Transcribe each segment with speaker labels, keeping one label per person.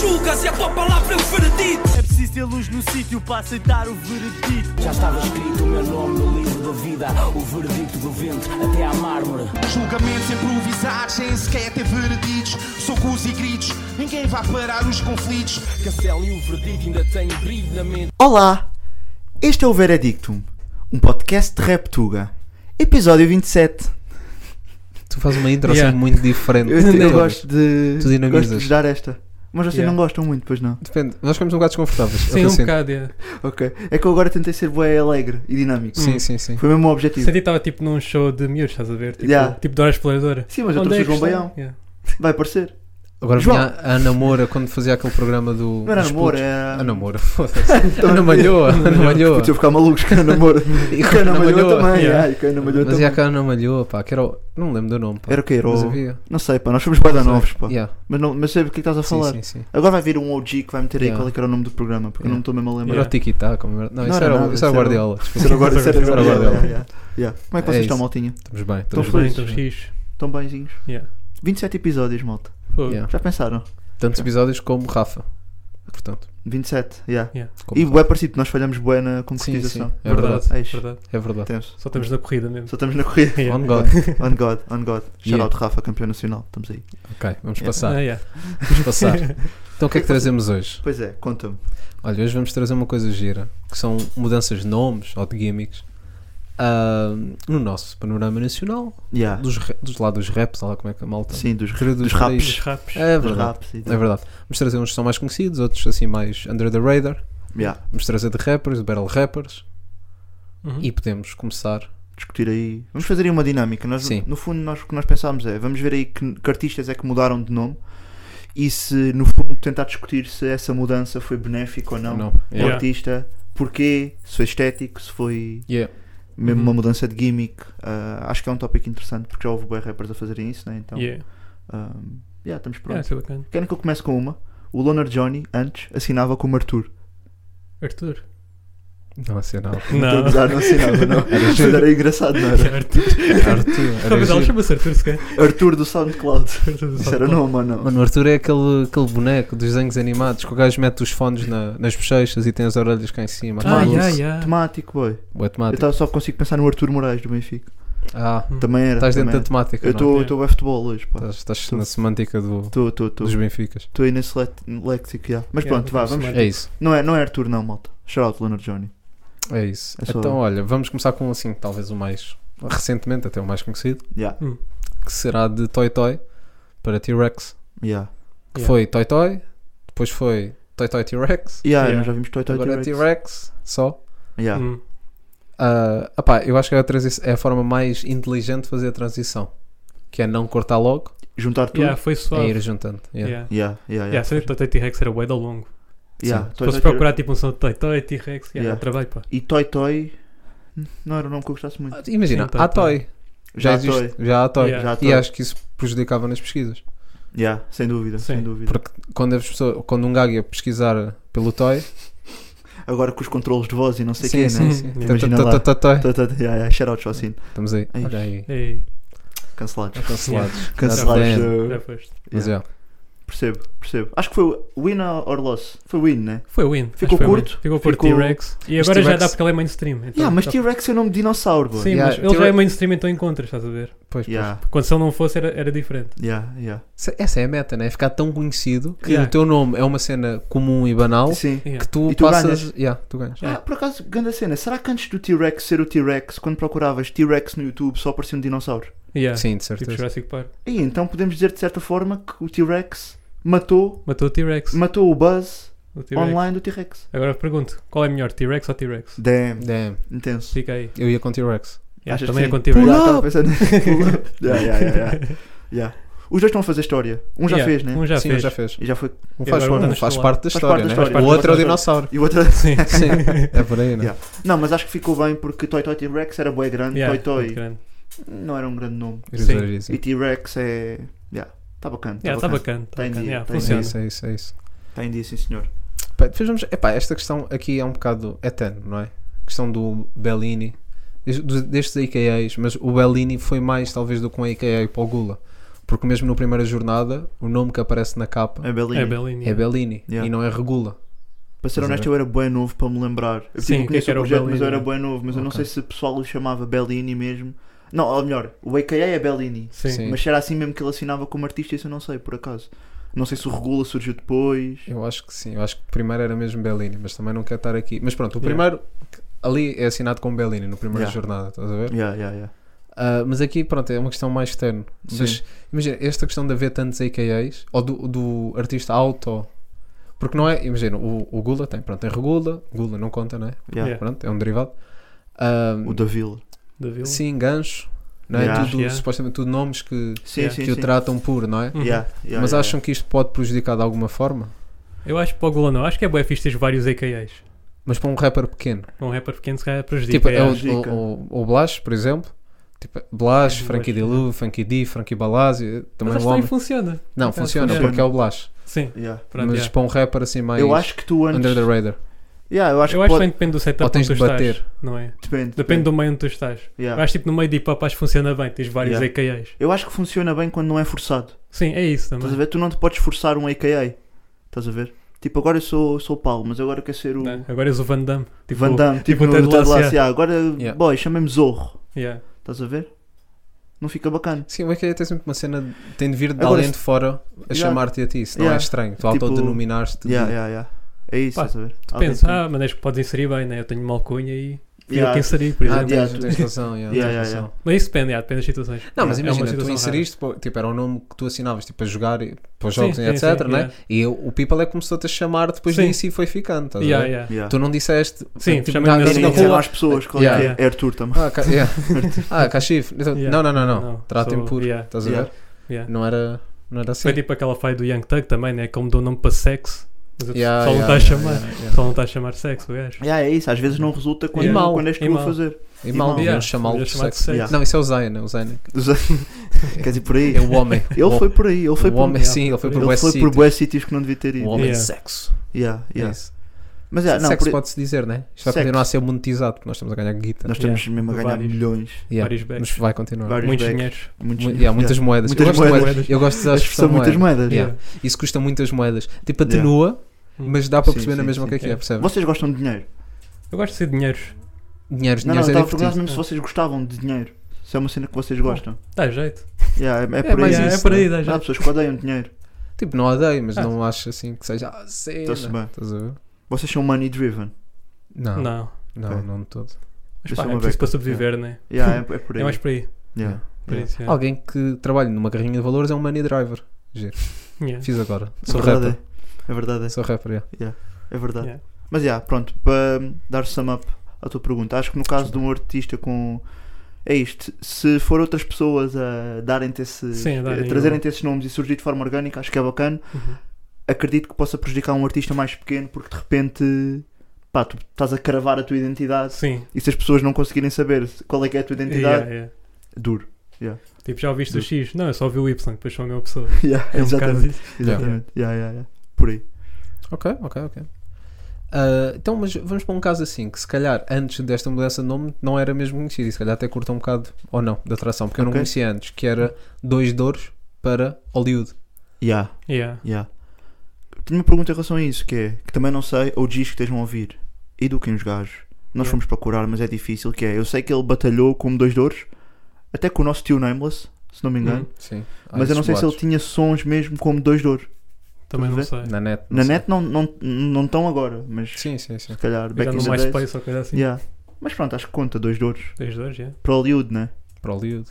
Speaker 1: julgas e a tua palavra é o veredito.
Speaker 2: É preciso ter luz no sítio para aceitar o veredito.
Speaker 3: Já estava escrito o meu nome no livro da vida, o veredito do vento até à mármore.
Speaker 4: Julgamentos improvisados, sem sequer ter vereditos. Socos e gritos, ninguém vai parar os conflitos.
Speaker 5: Castelo e o um veredito ainda têm brilho na mente.
Speaker 6: Olá, este é o Veredictum, um podcast de Rap Tuga, episódio 27.
Speaker 7: Tu fazes uma intro
Speaker 6: Yeah.
Speaker 7: assim muito diferente.
Speaker 6: Eu, eu
Speaker 7: Todas.
Speaker 6: gosto de,
Speaker 7: Tu dinamizas.
Speaker 6: gosto de vos dar esta. Mas vocês
Speaker 5: Yeah.
Speaker 6: não gostam muito, pois não?
Speaker 7: Depende. Nós ficamos um bocado desconfortáveis. é o que
Speaker 5: Sim,
Speaker 7: eu
Speaker 5: um
Speaker 7: sinto.
Speaker 5: bocado, é.
Speaker 6: Ok. É que eu agora tentei ser bué alegre e dinâmico.
Speaker 5: Hum.
Speaker 7: Sim, sim, sim.
Speaker 6: Foi o mesmo o objetivo.
Speaker 5: Senti que estava tipo num show de miúdos, estás a ver? Tipo,
Speaker 6: Yeah.
Speaker 5: tipo de hora exploradora.
Speaker 6: Sim, mas eu
Speaker 5: Onde
Speaker 6: trouxe
Speaker 5: é
Speaker 6: o João
Speaker 5: que está?
Speaker 6: Baião.
Speaker 5: Yeah.
Speaker 6: Vai parecer.
Speaker 7: Agora
Speaker 6: João.
Speaker 7: vinha a Ana Moura quando fazia aquele programa do.
Speaker 6: Não era
Speaker 7: dos
Speaker 6: namoro,
Speaker 7: putos. Ah,
Speaker 6: era. Então,
Speaker 7: Ana Moura, foda-se. ah, Ana Malhoa, Ana Malhoa.
Speaker 6: Putz, eu ficar maluco com a namoro. E com a
Speaker 7: Ana
Speaker 6: namoro
Speaker 7: Malhoa.
Speaker 6: também.
Speaker 5: Yeah.
Speaker 6: ai, com a namoro
Speaker 7: Mas ia
Speaker 6: também.
Speaker 7: com a Ana Malhoa, pá, que era o... Não me lembro do nome, pá.
Speaker 6: Era o que era?
Speaker 7: Mas
Speaker 6: o-
Speaker 7: havia.
Speaker 6: Não sei, pá, nós fomos bué da novos, pá.
Speaker 7: Yeah.
Speaker 6: Mas, não, mas sei o que é que estás a
Speaker 7: Sim,
Speaker 6: falar.
Speaker 7: sim, sim.
Speaker 6: Agora vai vir um OG que vai meter aí
Speaker 7: Yeah.
Speaker 6: qual é que era o nome do programa, porque eu não me
Speaker 7: Yeah.
Speaker 6: estou mesmo a lembrar.
Speaker 7: Era o Tiki Taka. Não,
Speaker 6: Não
Speaker 7: isso
Speaker 6: era
Speaker 7: era, o-
Speaker 6: nada,
Speaker 7: isso era o
Speaker 6: isso era o-
Speaker 7: Guardiola. Desculpa.
Speaker 6: Ser agora, ser
Speaker 5: Era
Speaker 6: agora.
Speaker 7: o guarda-
Speaker 6: Yeah, yeah, yeah. Como é que
Speaker 7: É
Speaker 6: vocês estão,
Speaker 7: isso.
Speaker 6: maltinha?
Speaker 7: Estamos bem,
Speaker 6: Estão
Speaker 7: estamos
Speaker 5: Bem,
Speaker 7: bem.
Speaker 6: felizes?
Speaker 5: Estamos fixos.
Speaker 6: Estão benzinhos?
Speaker 5: Yeah.
Speaker 6: 27 episódios, malta.
Speaker 5: Fogo.
Speaker 7: Yeah.
Speaker 6: Já pensaram?
Speaker 7: Tantos episódios como Rafa. Portanto,
Speaker 6: 27, yeah.
Speaker 5: Yeah.
Speaker 7: como
Speaker 6: E
Speaker 7: Rafa.
Speaker 6: bué parecido, nós falhamos bué na
Speaker 7: Sim, sim.
Speaker 6: concretização.
Speaker 7: É verdade.
Speaker 6: É isto.
Speaker 5: verdade.
Speaker 7: É verdade.
Speaker 6: Tenso.
Speaker 5: Só estamos na corrida mesmo.
Speaker 6: Só estamos na corrida.
Speaker 5: Yeah.
Speaker 7: On God.
Speaker 6: On God, on God. Shout
Speaker 7: Yeah.
Speaker 6: out Rafa, campeão nacional. Estamos aí.
Speaker 7: Ok, vamos
Speaker 6: Yeah.
Speaker 7: passar.
Speaker 5: Ah, yeah.
Speaker 7: Vamos passar. Então o que é que trazemos hoje?
Speaker 6: Pois é, conta-me.
Speaker 7: Olha, hoje vamos trazer uma coisa gira, que são mudanças de nomes ou de gimmicks ah, no nosso panorama nacional,
Speaker 6: Yeah.
Speaker 7: dos, ra- dos lá dos raps, olha lá como é que a malta.
Speaker 6: Sim, dos,
Speaker 7: Querer
Speaker 6: dos
Speaker 7: dos
Speaker 6: raps.
Speaker 5: Os raps.
Speaker 7: É
Speaker 6: Dos
Speaker 7: verdade.
Speaker 6: raps e
Speaker 7: É
Speaker 6: tal.
Speaker 7: verdade. Vamos trazer uns que são mais conhecidos, outros assim mais under the radar.
Speaker 6: Yeah.
Speaker 7: Vamos trazer de rappers, de battle rappers
Speaker 6: Hum?
Speaker 5: Uhum.
Speaker 7: e podemos começar.
Speaker 6: Discutir aí. Vamos fazer aí uma dinâmica. Nós,
Speaker 7: Sim.
Speaker 6: No fundo, nós, o que nós pensámos é: vamos ver aí que, que artistas é que mudaram de nome e se, no fundo, tentar discutir se essa mudança foi benéfica ou não.
Speaker 7: Não.
Speaker 6: O
Speaker 7: Yeah.
Speaker 5: Yeah.
Speaker 6: artista, porquê, se foi estético, se foi
Speaker 7: Yeah.
Speaker 6: mesmo
Speaker 5: Uhum.
Speaker 6: uma mudança de gimmick. Ah, acho que é um tópico interessante porque já houve bem rappers a fazerem isso, né? Então,
Speaker 5: Yeah.
Speaker 6: ah, yeah, estamos
Speaker 5: Ah,
Speaker 6: prontos.
Speaker 5: isso é bacana.
Speaker 6: Querem que eu comece com uma? O Loner Johnny, antes, assinava como Arthur.
Speaker 5: Arthur.
Speaker 7: Não assim não.
Speaker 6: Estou a
Speaker 5: Não.
Speaker 6: gozar, não assinava, não. Mas era engraçado, não era?
Speaker 5: Arthur.
Speaker 7: Arthur, era
Speaker 5: Talvez ela
Speaker 7: giro.
Speaker 5: chama-se Arthur, se calhar.
Speaker 6: Arthur do SoundCloud. Isso era
Speaker 5: não.
Speaker 6: nome ou não?
Speaker 7: Mano, o Arthur é aquele, aquele boneco dos desenhos animados que o gajo mete os fones na- nas bochechas e tem as orelhas cá em cima.
Speaker 5: Ah,
Speaker 6: Mano,
Speaker 5: yeah, yeah.
Speaker 6: Temático, boy.
Speaker 7: Boa
Speaker 6: Eu
Speaker 7: temática.
Speaker 6: tava- só consigo pensar no Arthur Moraes do Benfica.
Speaker 7: Ah,
Speaker 6: Também era.
Speaker 7: estás dentro
Speaker 6: também
Speaker 7: da temática.
Speaker 6: era. Eu
Speaker 7: não?
Speaker 6: estou
Speaker 5: É.
Speaker 6: a futebol hoje, pá.
Speaker 7: Estás, estás na semântica do,
Speaker 6: Estou, estou, estou.
Speaker 7: dos Benficas.
Speaker 6: Estou aí nesse let- léxico, já. Mas
Speaker 5: Yeah,
Speaker 6: pronto, vá, vamos.
Speaker 5: vamos
Speaker 7: É isso,
Speaker 6: Não é, não é Arthur, não, malta. Shout out, Leonard Johnny.
Speaker 7: é isso.
Speaker 6: É só-
Speaker 7: então, olha, vamos começar com assim, talvez o mais recentemente, até o mais conhecido,
Speaker 6: Já,
Speaker 7: que será de Toy Toy para T-Rex.
Speaker 6: já.
Speaker 7: Que
Speaker 5: Yeah.
Speaker 7: foi Toy Toy, depois foi Toy Toy T-Rex,
Speaker 6: Já,
Speaker 5: Yeah.
Speaker 6: nós já vimos Toy Toy
Speaker 7: agora é
Speaker 6: T-Rex.
Speaker 7: T-Rex só.
Speaker 6: Já.
Speaker 5: Hum.
Speaker 7: Ah, opá, eu acho que é a, transi- é a forma mais inteligente de fazer a transição. Que é não cortar logo,
Speaker 6: Juntar tudo.
Speaker 5: Yeah, foi
Speaker 7: é
Speaker 5: suave.
Speaker 7: ir juntando. Yeah.
Speaker 5: Yeah.
Speaker 6: Já, já,
Speaker 5: Yeah,
Speaker 6: já.
Speaker 5: sendo que o Toy T-Rex era bué da longo.
Speaker 6: Já, Toy
Speaker 5: Se fosse
Speaker 6: Toy T-Rex.
Speaker 5: procurar tipo um som de Toy Toy, T-Rex, yeah,
Speaker 6: é, Yeah.
Speaker 5: dá trabalho, pá.
Speaker 6: E Toy Toy. Não era o nome que eu gostasse muito.
Speaker 7: Ah, Imagina,
Speaker 5: Sim, Toy
Speaker 7: há
Speaker 5: Toy.
Speaker 7: Toy, já,
Speaker 6: Já há
Speaker 7: existe,
Speaker 6: Toy.
Speaker 7: já há Toy.
Speaker 5: Yeah.
Speaker 6: Já há
Speaker 7: E
Speaker 6: Toy.
Speaker 7: acho que isso prejudicava nas pesquisas.
Speaker 6: Já, sem dúvida, sem
Speaker 5: Sim.
Speaker 6: dúvida.
Speaker 7: Quando, as pessoas, quando um gago ia pesquisar pelo Toy,
Speaker 6: Agora com os controles de voz e não sei o quê,
Speaker 7: sim,
Speaker 6: né?
Speaker 7: sim,
Speaker 5: né?
Speaker 7: sim.
Speaker 6: Imagina
Speaker 7: Tá, tá,
Speaker 6: lá.
Speaker 7: tá, tá, tá.
Speaker 6: Toy Toy- Já, já. Shout out, Joacim.
Speaker 7: Estamos aí.
Speaker 6: Ai.
Speaker 7: Olha aí.
Speaker 5: Ei,
Speaker 6: Cancelados.
Speaker 7: Cancelados.
Speaker 6: Cancelados.
Speaker 7: Já
Speaker 6: uh,
Speaker 5: já É, foste.
Speaker 7: Mas é.
Speaker 6: Percebo, percebo. Acho que foi o win or loss. Foi win, né?
Speaker 5: Foi win. acho
Speaker 6: Ficou
Speaker 5: que foi
Speaker 6: curto,
Speaker 5: win. Ficou curto
Speaker 6: ficou-
Speaker 5: T-Rex. E
Speaker 7: Mas
Speaker 5: agora já
Speaker 7: T-Rex-
Speaker 5: dá porque ele é mainstream. Então,
Speaker 6: yeah, mas
Speaker 5: tá-
Speaker 6: T-Rex é o nome de dinossauro, boy.
Speaker 5: Sim,
Speaker 7: Yeah,
Speaker 5: mas ele já é
Speaker 7: T-Rex-
Speaker 5: mainstream, então encontras, estás a ver?
Speaker 7: Pois, pois.
Speaker 6: Yeah,
Speaker 5: Quando se ele não fosse, era, era diferente.
Speaker 6: yeah, yeah.
Speaker 7: Se- Essa é a meta, né? É ficar tão conhecido que
Speaker 5: Yeah.
Speaker 7: o teu nome é uma cena comum e banal
Speaker 6: Sim.
Speaker 5: Yeah.
Speaker 7: que tu,
Speaker 6: E tu
Speaker 7: passas.
Speaker 6: ganhas.
Speaker 7: Yeah, tu ganhas.
Speaker 6: Ah, por acaso, grande cena. Será que antes do T-Rex ser o T-Rex, quando procuravas T-Rex no YouTube, só apareciam dinossauros?
Speaker 5: Yeah.
Speaker 7: Sim, de
Speaker 5: Tipo
Speaker 7: certeza.
Speaker 5: Jurassic Park.
Speaker 6: E então podemos dizer de certa forma que o T-Rex matou,
Speaker 5: Matou o T-Rex.
Speaker 6: matou o buzz
Speaker 5: O T-Rex.
Speaker 6: online do T-Rex.
Speaker 5: Agora pergunto, qual é melhor, T-Rex ou T-Rex?
Speaker 6: Damn,
Speaker 7: Damn,
Speaker 6: intenso.
Speaker 5: Fica aí.
Speaker 7: eu ia com T-Rex.
Speaker 5: Yeah,
Speaker 6: Achas
Speaker 5: também
Speaker 6: que
Speaker 5: é com
Speaker 6: sim? Pull
Speaker 5: T-Rex.
Speaker 6: up! Tava pensando nisso. Pull up. Yeah, yeah, yeah, yeah. Yeah. Os dois estão a fazer história. Um já
Speaker 5: Yeah,
Speaker 6: fez, né?
Speaker 5: Um já
Speaker 7: Sim,
Speaker 5: fez.
Speaker 7: já fez.
Speaker 6: E já foi.
Speaker 7: Um
Speaker 5: E
Speaker 7: faz,
Speaker 5: agora
Speaker 7: um
Speaker 5: vamos
Speaker 7: faz
Speaker 5: falar.
Speaker 7: parte da
Speaker 6: Faz parte
Speaker 7: história,
Speaker 6: da
Speaker 7: né?
Speaker 6: história.
Speaker 5: Faz
Speaker 7: O
Speaker 5: parte
Speaker 7: outro é
Speaker 5: da
Speaker 7: o
Speaker 5: história.
Speaker 7: dinossauro.
Speaker 6: E o outro.
Speaker 5: Sim.
Speaker 7: Sim, é por aí, né?
Speaker 6: Yeah. Não, mas acho que ficou bem porque Toy Toy T-Rex era bué grande,
Speaker 5: Yeah,
Speaker 6: Toy Toy
Speaker 5: muito grande.
Speaker 6: não era um grande nome.
Speaker 7: Eles
Speaker 5: Sim.
Speaker 7: eram assim.
Speaker 6: E T-Rex é. Yeah, tá bacana. Está
Speaker 5: Yeah, tá bacana.
Speaker 6: Tá
Speaker 5: Tá
Speaker 6: em
Speaker 5: bacana.
Speaker 6: dia,
Speaker 5: Yeah,
Speaker 6: tá em
Speaker 7: É
Speaker 5: Funciona.
Speaker 7: isso, é isso, é isso.
Speaker 6: Está em dia, sim senhor.
Speaker 7: Pá, depois vamos. Epá, esta questão aqui é um bocado eterno, não é? A questão do Bellini, des- dos- destes IKEAs, mas o Bellini foi mais talvez do que um IKEA para o Gula. Porque mesmo na primeira jornada, o nome que aparece na capa
Speaker 6: É Bellini.
Speaker 5: É Bellini.
Speaker 7: é Bellini
Speaker 6: Yeah.
Speaker 7: e não é Regula.
Speaker 6: Para ser
Speaker 7: Estás a
Speaker 6: honesto,
Speaker 7: ver?
Speaker 6: eu era bem novo para me lembrar. Eu
Speaker 5: Sim,
Speaker 6: tipo,
Speaker 5: que
Speaker 6: conheço
Speaker 5: era
Speaker 6: o
Speaker 5: o
Speaker 6: projeto, mas eu
Speaker 5: Bellini.
Speaker 6: era bem novo. Mas eu não
Speaker 7: Ok.
Speaker 6: sei se o pessoal o chamava Bellini mesmo. Não, ou melhor, o AKA é Bellini.
Speaker 5: Sim.
Speaker 7: Sim.
Speaker 6: Mas se era assim mesmo que ele assinava como artista, isso eu não sei, por acaso. Não sei se o Regula surgiu depois.
Speaker 7: Eu acho que sim, eu acho que o primeiro era mesmo Bellini, mas também não quero estar aqui. Mas pronto, o primeiro ali é assinado como Bellini, no primeiro
Speaker 6: Yeah.
Speaker 7: jornada, estás a ver?
Speaker 6: Yeah, yeah, yeah.
Speaker 7: Ah, mas aqui, pronto, é uma questão mais externa. Mas
Speaker 6: Sim.
Speaker 7: imagina, esta questão de haver tantos AKAs, ou do, do artista auto. Porque não é, imagina, o, o Gula tem, pronto, tem Regula, Gula não conta, não é?
Speaker 6: yeah.
Speaker 5: Yeah.
Speaker 7: Pronto, é um derivado. Ah,
Speaker 6: O da Vila.
Speaker 5: Da Vila.
Speaker 7: sim, Gancho, não é?
Speaker 6: Yeah.
Speaker 7: Tudo,
Speaker 5: Yeah.
Speaker 7: supostamente, tudo nomes que,
Speaker 6: Sim,
Speaker 5: Yeah.
Speaker 6: sim,
Speaker 7: que o
Speaker 6: sim.
Speaker 7: tratam por, não é?
Speaker 5: Uhum.
Speaker 6: Yeah, yeah,
Speaker 7: mas
Speaker 6: yeah,
Speaker 7: acham que isto pode prejudicar de alguma forma?
Speaker 5: Eu acho que para o Gula não. Acho que é boa fixe ter vários AKAs.
Speaker 7: Mas para um rapper pequeno.
Speaker 5: Para um rapper pequeno se calhar prejudica.
Speaker 7: Tipo, é
Speaker 5: eu
Speaker 7: o,
Speaker 5: acho.
Speaker 6: Dica.
Speaker 7: o, o, o Blas, por exemplo. Tipo, Blas,
Speaker 5: É do
Speaker 7: Frankie
Speaker 5: Blas,
Speaker 7: Dilu, Frankie D, Frankie Balazzi,
Speaker 5: Mas
Speaker 7: também
Speaker 5: acho
Speaker 7: o
Speaker 5: que também
Speaker 7: homem.
Speaker 5: funciona.
Speaker 7: Não,
Speaker 5: acaso
Speaker 7: funciona,
Speaker 5: funciona.
Speaker 7: porque é o Blas.
Speaker 5: Sim.
Speaker 6: yeah. Yeah.
Speaker 5: Pronto,
Speaker 7: mas
Speaker 5: yeah.
Speaker 7: para um rapper assim mais
Speaker 6: Eu acho que tu antes.
Speaker 7: under the radar.
Speaker 6: Yeah, eu acho
Speaker 5: Eu
Speaker 6: que
Speaker 5: acho que
Speaker 6: pode.
Speaker 5: também depende do setup
Speaker 7: Ou tens
Speaker 5: onde tu
Speaker 7: de bater.
Speaker 5: estás. Não é?
Speaker 6: Depende.
Speaker 5: Depende do meio onde tu estás.
Speaker 6: Yeah.
Speaker 5: Eu acho tipo no meio de hip hop acho que funciona bem. Tens vários
Speaker 6: Yeah.
Speaker 5: AKAs.
Speaker 6: Eu acho que funciona bem quando não é forçado.
Speaker 5: Sim, é isso também.
Speaker 6: Estás a ver? Tu não te podes forçar um AKA. Estás a ver? Tipo, agora eu sou, sou o Paulo, mas agora eu quero ser o
Speaker 5: Não é? Agora és o Van Damme. Tipo,
Speaker 6: Van Damme, tipo,
Speaker 5: tipo
Speaker 6: no
Speaker 5: o Ted
Speaker 6: Ted Lasso.
Speaker 5: Lasso,
Speaker 6: Yeah, Agora,
Speaker 7: Yeah.
Speaker 6: boy, chamem-me Zorro.
Speaker 5: Yeah.
Speaker 6: Estás a ver? Não fica bacana.
Speaker 7: Sim, é o AKA tem sempre uma cena. de- Tem de vir de
Speaker 6: Agora,
Speaker 7: alguém de fora a
Speaker 6: Yeah.
Speaker 7: chamar-te a ti. Isso não é
Speaker 6: Yeah.
Speaker 7: estranho. Tu
Speaker 6: Tipo,
Speaker 7: autodenominaste.
Speaker 6: Yeah,
Speaker 7: de-
Speaker 6: yeah, yeah. É isso,
Speaker 5: Pá,
Speaker 6: estás a ver? Alguém
Speaker 5: Pensa,
Speaker 6: tem-
Speaker 5: ah, maneiras que podes inserir bem, né? Eu tenho uma alcunha e fui eu
Speaker 6: Yeah.
Speaker 5: que inseri, por
Speaker 7: Ah,
Speaker 5: exemplo.
Speaker 6: yeah.
Speaker 7: tens, tens razão, yeah,
Speaker 6: Yeah,
Speaker 7: tens
Speaker 6: yeah,
Speaker 7: razão.
Speaker 5: Mas isso depende, yeah, depende das situações.
Speaker 7: Não, mas
Speaker 5: É uma
Speaker 7: imagina, tu
Speaker 5: situação
Speaker 7: inseriste, pô, tipo, era o nome que tu assinavas, tipo, a jogar e- para os
Speaker 5: Sim,
Speaker 7: jogos e
Speaker 5: sim,
Speaker 7: etc,
Speaker 5: sim,
Speaker 7: né?
Speaker 5: yeah.
Speaker 7: E o, o People é que começou-te a chamar depois
Speaker 5: Sim.
Speaker 7: disso e foi ficando, estás a
Speaker 5: Yeah,
Speaker 7: ver?
Speaker 5: yeah.
Speaker 6: Yeah.
Speaker 7: Tu não disseste.
Speaker 5: Sim,
Speaker 7: tipo,
Speaker 5: chamei-me
Speaker 7: nada,
Speaker 5: na
Speaker 6: E
Speaker 7: assim,
Speaker 6: nem
Speaker 5: rua.
Speaker 6: dizer
Speaker 7: rua.
Speaker 6: às pessoas qual é
Speaker 7: Yeah.
Speaker 6: que é. É Arthur também.
Speaker 7: Ah, ca... yeah. ah Cachif. Então,
Speaker 5: Yeah.
Speaker 7: Não, não, não, não.
Speaker 5: Não,
Speaker 7: Trata-me
Speaker 5: sou-
Speaker 7: por.
Speaker 5: yeah,
Speaker 7: Estás a
Speaker 6: yeah.
Speaker 7: ver?
Speaker 5: Yeah.
Speaker 7: Não era, não era assim.
Speaker 5: Foi tipo aquela falha do Young Thug também, né? Como deu nome para sexo. Mas o
Speaker 7: Yeah,
Speaker 5: pessoal não
Speaker 7: yeah,
Speaker 5: está a
Speaker 7: yeah,
Speaker 5: chamar.
Speaker 7: yeah, yeah.
Speaker 5: O pessoal não está a chamar sexo, o gajo.
Speaker 6: Yeah, é isso, às vezes não resulta quando,
Speaker 5: E
Speaker 7: mal,
Speaker 6: quando és
Speaker 5: e
Speaker 6: tu a
Speaker 5: mal.
Speaker 6: fazer.
Speaker 7: E mal
Speaker 6: Yeah.
Speaker 7: deviam chamá-lo
Speaker 5: Deviam
Speaker 7: de
Speaker 5: chamar de
Speaker 7: sexo.
Speaker 5: sexo.
Speaker 6: Yeah.
Speaker 7: Não, isso é o Zayn, é o Zayn.
Speaker 6: Quer dizer, por aí.
Speaker 7: É o homem.
Speaker 6: Ele foi por aí, ele foi
Speaker 7: o
Speaker 6: por,
Speaker 7: homem, sim, ele foi por
Speaker 6: ele
Speaker 7: West
Speaker 6: foi
Speaker 7: City.
Speaker 6: por bué sítios que não devia ter
Speaker 7: O
Speaker 6: ido.
Speaker 7: homem de
Speaker 5: Yeah.
Speaker 7: sexo.
Speaker 6: Yeah, yeah.
Speaker 7: Isso.
Speaker 6: Mas yeah, não,
Speaker 7: sexo
Speaker 6: por...
Speaker 7: pode-se dizer, né? Isto vai
Speaker 6: Sexo.
Speaker 7: continuar a ser monetizado, porque nós estamos a ganhar guita.
Speaker 6: nós estamos
Speaker 5: Yeah,
Speaker 6: mesmo a ganhar
Speaker 5: vários.
Speaker 6: milhões.
Speaker 7: Yeah,
Speaker 5: vários becos.
Speaker 7: Mas vai continuar.
Speaker 6: Vários
Speaker 5: Muitos
Speaker 6: becos.
Speaker 5: dinheiros.
Speaker 6: Muitos,
Speaker 7: Mu- yeah, muitas
Speaker 6: yeah.
Speaker 7: moedas.
Speaker 6: Muitas
Speaker 7: eu gosto de
Speaker 6: moedas.
Speaker 7: moedas. Eu gosto de usar a
Speaker 6: Acho que
Speaker 7: expressão
Speaker 6: são muitas moedas.
Speaker 7: Yeah.
Speaker 6: yeah.
Speaker 7: Isso custa muitas moedas. Tipo,
Speaker 6: Yeah.
Speaker 7: atenua,
Speaker 5: Hum.
Speaker 7: mas dá para
Speaker 6: Sim,
Speaker 7: perceber na
Speaker 6: sim,
Speaker 7: mesma o
Speaker 6: sim.
Speaker 7: que é que é,
Speaker 5: É.
Speaker 7: percebes?
Speaker 6: Vocês gostam de dinheiro?
Speaker 5: Eu gosto de ser dinheiros.
Speaker 7: Dinheiros,
Speaker 6: Não, não, estava
Speaker 7: dinheiros é
Speaker 6: a perguntar
Speaker 7: divertido.
Speaker 6: mesmo se vocês gostavam de dinheiro. Se é uma cena que vocês gostam.
Speaker 5: Dá jeito.
Speaker 6: Yeah, é, é
Speaker 7: É
Speaker 6: por aí.
Speaker 7: mais
Speaker 5: Yeah,
Speaker 7: isso,
Speaker 5: é por aí,
Speaker 7: né?
Speaker 5: dá
Speaker 6: Há
Speaker 5: jeito.
Speaker 6: pessoas que odeiam dinheiro.
Speaker 7: Tipo, não odeio, mas
Speaker 5: Ah.
Speaker 7: não acho assim que seja. Ah, cena.
Speaker 6: Tá-se bem.
Speaker 7: Estás a ver?
Speaker 6: Vocês são money driven.
Speaker 7: Não, não,
Speaker 5: Não.
Speaker 7: não,
Speaker 6: Ok.
Speaker 7: de todo.
Speaker 5: Mas
Speaker 6: Eu
Speaker 5: pá,
Speaker 6: sou Ah.
Speaker 5: é
Speaker 6: uma
Speaker 5: preciso
Speaker 6: beca.
Speaker 5: para sobreviver, né?
Speaker 6: Yeah, é, é por aí.
Speaker 5: É mais por aí.
Speaker 6: Yeah.
Speaker 5: Por
Speaker 7: Yeah.
Speaker 5: isso, é.
Speaker 7: Alguém que trabalha numa carrinha de valores é um money driver.
Speaker 5: Yeah.
Speaker 7: Fiz agora.
Speaker 6: É
Speaker 7: Sou
Speaker 6: verdade.
Speaker 7: rapper.
Speaker 6: É É verdade.
Speaker 7: Sou rapper, yeah.
Speaker 6: É verdade.
Speaker 5: Yeah.
Speaker 6: Mas já, pronto, para dar sum up à tua pergunta, acho que no caso de um artista com. É isto, se for outras pessoas a darem-te esse.
Speaker 5: Sim, a darem o-
Speaker 6: trazerem-te esses nomes e surgir de forma orgânica, acho que é bacana.
Speaker 5: Uhum.
Speaker 6: Acredito que possa prejudicar um artista mais pequeno porque de repente. Pá, tu estás a cravar a tua identidade
Speaker 5: Sim.
Speaker 6: e se as pessoas não conseguirem saber qual é que é a tua identidade,
Speaker 5: Yeah, yeah.
Speaker 6: duro.
Speaker 5: Tipo, já ouviste o X? Não, eu só ouvi o Y, depois sou a mesma pessoa.
Speaker 6: Yeah,
Speaker 5: É um bocado
Speaker 6: exatamente.
Speaker 5: isso.
Speaker 6: exatamente. Yeah, yeah, yeah. Por aí.
Speaker 7: Ok, ok, ok. Ah, então, mas vamos para um caso assim, que se calhar antes desta mudança de nome não era mesmo conhecido e se calhar até cortou um bocado, ou não, da atração, porque eu não
Speaker 6: Ok.
Speaker 7: conhecia antes, que era Dois Dores para Hollywood.
Speaker 6: Yeah.
Speaker 5: Yeah.
Speaker 6: Yeah. Tenho uma pergunta em relação a isso, que é, que também não sei, ou diz que estejam a ouvir, eduquem os gajos. Nós
Speaker 5: Yeah.
Speaker 6: fomos procurar, mas é difícil, que é, eu sei que ele batalhou como dois dores, até com o nosso tio Nameless, se não me engano,
Speaker 5: Hum.
Speaker 7: Sim. Há
Speaker 6: mas eu não
Speaker 7: esses
Speaker 6: sei se ele
Speaker 7: boatos.
Speaker 6: tinha sons mesmo como dois dores.
Speaker 5: Também não
Speaker 6: Estás
Speaker 5: sei.
Speaker 7: Na net. não
Speaker 6: Na
Speaker 7: sei.
Speaker 6: net não estão não, não estão agora, mas
Speaker 7: Sim, sim, sim.
Speaker 6: se calhar back
Speaker 5: Já
Speaker 6: in
Speaker 5: no
Speaker 6: the days.
Speaker 5: MySpace ou coisa assim.
Speaker 6: Yeah. Mas pronto, acho que conta dois dores.
Speaker 5: Dois, dois, yeah.
Speaker 6: Para Hollywood, né?
Speaker 7: Para Hollywood.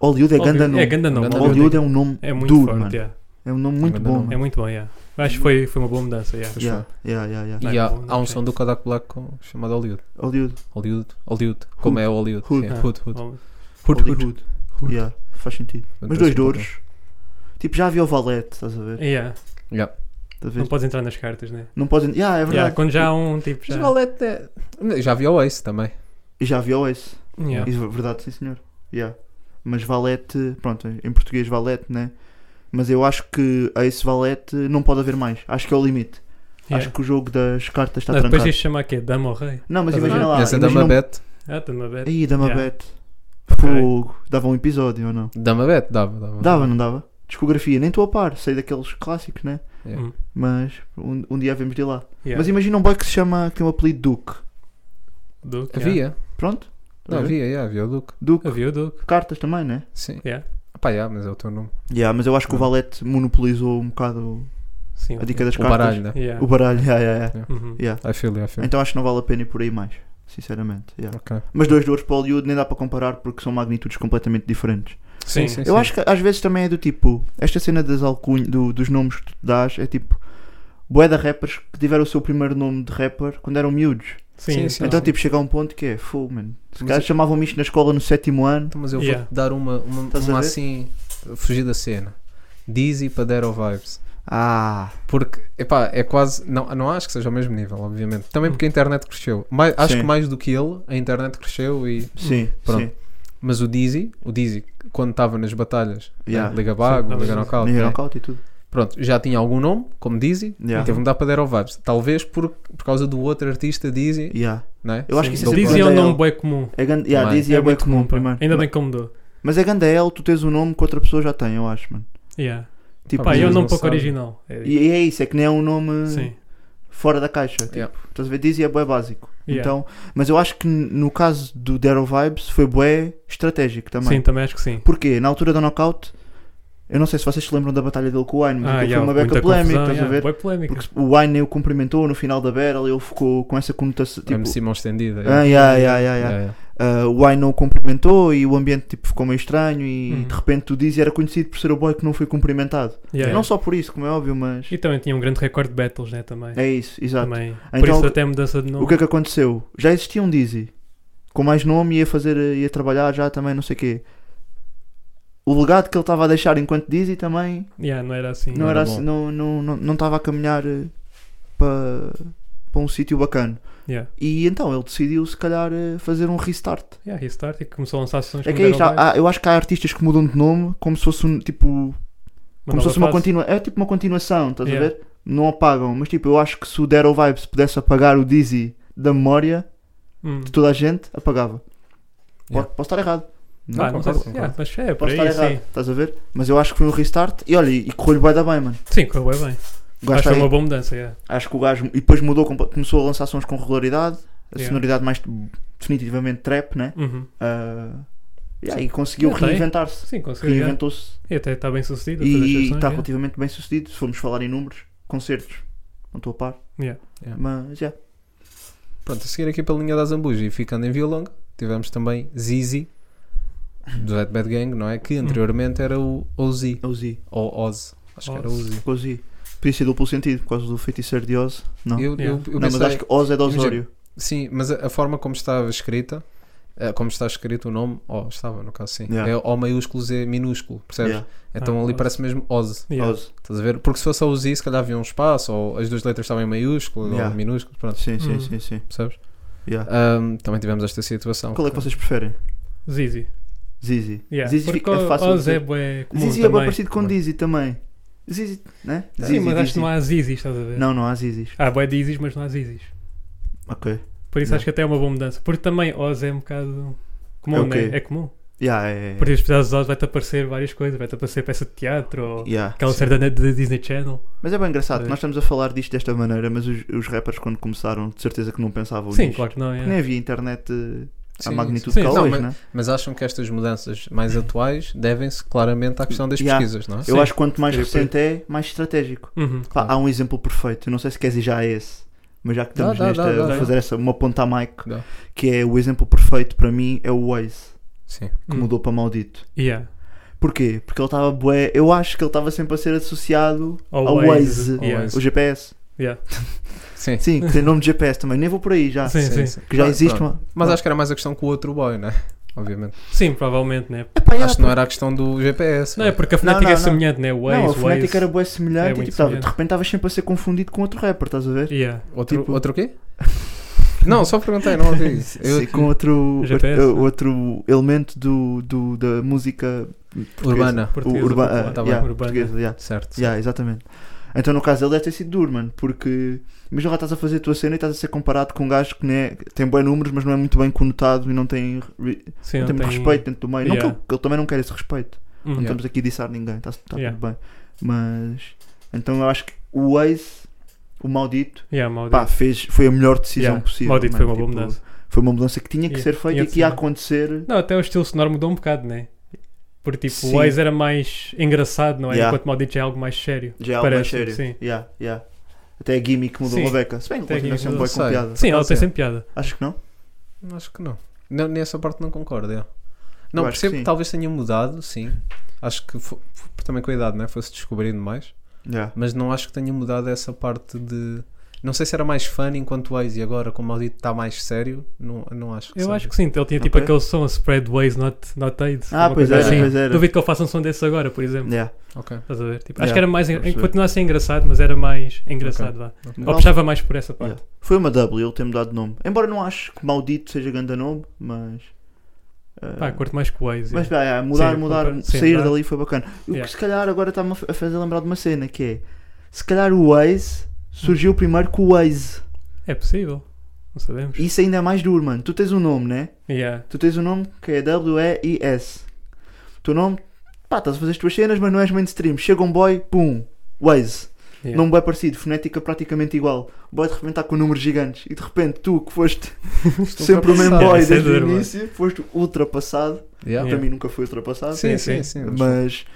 Speaker 6: Hollywood é ganda
Speaker 5: Hollywood-
Speaker 6: nome.
Speaker 5: É ganda nome.
Speaker 7: Ganda
Speaker 6: Hollywood é um nome
Speaker 5: É muito
Speaker 6: duro,
Speaker 5: forte,
Speaker 6: mano.
Speaker 5: yeah.
Speaker 6: É um nome muito
Speaker 7: Ganda
Speaker 6: bom,
Speaker 7: nome.
Speaker 6: mano.
Speaker 5: É muito bom, yeah. Acho que foi, foi uma boa mudança, yeah.
Speaker 7: Pois
Speaker 6: Yeah, yeah, yeah, yeah.
Speaker 5: Não,
Speaker 7: E há,
Speaker 5: não
Speaker 7: há um
Speaker 5: sei.
Speaker 7: som do Kodak Black com- chamado Hollywood.
Speaker 6: Hollywood.
Speaker 7: Hollywood, Hollywood. Como é Hollywood?
Speaker 6: Hood.
Speaker 7: Sim,
Speaker 5: Ah,
Speaker 7: Hood, Hood.
Speaker 5: bom.
Speaker 7: Hood, Hood.
Speaker 6: Hollywood. Yeah, faz sentido. Mas dois douros. Tipo, já havia o valete, estás a ver?
Speaker 5: Yeah.
Speaker 7: Yeah.
Speaker 6: Estás a ver?
Speaker 5: É, Não podes entrar nas cartas, né?
Speaker 6: Não podem. Yeah, é
Speaker 5: Yeah,
Speaker 6: verdade.
Speaker 5: quando já há um tipo. Já,
Speaker 7: Mas Valete é- Já havia o Ace também.
Speaker 6: E já havia o Ace.
Speaker 5: Yeah.
Speaker 6: Isso é verdade, sim senhor. Yeah. Mas valete, pronto, em português valete, né? Mas eu acho que Ace valete não pode haver mais. Acho que é o limite. Acho
Speaker 5: Yeah.
Speaker 6: que o jogo das cartas está
Speaker 5: Não, depois
Speaker 6: trancado.
Speaker 5: tens de chamar quê? Dama ou Rei?
Speaker 6: Não, mas
Speaker 7: é
Speaker 5: Estás a
Speaker 6: imagina um-
Speaker 5: ver?
Speaker 6: lá.
Speaker 7: Essa
Speaker 6: imagina
Speaker 7: dama
Speaker 6: um-
Speaker 7: Bet.
Speaker 5: Ah, dama beta.
Speaker 6: Ih, dama
Speaker 5: Yeah.
Speaker 6: bet. Fogo. Dava um episódio ou não?
Speaker 7: Dama Bet, dava, dava.
Speaker 6: Dava, não dava? Discografia, nem estou a par, sei daqueles clássicos, né?
Speaker 7: Yeah.
Speaker 5: Hum.
Speaker 6: Mas um, um dia vemos de ir lá.
Speaker 5: Yeah.
Speaker 6: Mas imagina um boy que se chama, que tem um apelido Duke.
Speaker 5: Duke, yeah.
Speaker 7: Havia,
Speaker 6: Pronto? Estás
Speaker 7: não,
Speaker 6: a ver?
Speaker 7: havia, yeah, havia o Duke.
Speaker 6: Duke.
Speaker 5: Havia o Duke.
Speaker 6: Cartas também, né?
Speaker 7: Sim.
Speaker 5: Yeah.
Speaker 7: Pá, yeah, mas é o teu nome.
Speaker 6: Yeah, mas eu acho que o Valete monopolizou um bocado
Speaker 5: Sim.
Speaker 6: a dica das
Speaker 7: o
Speaker 6: cartas.
Speaker 7: baralho, né?
Speaker 5: Yeah.
Speaker 6: O baralho, yeah, yeah, yeah.
Speaker 5: Uhum.
Speaker 6: Yeah.
Speaker 7: I feel you, I feel you.
Speaker 6: Então acho que não vale a pena ir por aí mais, sinceramente. yeah.
Speaker 7: Ok.
Speaker 6: Mas dois dores para Hollywood nem dá para comparar porque são magnitudes completamente diferentes.
Speaker 5: Sim.
Speaker 6: Eu acho que às vezes também é do tipo, esta cena das alcunhas, do- dos nomes que tu dás, é tipo, bué de rappers que tiveram o seu primeiro nome de rapper quando eram miúdos.
Speaker 5: Sim,
Speaker 7: Sim, sim.
Speaker 6: então, tipo, chega a um ponto que é, fogo, mano. Se
Speaker 7: Mas
Speaker 6: calhar
Speaker 7: é-
Speaker 6: chamavam-me isto na escola no sétimo ano.
Speaker 7: Então, mas eu
Speaker 5: Yeah.
Speaker 7: vou-te dar uma, uma,
Speaker 6: Estás a
Speaker 7: uma
Speaker 6: ver?
Speaker 7: assim, fugir da cena. Dizzy para Dero Vibes.
Speaker 6: Ah,
Speaker 7: Porque, epá, é quase. Não, não acho que seja ao mesmo nível, obviamente.
Speaker 5: Hum.
Speaker 7: Também porque a internet cresceu. Mais, acho
Speaker 6: Sim.
Speaker 7: que mais do que ele, a internet cresceu e.
Speaker 6: sim,
Speaker 7: Pronto.
Speaker 6: sim.
Speaker 7: Mas o Dizzy, o Dizzy, quando estava nas batalhas,
Speaker 6: Yeah.
Speaker 7: né, Liga Bago,
Speaker 5: Sim,
Speaker 7: Liga
Speaker 5: sim.
Speaker 7: Knockout,
Speaker 6: Ninguém
Speaker 7: né?
Speaker 6: knockout e tudo.
Speaker 7: pronto, já tinha algum nome, como Dizzy,
Speaker 6: Yeah.
Speaker 7: e teve de mudar para Dero Vibes. Talvez por, por causa do outro artista Dizzy,
Speaker 6: Yeah.
Speaker 7: né?
Speaker 6: Eu acho que
Speaker 7: Sim,
Speaker 6: isso é
Speaker 7: do-
Speaker 5: Dizzy é um
Speaker 6: Daniel.
Speaker 5: nome bem comum.
Speaker 6: É gan- yeah,
Speaker 7: Também.
Speaker 6: Dizzy é, bué
Speaker 5: muito
Speaker 6: comum,
Speaker 5: pá.
Speaker 6: primeiro.
Speaker 5: Ainda
Speaker 6: Ma-
Speaker 5: bem que mudou.
Speaker 6: Mas é ganda L, tu tens um nome que outra pessoa já tem, eu acho, mano.
Speaker 5: Yeah.
Speaker 6: Tipo,
Speaker 5: Pá,
Speaker 7: Mas
Speaker 5: eu
Speaker 7: eles
Speaker 5: não
Speaker 7: não
Speaker 5: pouco
Speaker 7: sabem.
Speaker 5: original. É-
Speaker 6: e e é isso, é que nem é um nome
Speaker 5: Sim.
Speaker 6: fora da caixa. Tipo,
Speaker 7: Yeah.
Speaker 6: estás a ver? Dizzy é bué básico.
Speaker 5: Yeah.
Speaker 6: Então, mas eu acho que n- no caso do Dero Vibes foi bué estratégico também.
Speaker 5: Sim, também acho que sim.
Speaker 6: Porquê? Na altura da Knockout, eu não sei se vocês se lembram da batalha dele com o Wine, mas
Speaker 5: Ah,
Speaker 6: aquilo foi
Speaker 5: yeah,
Speaker 6: uma
Speaker 5: houve
Speaker 6: beca
Speaker 5: muita
Speaker 6: polémica,
Speaker 5: confusão,
Speaker 6: estás a
Speaker 5: yeah,
Speaker 6: ver?
Speaker 5: bué polémica.
Speaker 6: Porque o Wine nem o cumprimentou no final da battle, ele ficou com essa conotação,
Speaker 7: Tipo,
Speaker 6: tipo...
Speaker 7: MC mão estendida.
Speaker 6: Ah, yeah, yeah, yeah, yeah.
Speaker 7: Yeah, yeah.
Speaker 6: Ah, o Wine não o cumprimentou e o ambiente tipo, ficou meio estranho e
Speaker 5: Uhum.
Speaker 6: de repente o Dizzy era conhecido por ser o boy que não foi cumprimentado.
Speaker 5: Yeah.
Speaker 6: Não só por isso, como é óbvio, mas...
Speaker 5: E também tinha um grande recorde de battles, né? Também.
Speaker 6: É isso, exato.
Speaker 5: também. Por
Speaker 6: Então,
Speaker 5: isso até a mudança de
Speaker 6: O
Speaker 5: nome.
Speaker 6: que é que aconteceu? Já existia um Dizzy com mais nome, ia fazer, ia trabalhar já também, não sei o quê. O legado que ele estava a deixar enquanto Dizzy também
Speaker 5: Yeah, não era assim.
Speaker 6: não
Speaker 7: era
Speaker 6: era
Speaker 7: bom.
Speaker 6: assim, não não não não estava a caminhar para para um sítio bacana.
Speaker 5: Yeah.
Speaker 6: E então ele decidiu se calhar eh, fazer um restart.
Speaker 5: Yeah, restart e começou a lançar sessões
Speaker 6: É
Speaker 5: com
Speaker 6: que é isto,
Speaker 5: Daryl Vibes,
Speaker 6: há- há- eu acho que há artistas que mudam de nome como se fosse um tipo
Speaker 5: uma
Speaker 6: como se
Speaker 5: nova
Speaker 6: fosse uma
Speaker 5: fase.
Speaker 6: continua, é tipo uma continuação, estás
Speaker 5: Yeah.
Speaker 6: a ver? Não apagam, mas tipo, eu acho que se o Daryl Vibes pudesse apagar o Dizzy da memória
Speaker 5: Hum.
Speaker 6: de toda a gente, apagava. Po-
Speaker 7: Yeah.
Speaker 6: Posso estar errado.
Speaker 5: Ah, não sei se-
Speaker 7: concordo,
Speaker 5: yeah, mas é, por
Speaker 6: Posso
Speaker 5: aí,
Speaker 6: estar errado,
Speaker 5: sim.
Speaker 6: estás a ver? Mas eu acho que foi um restart e olha, e correu-lhe bué da bem, mano.
Speaker 5: Sim, correu bué bem.
Speaker 6: O gajo
Speaker 5: Acho que
Speaker 6: tá
Speaker 5: foi
Speaker 6: aí-
Speaker 5: uma boa mudança, yeah.
Speaker 6: Acho que o gajo. E depois mudou, compa- começou a lançar sons com regularidade, a
Speaker 5: Yeah.
Speaker 6: sonoridade mais definitivamente trap, né?
Speaker 5: Uhum.
Speaker 6: Ah, yeah, e conseguiu
Speaker 5: Ele tem.
Speaker 6: reinventar-se.
Speaker 5: Sim, conseguiu. yeah.
Speaker 6: Reinventou-se.
Speaker 5: E até está bem sucedido. todas as
Speaker 6: E tá
Speaker 5: sessões,
Speaker 6: está
Speaker 5: yeah.
Speaker 6: relativamente bem sucedido. Se formos falar em números, concertos, não estou a par.
Speaker 5: Yeah.
Speaker 7: Yeah.
Speaker 6: Mas yeah.
Speaker 7: Pronto, a seguir aqui pela linha da Zambuja e ficando em Violongo, tivemos também Zizi do Red Bad Gang, não é?
Speaker 6: Hum.
Speaker 7: Que anteriormente era o Ozzy,
Speaker 6: é o Z.
Speaker 7: ou Oz, acho que era
Speaker 5: Oz.
Speaker 7: Ozzy.
Speaker 6: Com o Z. Podia ser duplo sentido por causa do feiticeiro de Oz. Não,
Speaker 7: Eu, eu-
Speaker 5: Yeah.
Speaker 7: eu
Speaker 6: não mas
Speaker 7: pensei-
Speaker 6: acho que Oz é de
Speaker 7: Imagina,
Speaker 6: Osório.
Speaker 7: Sim, mas a, a forma como estava escrita, eh, como está escrito o nome, ó, estava no caso sim,
Speaker 6: Yeah.
Speaker 7: é O maiúsculo Z minúsculo, percebes?
Speaker 6: Yeah,
Speaker 7: Então
Speaker 5: Ah,
Speaker 7: ali
Speaker 5: Oz.
Speaker 7: parece mesmo Oz,
Speaker 5: Yeah.
Speaker 6: Oz.
Speaker 7: estás a ver? Porque se fosse Ozi, se calhar havia um espaço, ou as duas letras estavam em maiúsculo,
Speaker 6: Yeah.
Speaker 7: ou minúsculo, pronto,
Speaker 6: Sim, sim,
Speaker 5: Hum.
Speaker 6: sim, sim.
Speaker 7: percebes?
Speaker 6: Yeah.
Speaker 7: Ahm, também tivemos esta situação.
Speaker 6: Qual é que vocês preferem?
Speaker 5: Zizi.
Speaker 6: Zizi.
Speaker 5: Yeah.
Speaker 6: Zizi
Speaker 5: Porque
Speaker 6: fica é fácil. de
Speaker 5: Oz é
Speaker 6: dizer.
Speaker 5: bué comum
Speaker 6: Zizi é bem
Speaker 5: também.
Speaker 6: parecido com Dizzy também. Zizi, né?
Speaker 5: Sim,
Speaker 6: Zizi,
Speaker 5: mas acho
Speaker 6: Dizzy.
Speaker 5: que não há Zizi, estás a ver?
Speaker 6: Não, não há Zizis.
Speaker 5: Há bué Dizis, mas não há Zizis.
Speaker 6: Ok.
Speaker 5: Por isso
Speaker 6: Não.
Speaker 5: acho que até é uma boa mudança. Porque também Oz é um bocado comum,
Speaker 6: É o quê?
Speaker 5: né? É comum.
Speaker 6: Yeah, é, é,
Speaker 5: Por isso, precisas de Oz, vai-te aparecer várias coisas. Vai-te aparecer peça de teatro ou
Speaker 6: yeah.
Speaker 5: aquela série da da Disney Channel.
Speaker 6: Mas é bem engraçado,
Speaker 5: É.
Speaker 6: nós estamos a falar disto desta maneira, mas os, os rappers quando começaram, de certeza que não pensavam
Speaker 5: Sim,
Speaker 6: nisto.
Speaker 5: claro que não é.
Speaker 6: Nem havia internet eh, à
Speaker 7: Sim,
Speaker 6: magnitude
Speaker 5: sim.
Speaker 6: que há
Speaker 7: Não,
Speaker 6: hoje,
Speaker 7: mas-
Speaker 6: né?
Speaker 7: Mas acham que estas mudanças mais atuais devem-se claramente à questão das
Speaker 6: Yeah.
Speaker 7: pesquisas, não é?
Speaker 6: Eu acho que quanto mais
Speaker 5: Sim, por-
Speaker 6: recente é, mais estratégico.
Speaker 5: Uhum.
Speaker 6: Pá,
Speaker 7: Claro.
Speaker 6: há um exemplo perfeito, eu não sei se queres ir já a esse, mas já que
Speaker 7: Dá,
Speaker 6: estamos
Speaker 7: dá,
Speaker 6: nesta,
Speaker 7: dá, dá,
Speaker 6: a
Speaker 7: dá.
Speaker 6: fazer essa, uma ponta a Mike,
Speaker 7: Dá.
Speaker 6: que é o exemplo perfeito para mim, é o Waze,
Speaker 7: Sim.
Speaker 6: que
Speaker 5: Hum.
Speaker 6: mudou para maldito.
Speaker 5: Yeah.
Speaker 6: Porquê? Porque ele estava bué. Eu acho que ele estava sempre a ser associado
Speaker 5: Ao
Speaker 6: ao
Speaker 5: Waze.
Speaker 6: Waze,
Speaker 5: Yeah.
Speaker 6: o GPS.
Speaker 5: Yeah.
Speaker 7: Sim.
Speaker 6: Sim, que tem nome de GPS também. Nem vou por aí já.
Speaker 5: Sim, sim.
Speaker 7: sim.
Speaker 6: Que já
Speaker 7: Pronto,
Speaker 6: existe
Speaker 7: pronto.
Speaker 6: uma.
Speaker 7: Mas acho que era mais a questão com o outro boy, não é? Obviamente.
Speaker 5: Sim, provavelmente, né?
Speaker 6: Epá, yeah,
Speaker 7: acho que não era a questão do GPS.
Speaker 5: Não, é
Speaker 7: pá.
Speaker 5: porque a
Speaker 6: Não,
Speaker 5: fonética
Speaker 6: não,
Speaker 5: é
Speaker 6: não.
Speaker 5: semelhante, né? Waze,
Speaker 6: Não, a
Speaker 5: Waze.
Speaker 6: fonética era bué
Speaker 5: É
Speaker 6: semelhante e
Speaker 5: muito
Speaker 6: tipo, tava- de
Speaker 5: semelhante.
Speaker 6: repente estavas sempre a ser confundido com outro rapper, estás a ver?
Speaker 5: Yeah.
Speaker 7: Outro,
Speaker 6: tipo-
Speaker 7: outro quê? não, só perguntei, não ouvi. Eu,
Speaker 6: Sim, com outro,
Speaker 5: GPS,
Speaker 6: outro,
Speaker 5: né?
Speaker 6: outro elemento do, do- da música
Speaker 7: Urbana.
Speaker 5: Portuguesa
Speaker 6: urba-
Speaker 5: popular.
Speaker 6: ah,
Speaker 7: tá bem,
Speaker 6: yeah,
Speaker 5: urbana.
Speaker 6: portuguesa. Yeah.
Speaker 7: Certo.
Speaker 6: Yeah, exatamente. Então no caso dele deve ter sido duro, mano, porque imagina lá estás a fazer a tua cena e estás a ser comparado com um gajo que nem é- tem bons números, mas não é muito bem conotado e não tem, re-
Speaker 5: Sim,
Speaker 6: não tem, muito respeito dentro do meio. Não que
Speaker 5: Yeah.
Speaker 6: ele, que ele também não quer esse respeito.
Speaker 5: Hum.
Speaker 6: Não
Speaker 7: Yeah.
Speaker 6: estamos aqui a dissar ninguém, está tá
Speaker 5: Yeah.
Speaker 6: tudo bem. Mas então eu acho que o Ace, o maldito,
Speaker 5: Yeah, maldito.
Speaker 6: pá, fez, foi a melhor decisão
Speaker 5: Yeah.
Speaker 6: possível.
Speaker 5: Maldito
Speaker 6: mano.
Speaker 5: foi uma boa
Speaker 6: Tipo,
Speaker 5: mudança.
Speaker 6: Foi uma mudança que tinha que
Speaker 5: Yeah.
Speaker 6: ser feita
Speaker 5: Tinha
Speaker 6: e
Speaker 5: de
Speaker 6: que ia
Speaker 5: ser.
Speaker 6: acontecer.
Speaker 5: Não, até o estilo sonoro mudou um bocado, né? Porque tipo,
Speaker 6: Sim.
Speaker 5: o Waze era mais engraçado, não é?
Speaker 6: Yeah.
Speaker 5: Enquanto Maldito já é algo mais sério.
Speaker 6: Já é algo mais
Speaker 5: Parece-me,
Speaker 6: sério.
Speaker 5: sim.
Speaker 6: Yeah, yeah. Até a gimmick mudou
Speaker 5: Sim.
Speaker 6: uma beca. Se bem que
Speaker 5: Até a
Speaker 6: continua a ser um boy
Speaker 5: gimmick
Speaker 7: mudou.
Speaker 6: com piada.
Speaker 5: Sim, ela tem
Speaker 7: Sim.
Speaker 5: sempre piada.
Speaker 6: Acho que não.
Speaker 7: Acho que não. não. Nessa parte não concordo, é. Não,
Speaker 6: Eu acho que
Speaker 7: percebo que
Speaker 6: sim.
Speaker 7: talvez tenha mudado, sim. Acho que fo- fo- também com a idade, né? Foi-se descobrindo mais.
Speaker 6: Yeah.
Speaker 7: Mas não acho que tenha mudado essa parte de. Não sei se era mais fã enquanto Waze e agora, como o maldito está mais sério, não, não acho que
Speaker 5: Eu
Speaker 7: seja.
Speaker 5: acho que sim, ele tinha tipo
Speaker 6: Ok.
Speaker 5: aquele som, Spread Ways Not, not AIDS.
Speaker 6: Ah,
Speaker 5: uma
Speaker 6: pois
Speaker 5: coisa
Speaker 6: era, pois era.
Speaker 5: Duvido que ele faça um som desses agora, por exemplo.
Speaker 6: Yeah.
Speaker 7: Ok.
Speaker 5: Estás a ver? Tipo,
Speaker 6: Yeah,
Speaker 5: acho que era mais.
Speaker 6: estou a perceber.
Speaker 5: Continua a ser engraçado, mas era mais engraçado, vá. Ou
Speaker 6: Não,
Speaker 5: puxava mais por essa parte.
Speaker 6: Então- yeah. Foi uma W ele ter mudado de nome. Embora não acho que maldito seja grande nome, mas. eh,
Speaker 5: Pá, curto mais que o Waze.
Speaker 6: Mas
Speaker 5: yeah.
Speaker 6: pá, yeah, mudar,
Speaker 5: Sim,
Speaker 6: mudar,
Speaker 5: compara- sim,
Speaker 6: sair
Speaker 5: dá.
Speaker 6: dali foi bacana. O
Speaker 5: Yeah.
Speaker 6: que se calhar agora está-me a f- a fazer lembrar de uma cena que é: se calhar o Waze surgiu
Speaker 5: Hum.
Speaker 6: primeiro que o Waze.
Speaker 5: É possível. Não sabemos.
Speaker 6: Isso ainda é mais duro, mano. Tu tens um nome, né?
Speaker 5: Yeah.
Speaker 6: Tu tens um nome que é W-E-I-S. O teu nome, pá, estás a fazer as tuas cenas, mas não és mainstream. Chega um boy, pum, Waze.
Speaker 5: Yeah.
Speaker 6: Nome bem parecido, fonética praticamente igual. O boy de repente está com números gigantes. E de repente tu, que foste sempre o mesmo
Speaker 5: ultrapassado.
Speaker 6: boy
Speaker 5: Isso
Speaker 6: desde
Speaker 5: é
Speaker 6: o
Speaker 5: duro, mano.
Speaker 6: início, foste ultrapassado. Ah,
Speaker 7: Yeah.
Speaker 6: Para mim nunca foi ultrapassado.
Speaker 7: Sim, sim, sim.
Speaker 6: mas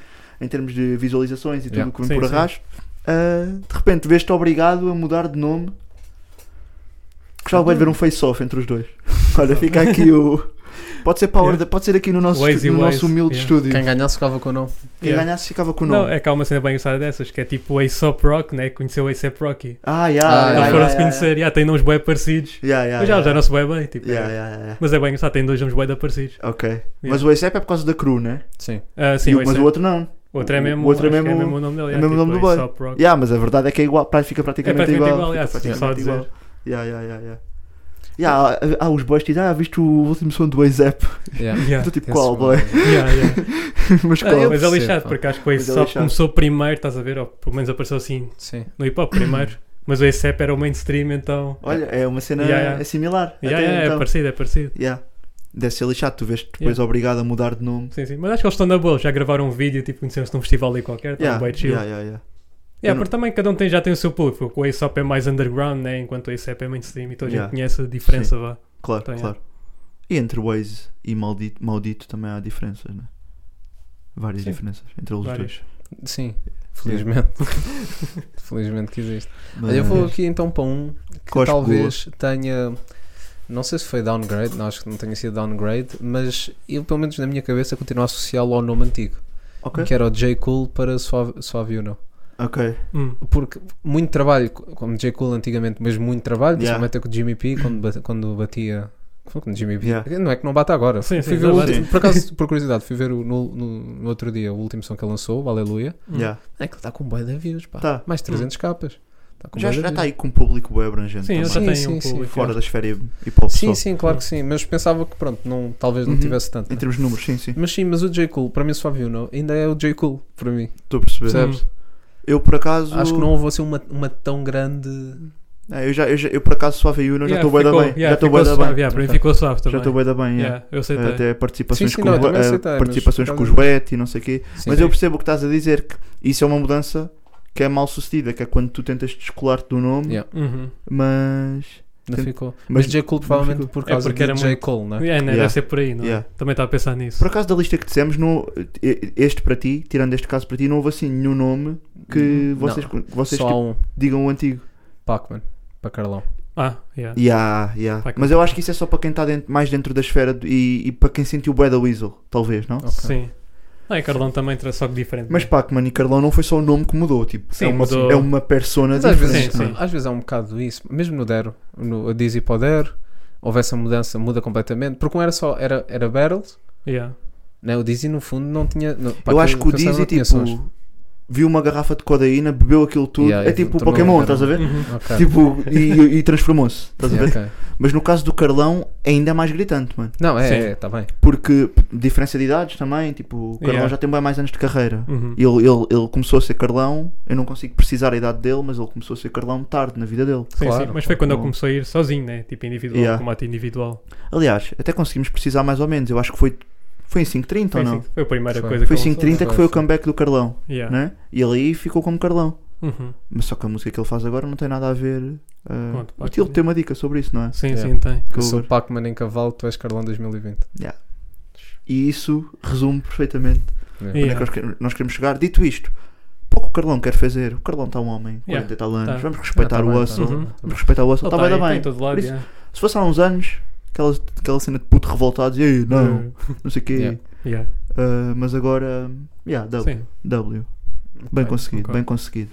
Speaker 6: em termos de visualizações e tudo o
Speaker 7: Yeah.
Speaker 6: que vem
Speaker 5: Sim,
Speaker 6: por
Speaker 5: sim.
Speaker 6: arrasto, ah, de repente vês-te obrigado a mudar de nome. Gostava bem de ver um face-off entre os dois. Olha, fica aqui o. Pode ser, power,
Speaker 5: Yeah.
Speaker 6: pode ser aqui no nosso,
Speaker 5: Waze e
Speaker 6: no
Speaker 5: Waze,
Speaker 6: nosso humilde
Speaker 5: yeah.
Speaker 6: estúdio.
Speaker 7: Quem
Speaker 6: Quem,
Speaker 7: ganhasse ficava com o não.
Speaker 5: Yeah.
Speaker 6: ganhasse ficava com o nome.
Speaker 5: Não, é que há uma cena bem engraçada dessas, que é tipo o Aesop Rock, né? Conheceu o Aesop Rocky.
Speaker 6: Ah,
Speaker 7: Ah,
Speaker 6: yeah,
Speaker 5: Eles
Speaker 6: yeah,
Speaker 7: yeah,
Speaker 5: foram
Speaker 6: yeah,
Speaker 5: se conhecer, yeah. tem nomes bem parecidos.
Speaker 6: yeah, yeah,
Speaker 5: mas já,
Speaker 6: yeah.
Speaker 5: já não se bem bem, tipo.
Speaker 6: Yeah,
Speaker 5: é.
Speaker 6: yeah, yeah, yeah.
Speaker 5: Mas é bem engraçado, tem dois nomes bem parecidos.
Speaker 6: Ok. Mas o ASAP é por causa da crew, né?
Speaker 7: Sim.
Speaker 5: Ah, sim,
Speaker 6: E o-
Speaker 5: o
Speaker 6: mas
Speaker 5: Aesop-
Speaker 6: o outro não.
Speaker 5: o outro é mesmo
Speaker 6: o outro é
Speaker 5: acho que
Speaker 6: mesmo-
Speaker 5: o nome dele.
Speaker 6: é
Speaker 5: yeah,
Speaker 6: mesmo o
Speaker 5: tipo
Speaker 6: nome do boy.
Speaker 5: Aesop Rock.
Speaker 6: Yeah, mas a verdade é que é igual, pra- fica
Speaker 5: É
Speaker 6: praticamente
Speaker 5: praticamente
Speaker 6: igual.
Speaker 5: igual, yeah,
Speaker 6: fica
Speaker 5: sim, só a
Speaker 6: praticamente igual.
Speaker 5: dizer.
Speaker 6: Yeah, yeah, yeah, yeah. Yeah, há, há os boys que dizem, ah, viste o último som do WhatsApp?
Speaker 7: Yeah.
Speaker 5: Yeah.
Speaker 6: Estou tipo,
Speaker 7: Esse
Speaker 6: qual boy?
Speaker 7: foi-
Speaker 5: Yeah, yeah.
Speaker 6: Mas
Speaker 5: Ah,
Speaker 6: qual?
Speaker 5: mas é
Speaker 7: percebo,
Speaker 5: lixado,
Speaker 7: pá.
Speaker 5: porque acho que o
Speaker 6: Mas é
Speaker 5: Aesop
Speaker 6: lixado.
Speaker 5: começou primeiro, estás a ver? Ou pelo menos apareceu assim
Speaker 7: Sim.
Speaker 5: no hip hop primeiro. Mas o Aesop era o mainstream, então.
Speaker 6: Uhum. Olha, é uma cena
Speaker 5: Yeah, yeah.
Speaker 6: é similar.
Speaker 5: Yeah,
Speaker 6: até,
Speaker 5: yeah,
Speaker 6: então.
Speaker 5: É parecido, é parecido.
Speaker 6: Yeah. Deve ser lixado, tu vês depois obrigado a mudar de nome.
Speaker 5: Sim, sim. Mas acho que eles estão na boa, já gravaram um vídeo, tipo, conheceram-se num festival ali qualquer, estão
Speaker 6: Yeah,
Speaker 5: bem É, chill.
Speaker 6: yeah, yeah, yeah.
Speaker 5: Yeah,
Speaker 6: Eu
Speaker 5: porque também cada um tem, já tem o seu público. O Aesop é mais underground, né? enquanto o Aesop é mainstream, então a gente
Speaker 6: Yeah.
Speaker 5: conhece a diferença, vá.
Speaker 6: Claro,
Speaker 5: Então,
Speaker 6: claro. E entre Waze e Maldito, Maldito também há diferenças, né? Várias
Speaker 5: Sim.
Speaker 6: diferenças entre eles os dois.
Speaker 5: Vários.
Speaker 7: Sim. Felizmente. Felizmente que existe.
Speaker 6: Mas- é
Speaker 7: Olha, eu vou aqui então para um que
Speaker 6: Cospe
Speaker 7: talvez tenha. Não sei se foi downgrade, não, acho que não tenha sido downgrade, mas eu, pelo menos na minha cabeça, continuo a associá-lo ao nome antigo,
Speaker 6: Ok,
Speaker 7: que era o J. Cool para Suave, Suave Uno.
Speaker 6: ok.
Speaker 5: Hum.
Speaker 7: Porque muito trabalho, co- como J. Cool antigamente, mas muito trabalho,
Speaker 6: Yeah.
Speaker 7: principalmente com o Jimmy P, quando, ba- quando batia. Quando Jimmy P.
Speaker 6: Yeah.
Speaker 7: Não é que não bata agora.
Speaker 5: Sim,
Speaker 7: fui
Speaker 5: sim,
Speaker 7: ver o
Speaker 5: não
Speaker 7: último-
Speaker 6: bate.
Speaker 7: por acaso, por curiosidade, fui ver o- no, no- no outro dia o último som que ele lançou, o Aleluia.
Speaker 5: Hum.
Speaker 6: Yeah.
Speaker 7: É que ele está com um boi de views, pá.
Speaker 6: Tá.
Speaker 7: Mais 300 capas. Tá com
Speaker 6: Já
Speaker 7: bué de
Speaker 6: já está aí
Speaker 7: views.
Speaker 6: com um público bem abrangente
Speaker 5: Sim, eu já
Speaker 6: também.
Speaker 5: tenho
Speaker 7: sim,
Speaker 5: um
Speaker 7: sim.
Speaker 5: público.
Speaker 6: Fora da esfera hip hop
Speaker 7: Sim,
Speaker 6: só.
Speaker 7: sim, claro que sim. Mas pensava que, pronto, não, talvez não
Speaker 6: Uhum.
Speaker 7: tivesse tanto.
Speaker 6: Em termos de números, sim, sim.
Speaker 7: Mas sim, mas o J. Cole, para mim, Suave Uno, ainda é o J. Cole, para mim.
Speaker 6: Estou a perceber.
Speaker 7: Percebes?
Speaker 6: Eu por acaso.
Speaker 7: Acho que não houve assim uma, uma tão grande.
Speaker 6: É, eu, já, eu, já- eu por acaso suave Uno já
Speaker 5: Yeah,
Speaker 6: estou bem da
Speaker 5: ficou-
Speaker 6: bem. já
Speaker 5: yeah,
Speaker 6: estou
Speaker 5: ficou
Speaker 6: bem da
Speaker 5: suave,
Speaker 6: bem.
Speaker 5: yeah, para mim
Speaker 7: Ok.
Speaker 5: ficou suave
Speaker 6: Já
Speaker 5: também.
Speaker 6: estou bem da bem. yeah.
Speaker 5: Yeah, eu aceitei.
Speaker 6: Até participações
Speaker 7: Sim, sim,
Speaker 6: com,
Speaker 7: não, eu
Speaker 6: o-
Speaker 7: também
Speaker 6: eh,
Speaker 7: aceitei, mas
Speaker 6: participações
Speaker 7: por
Speaker 6: com os
Speaker 7: causa-
Speaker 6: BET e não sei o quê.
Speaker 7: Sim.
Speaker 6: mas eu percebo o que estás a dizer, que isso é uma mudança que é mal sucedida, que é quando tu tentas descolar-te do nome,
Speaker 7: Yeah.
Speaker 5: Uhum.
Speaker 6: mas.
Speaker 7: Não
Speaker 6: Sim.
Speaker 7: ficou.
Speaker 6: Mas-
Speaker 7: Mas, J. Cole,
Speaker 6: mas
Speaker 7: provavelmente,
Speaker 6: ficou.
Speaker 7: por
Speaker 5: É
Speaker 7: causa
Speaker 5: porque
Speaker 7: de
Speaker 5: era
Speaker 7: J.
Speaker 5: muito-
Speaker 7: Cole, não é?
Speaker 5: Yeah, né,
Speaker 6: Ah. Yeah.
Speaker 5: Deve ser por aí, não é?
Speaker 6: Yeah.
Speaker 5: Também estava a pensar nisso.
Speaker 6: Por acaso da lista que dissemos, não, e- este para ti, tirando este caso para ti, não houve assim nenhum nome que
Speaker 7: Uhum. Não.
Speaker 6: vocês, que vocês
Speaker 7: Só há
Speaker 6: tipo,
Speaker 7: um
Speaker 6: digam o antigo.
Speaker 7: Pac-Man, para Carlão.
Speaker 5: Ah, yeah.
Speaker 6: Yeah, yeah.
Speaker 7: Tá
Speaker 5: Vai com-
Speaker 6: Mas eu acho que isso é só para quem está dentro- mais dentro da esfera do- e, e para quem sentiu o Bad Weasel, talvez, não?
Speaker 7: Ok.
Speaker 5: Sim. Ah, e Carlão também traz só que diferente.
Speaker 6: Mas
Speaker 5: né?
Speaker 6: Pac-Man e Carlão não foi só o nome que mudou, tipo,
Speaker 5: Sim,
Speaker 6: é, uma,
Speaker 5: mudou.
Speaker 6: é uma persona
Speaker 7: Mas às
Speaker 6: diferente.
Speaker 7: vezes,
Speaker 5: Sim, sim.
Speaker 7: às vezes há um bocado isso, mesmo no Dero, no Dizzy para o Dero, houve essa mudança, muda completamente, porque não era só, era, era Battles,
Speaker 5: Yeah.
Speaker 7: né? o Dizzy no fundo não tinha. não- pá,
Speaker 6: Eu
Speaker 7: quem
Speaker 6: acho que o
Speaker 7: pensava
Speaker 6: Dizzy,
Speaker 7: não tinha
Speaker 6: tipo,
Speaker 7: sons.
Speaker 6: viu uma garrafa de codeína, bebeu aquilo tudo.
Speaker 7: Yeah,
Speaker 6: é tipo o
Speaker 7: tornou
Speaker 6: Pokémon,
Speaker 7: um
Speaker 6: estás a ver?
Speaker 7: Ok.
Speaker 6: Tipo, e, e transformou-se, estás a ver?
Speaker 7: Yeah, ok.
Speaker 6: Mas no caso do Carlão, ainda é mais gritante, mano.
Speaker 7: Não,
Speaker 5: Sim.
Speaker 7: é, está bem.
Speaker 6: Porque p- diferença de idades também, tipo, o Carlão
Speaker 5: Yeah.
Speaker 6: já tem bem mais anos de carreira.
Speaker 5: Uhum.
Speaker 6: Ele, ele, ele começou a ser Carlão, eu não consigo precisar a idade dele, mas ele começou a ser Carlão tarde na vida dele.
Speaker 5: Sim,
Speaker 7: Claro,
Speaker 5: sim, mas foi quando
Speaker 6: claro.
Speaker 5: ele começou a ir sozinho, né? Tipo individual,
Speaker 6: Yeah.
Speaker 5: combate individual.
Speaker 6: Aliás, até conseguimos precisar mais ou menos, eu acho que foi, foi em 5.30
Speaker 5: Foi,
Speaker 6: ou
Speaker 5: assim,
Speaker 6: Então não?
Speaker 5: foi a primeira
Speaker 7: Foi.
Speaker 5: coisa
Speaker 6: Foi
Speaker 5: que ele
Speaker 6: 5.30 que
Speaker 7: Foi,
Speaker 6: foi o
Speaker 7: foi.
Speaker 6: comeback do Carlão,
Speaker 5: lançou. Yeah.
Speaker 6: né? E ele aí ficou como Carlão.
Speaker 5: Uhum.
Speaker 6: Mas só que a música que ele faz agora não tem nada a ver. ah,
Speaker 5: Pronto,
Speaker 6: o
Speaker 5: pá,
Speaker 6: Tilo
Speaker 5: que-
Speaker 6: tem uma dica sobre isso, não é?
Speaker 5: Sim,
Speaker 7: Yeah.
Speaker 5: sim, tem.
Speaker 6: Que
Speaker 7: Eu
Speaker 6: eu
Speaker 7: sou
Speaker 6: ver.
Speaker 7: Pac-Man em cavalo, tu és Carlão 2020.
Speaker 6: E isso resume perfeitamente onde
Speaker 7: Yeah.
Speaker 6: é que
Speaker 5: Yeah.
Speaker 6: nós queremos- nós queremos chegar. Dito isto, pouco o Carlão quer fazer. O Carlão está um homem, 40 e tal anos.
Speaker 5: tá.
Speaker 6: Vamos respeitar
Speaker 7: Ah, tá
Speaker 6: o Uhum.
Speaker 7: bem,
Speaker 6: Hustle.
Speaker 7: tá bem, tá bem.
Speaker 6: Vamos respeitar o Hustle.
Speaker 5: Ele
Speaker 6: Está
Speaker 5: tá aí,
Speaker 6: bem, tá
Speaker 5: tá em
Speaker 6: bem.
Speaker 5: todo lado,
Speaker 6: Por isso-
Speaker 5: yeah.
Speaker 6: Se fosse há uns anos, aquela, aquela cena de puto revoltado, e aí, não, não sei o quê.
Speaker 7: Yeah.
Speaker 5: Hum. Yeah.
Speaker 6: Ah, mas agora, yeah, W.
Speaker 5: Sim.
Speaker 6: W. Bem
Speaker 7: Ok,
Speaker 6: conseguido,
Speaker 5: ok.
Speaker 6: bem conseguido.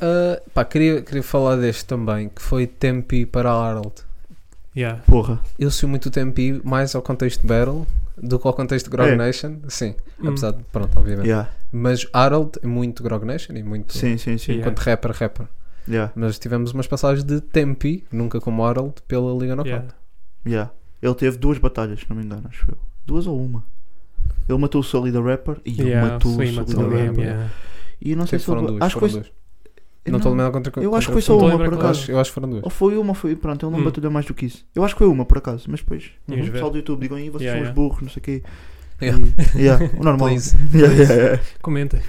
Speaker 7: Ah, pá, queria, queria falar deste também, que foi Tempi para Arnold.
Speaker 5: Yeah.
Speaker 6: Porra.
Speaker 7: Eu sou muito Tempi mais ao contexto Battle do que ao contexto Grog
Speaker 6: É.
Speaker 7: Nation. Sim,
Speaker 5: Hum.
Speaker 7: apesar de, pronto, obviamente.
Speaker 6: Yeah.
Speaker 7: Mas Harold é muito Grog Nation e muito
Speaker 6: Sim, sim, sim.
Speaker 5: Yeah.
Speaker 7: enquanto rapper, rapper.
Speaker 6: Yeah.
Speaker 7: Mas tivemos umas passagens de Tempi, nunca como Harold, pela Liga Knockout.
Speaker 5: Yeah.
Speaker 6: Yeah. Ele teve duas batalhas, se não me engano, acho eu. Duas ou uma. Ele matou o Solida Rapper e é um ele
Speaker 5: Yeah,
Speaker 6: matou
Speaker 5: sim,
Speaker 6: o
Speaker 5: matou
Speaker 6: Solida
Speaker 5: o game,
Speaker 6: Rapper.
Speaker 5: yeah.
Speaker 6: E eu não sei
Speaker 7: Sim,
Speaker 6: se
Speaker 7: foram
Speaker 6: ele-
Speaker 7: duas.
Speaker 6: acho
Speaker 7: foram
Speaker 6: que foi-
Speaker 7: duas. Não estou a lembrar contra
Speaker 6: Eu acho que foi
Speaker 7: contra
Speaker 6: só
Speaker 5: Não
Speaker 6: uma,
Speaker 5: tô a
Speaker 6: por
Speaker 5: lembrar
Speaker 7: Eu
Speaker 5: qual.
Speaker 6: acaso.
Speaker 7: acho, eu acho que foram duas.
Speaker 6: Ou foi uma, foi. Pronto, ele não
Speaker 5: Hum.
Speaker 6: batalhou mais do que isso. Eu acho que foi uma, por acaso, mas depois.
Speaker 5: Ias
Speaker 6: O
Speaker 5: ver.
Speaker 6: pessoal do YouTube digam aí, vocês são
Speaker 5: Yeah, yeah.
Speaker 6: os burros, não sei o quê. E-
Speaker 7: Yeah.
Speaker 6: yeah, o normal.
Speaker 7: Please.
Speaker 6: Yeah, yeah, yeah.
Speaker 5: Comenta.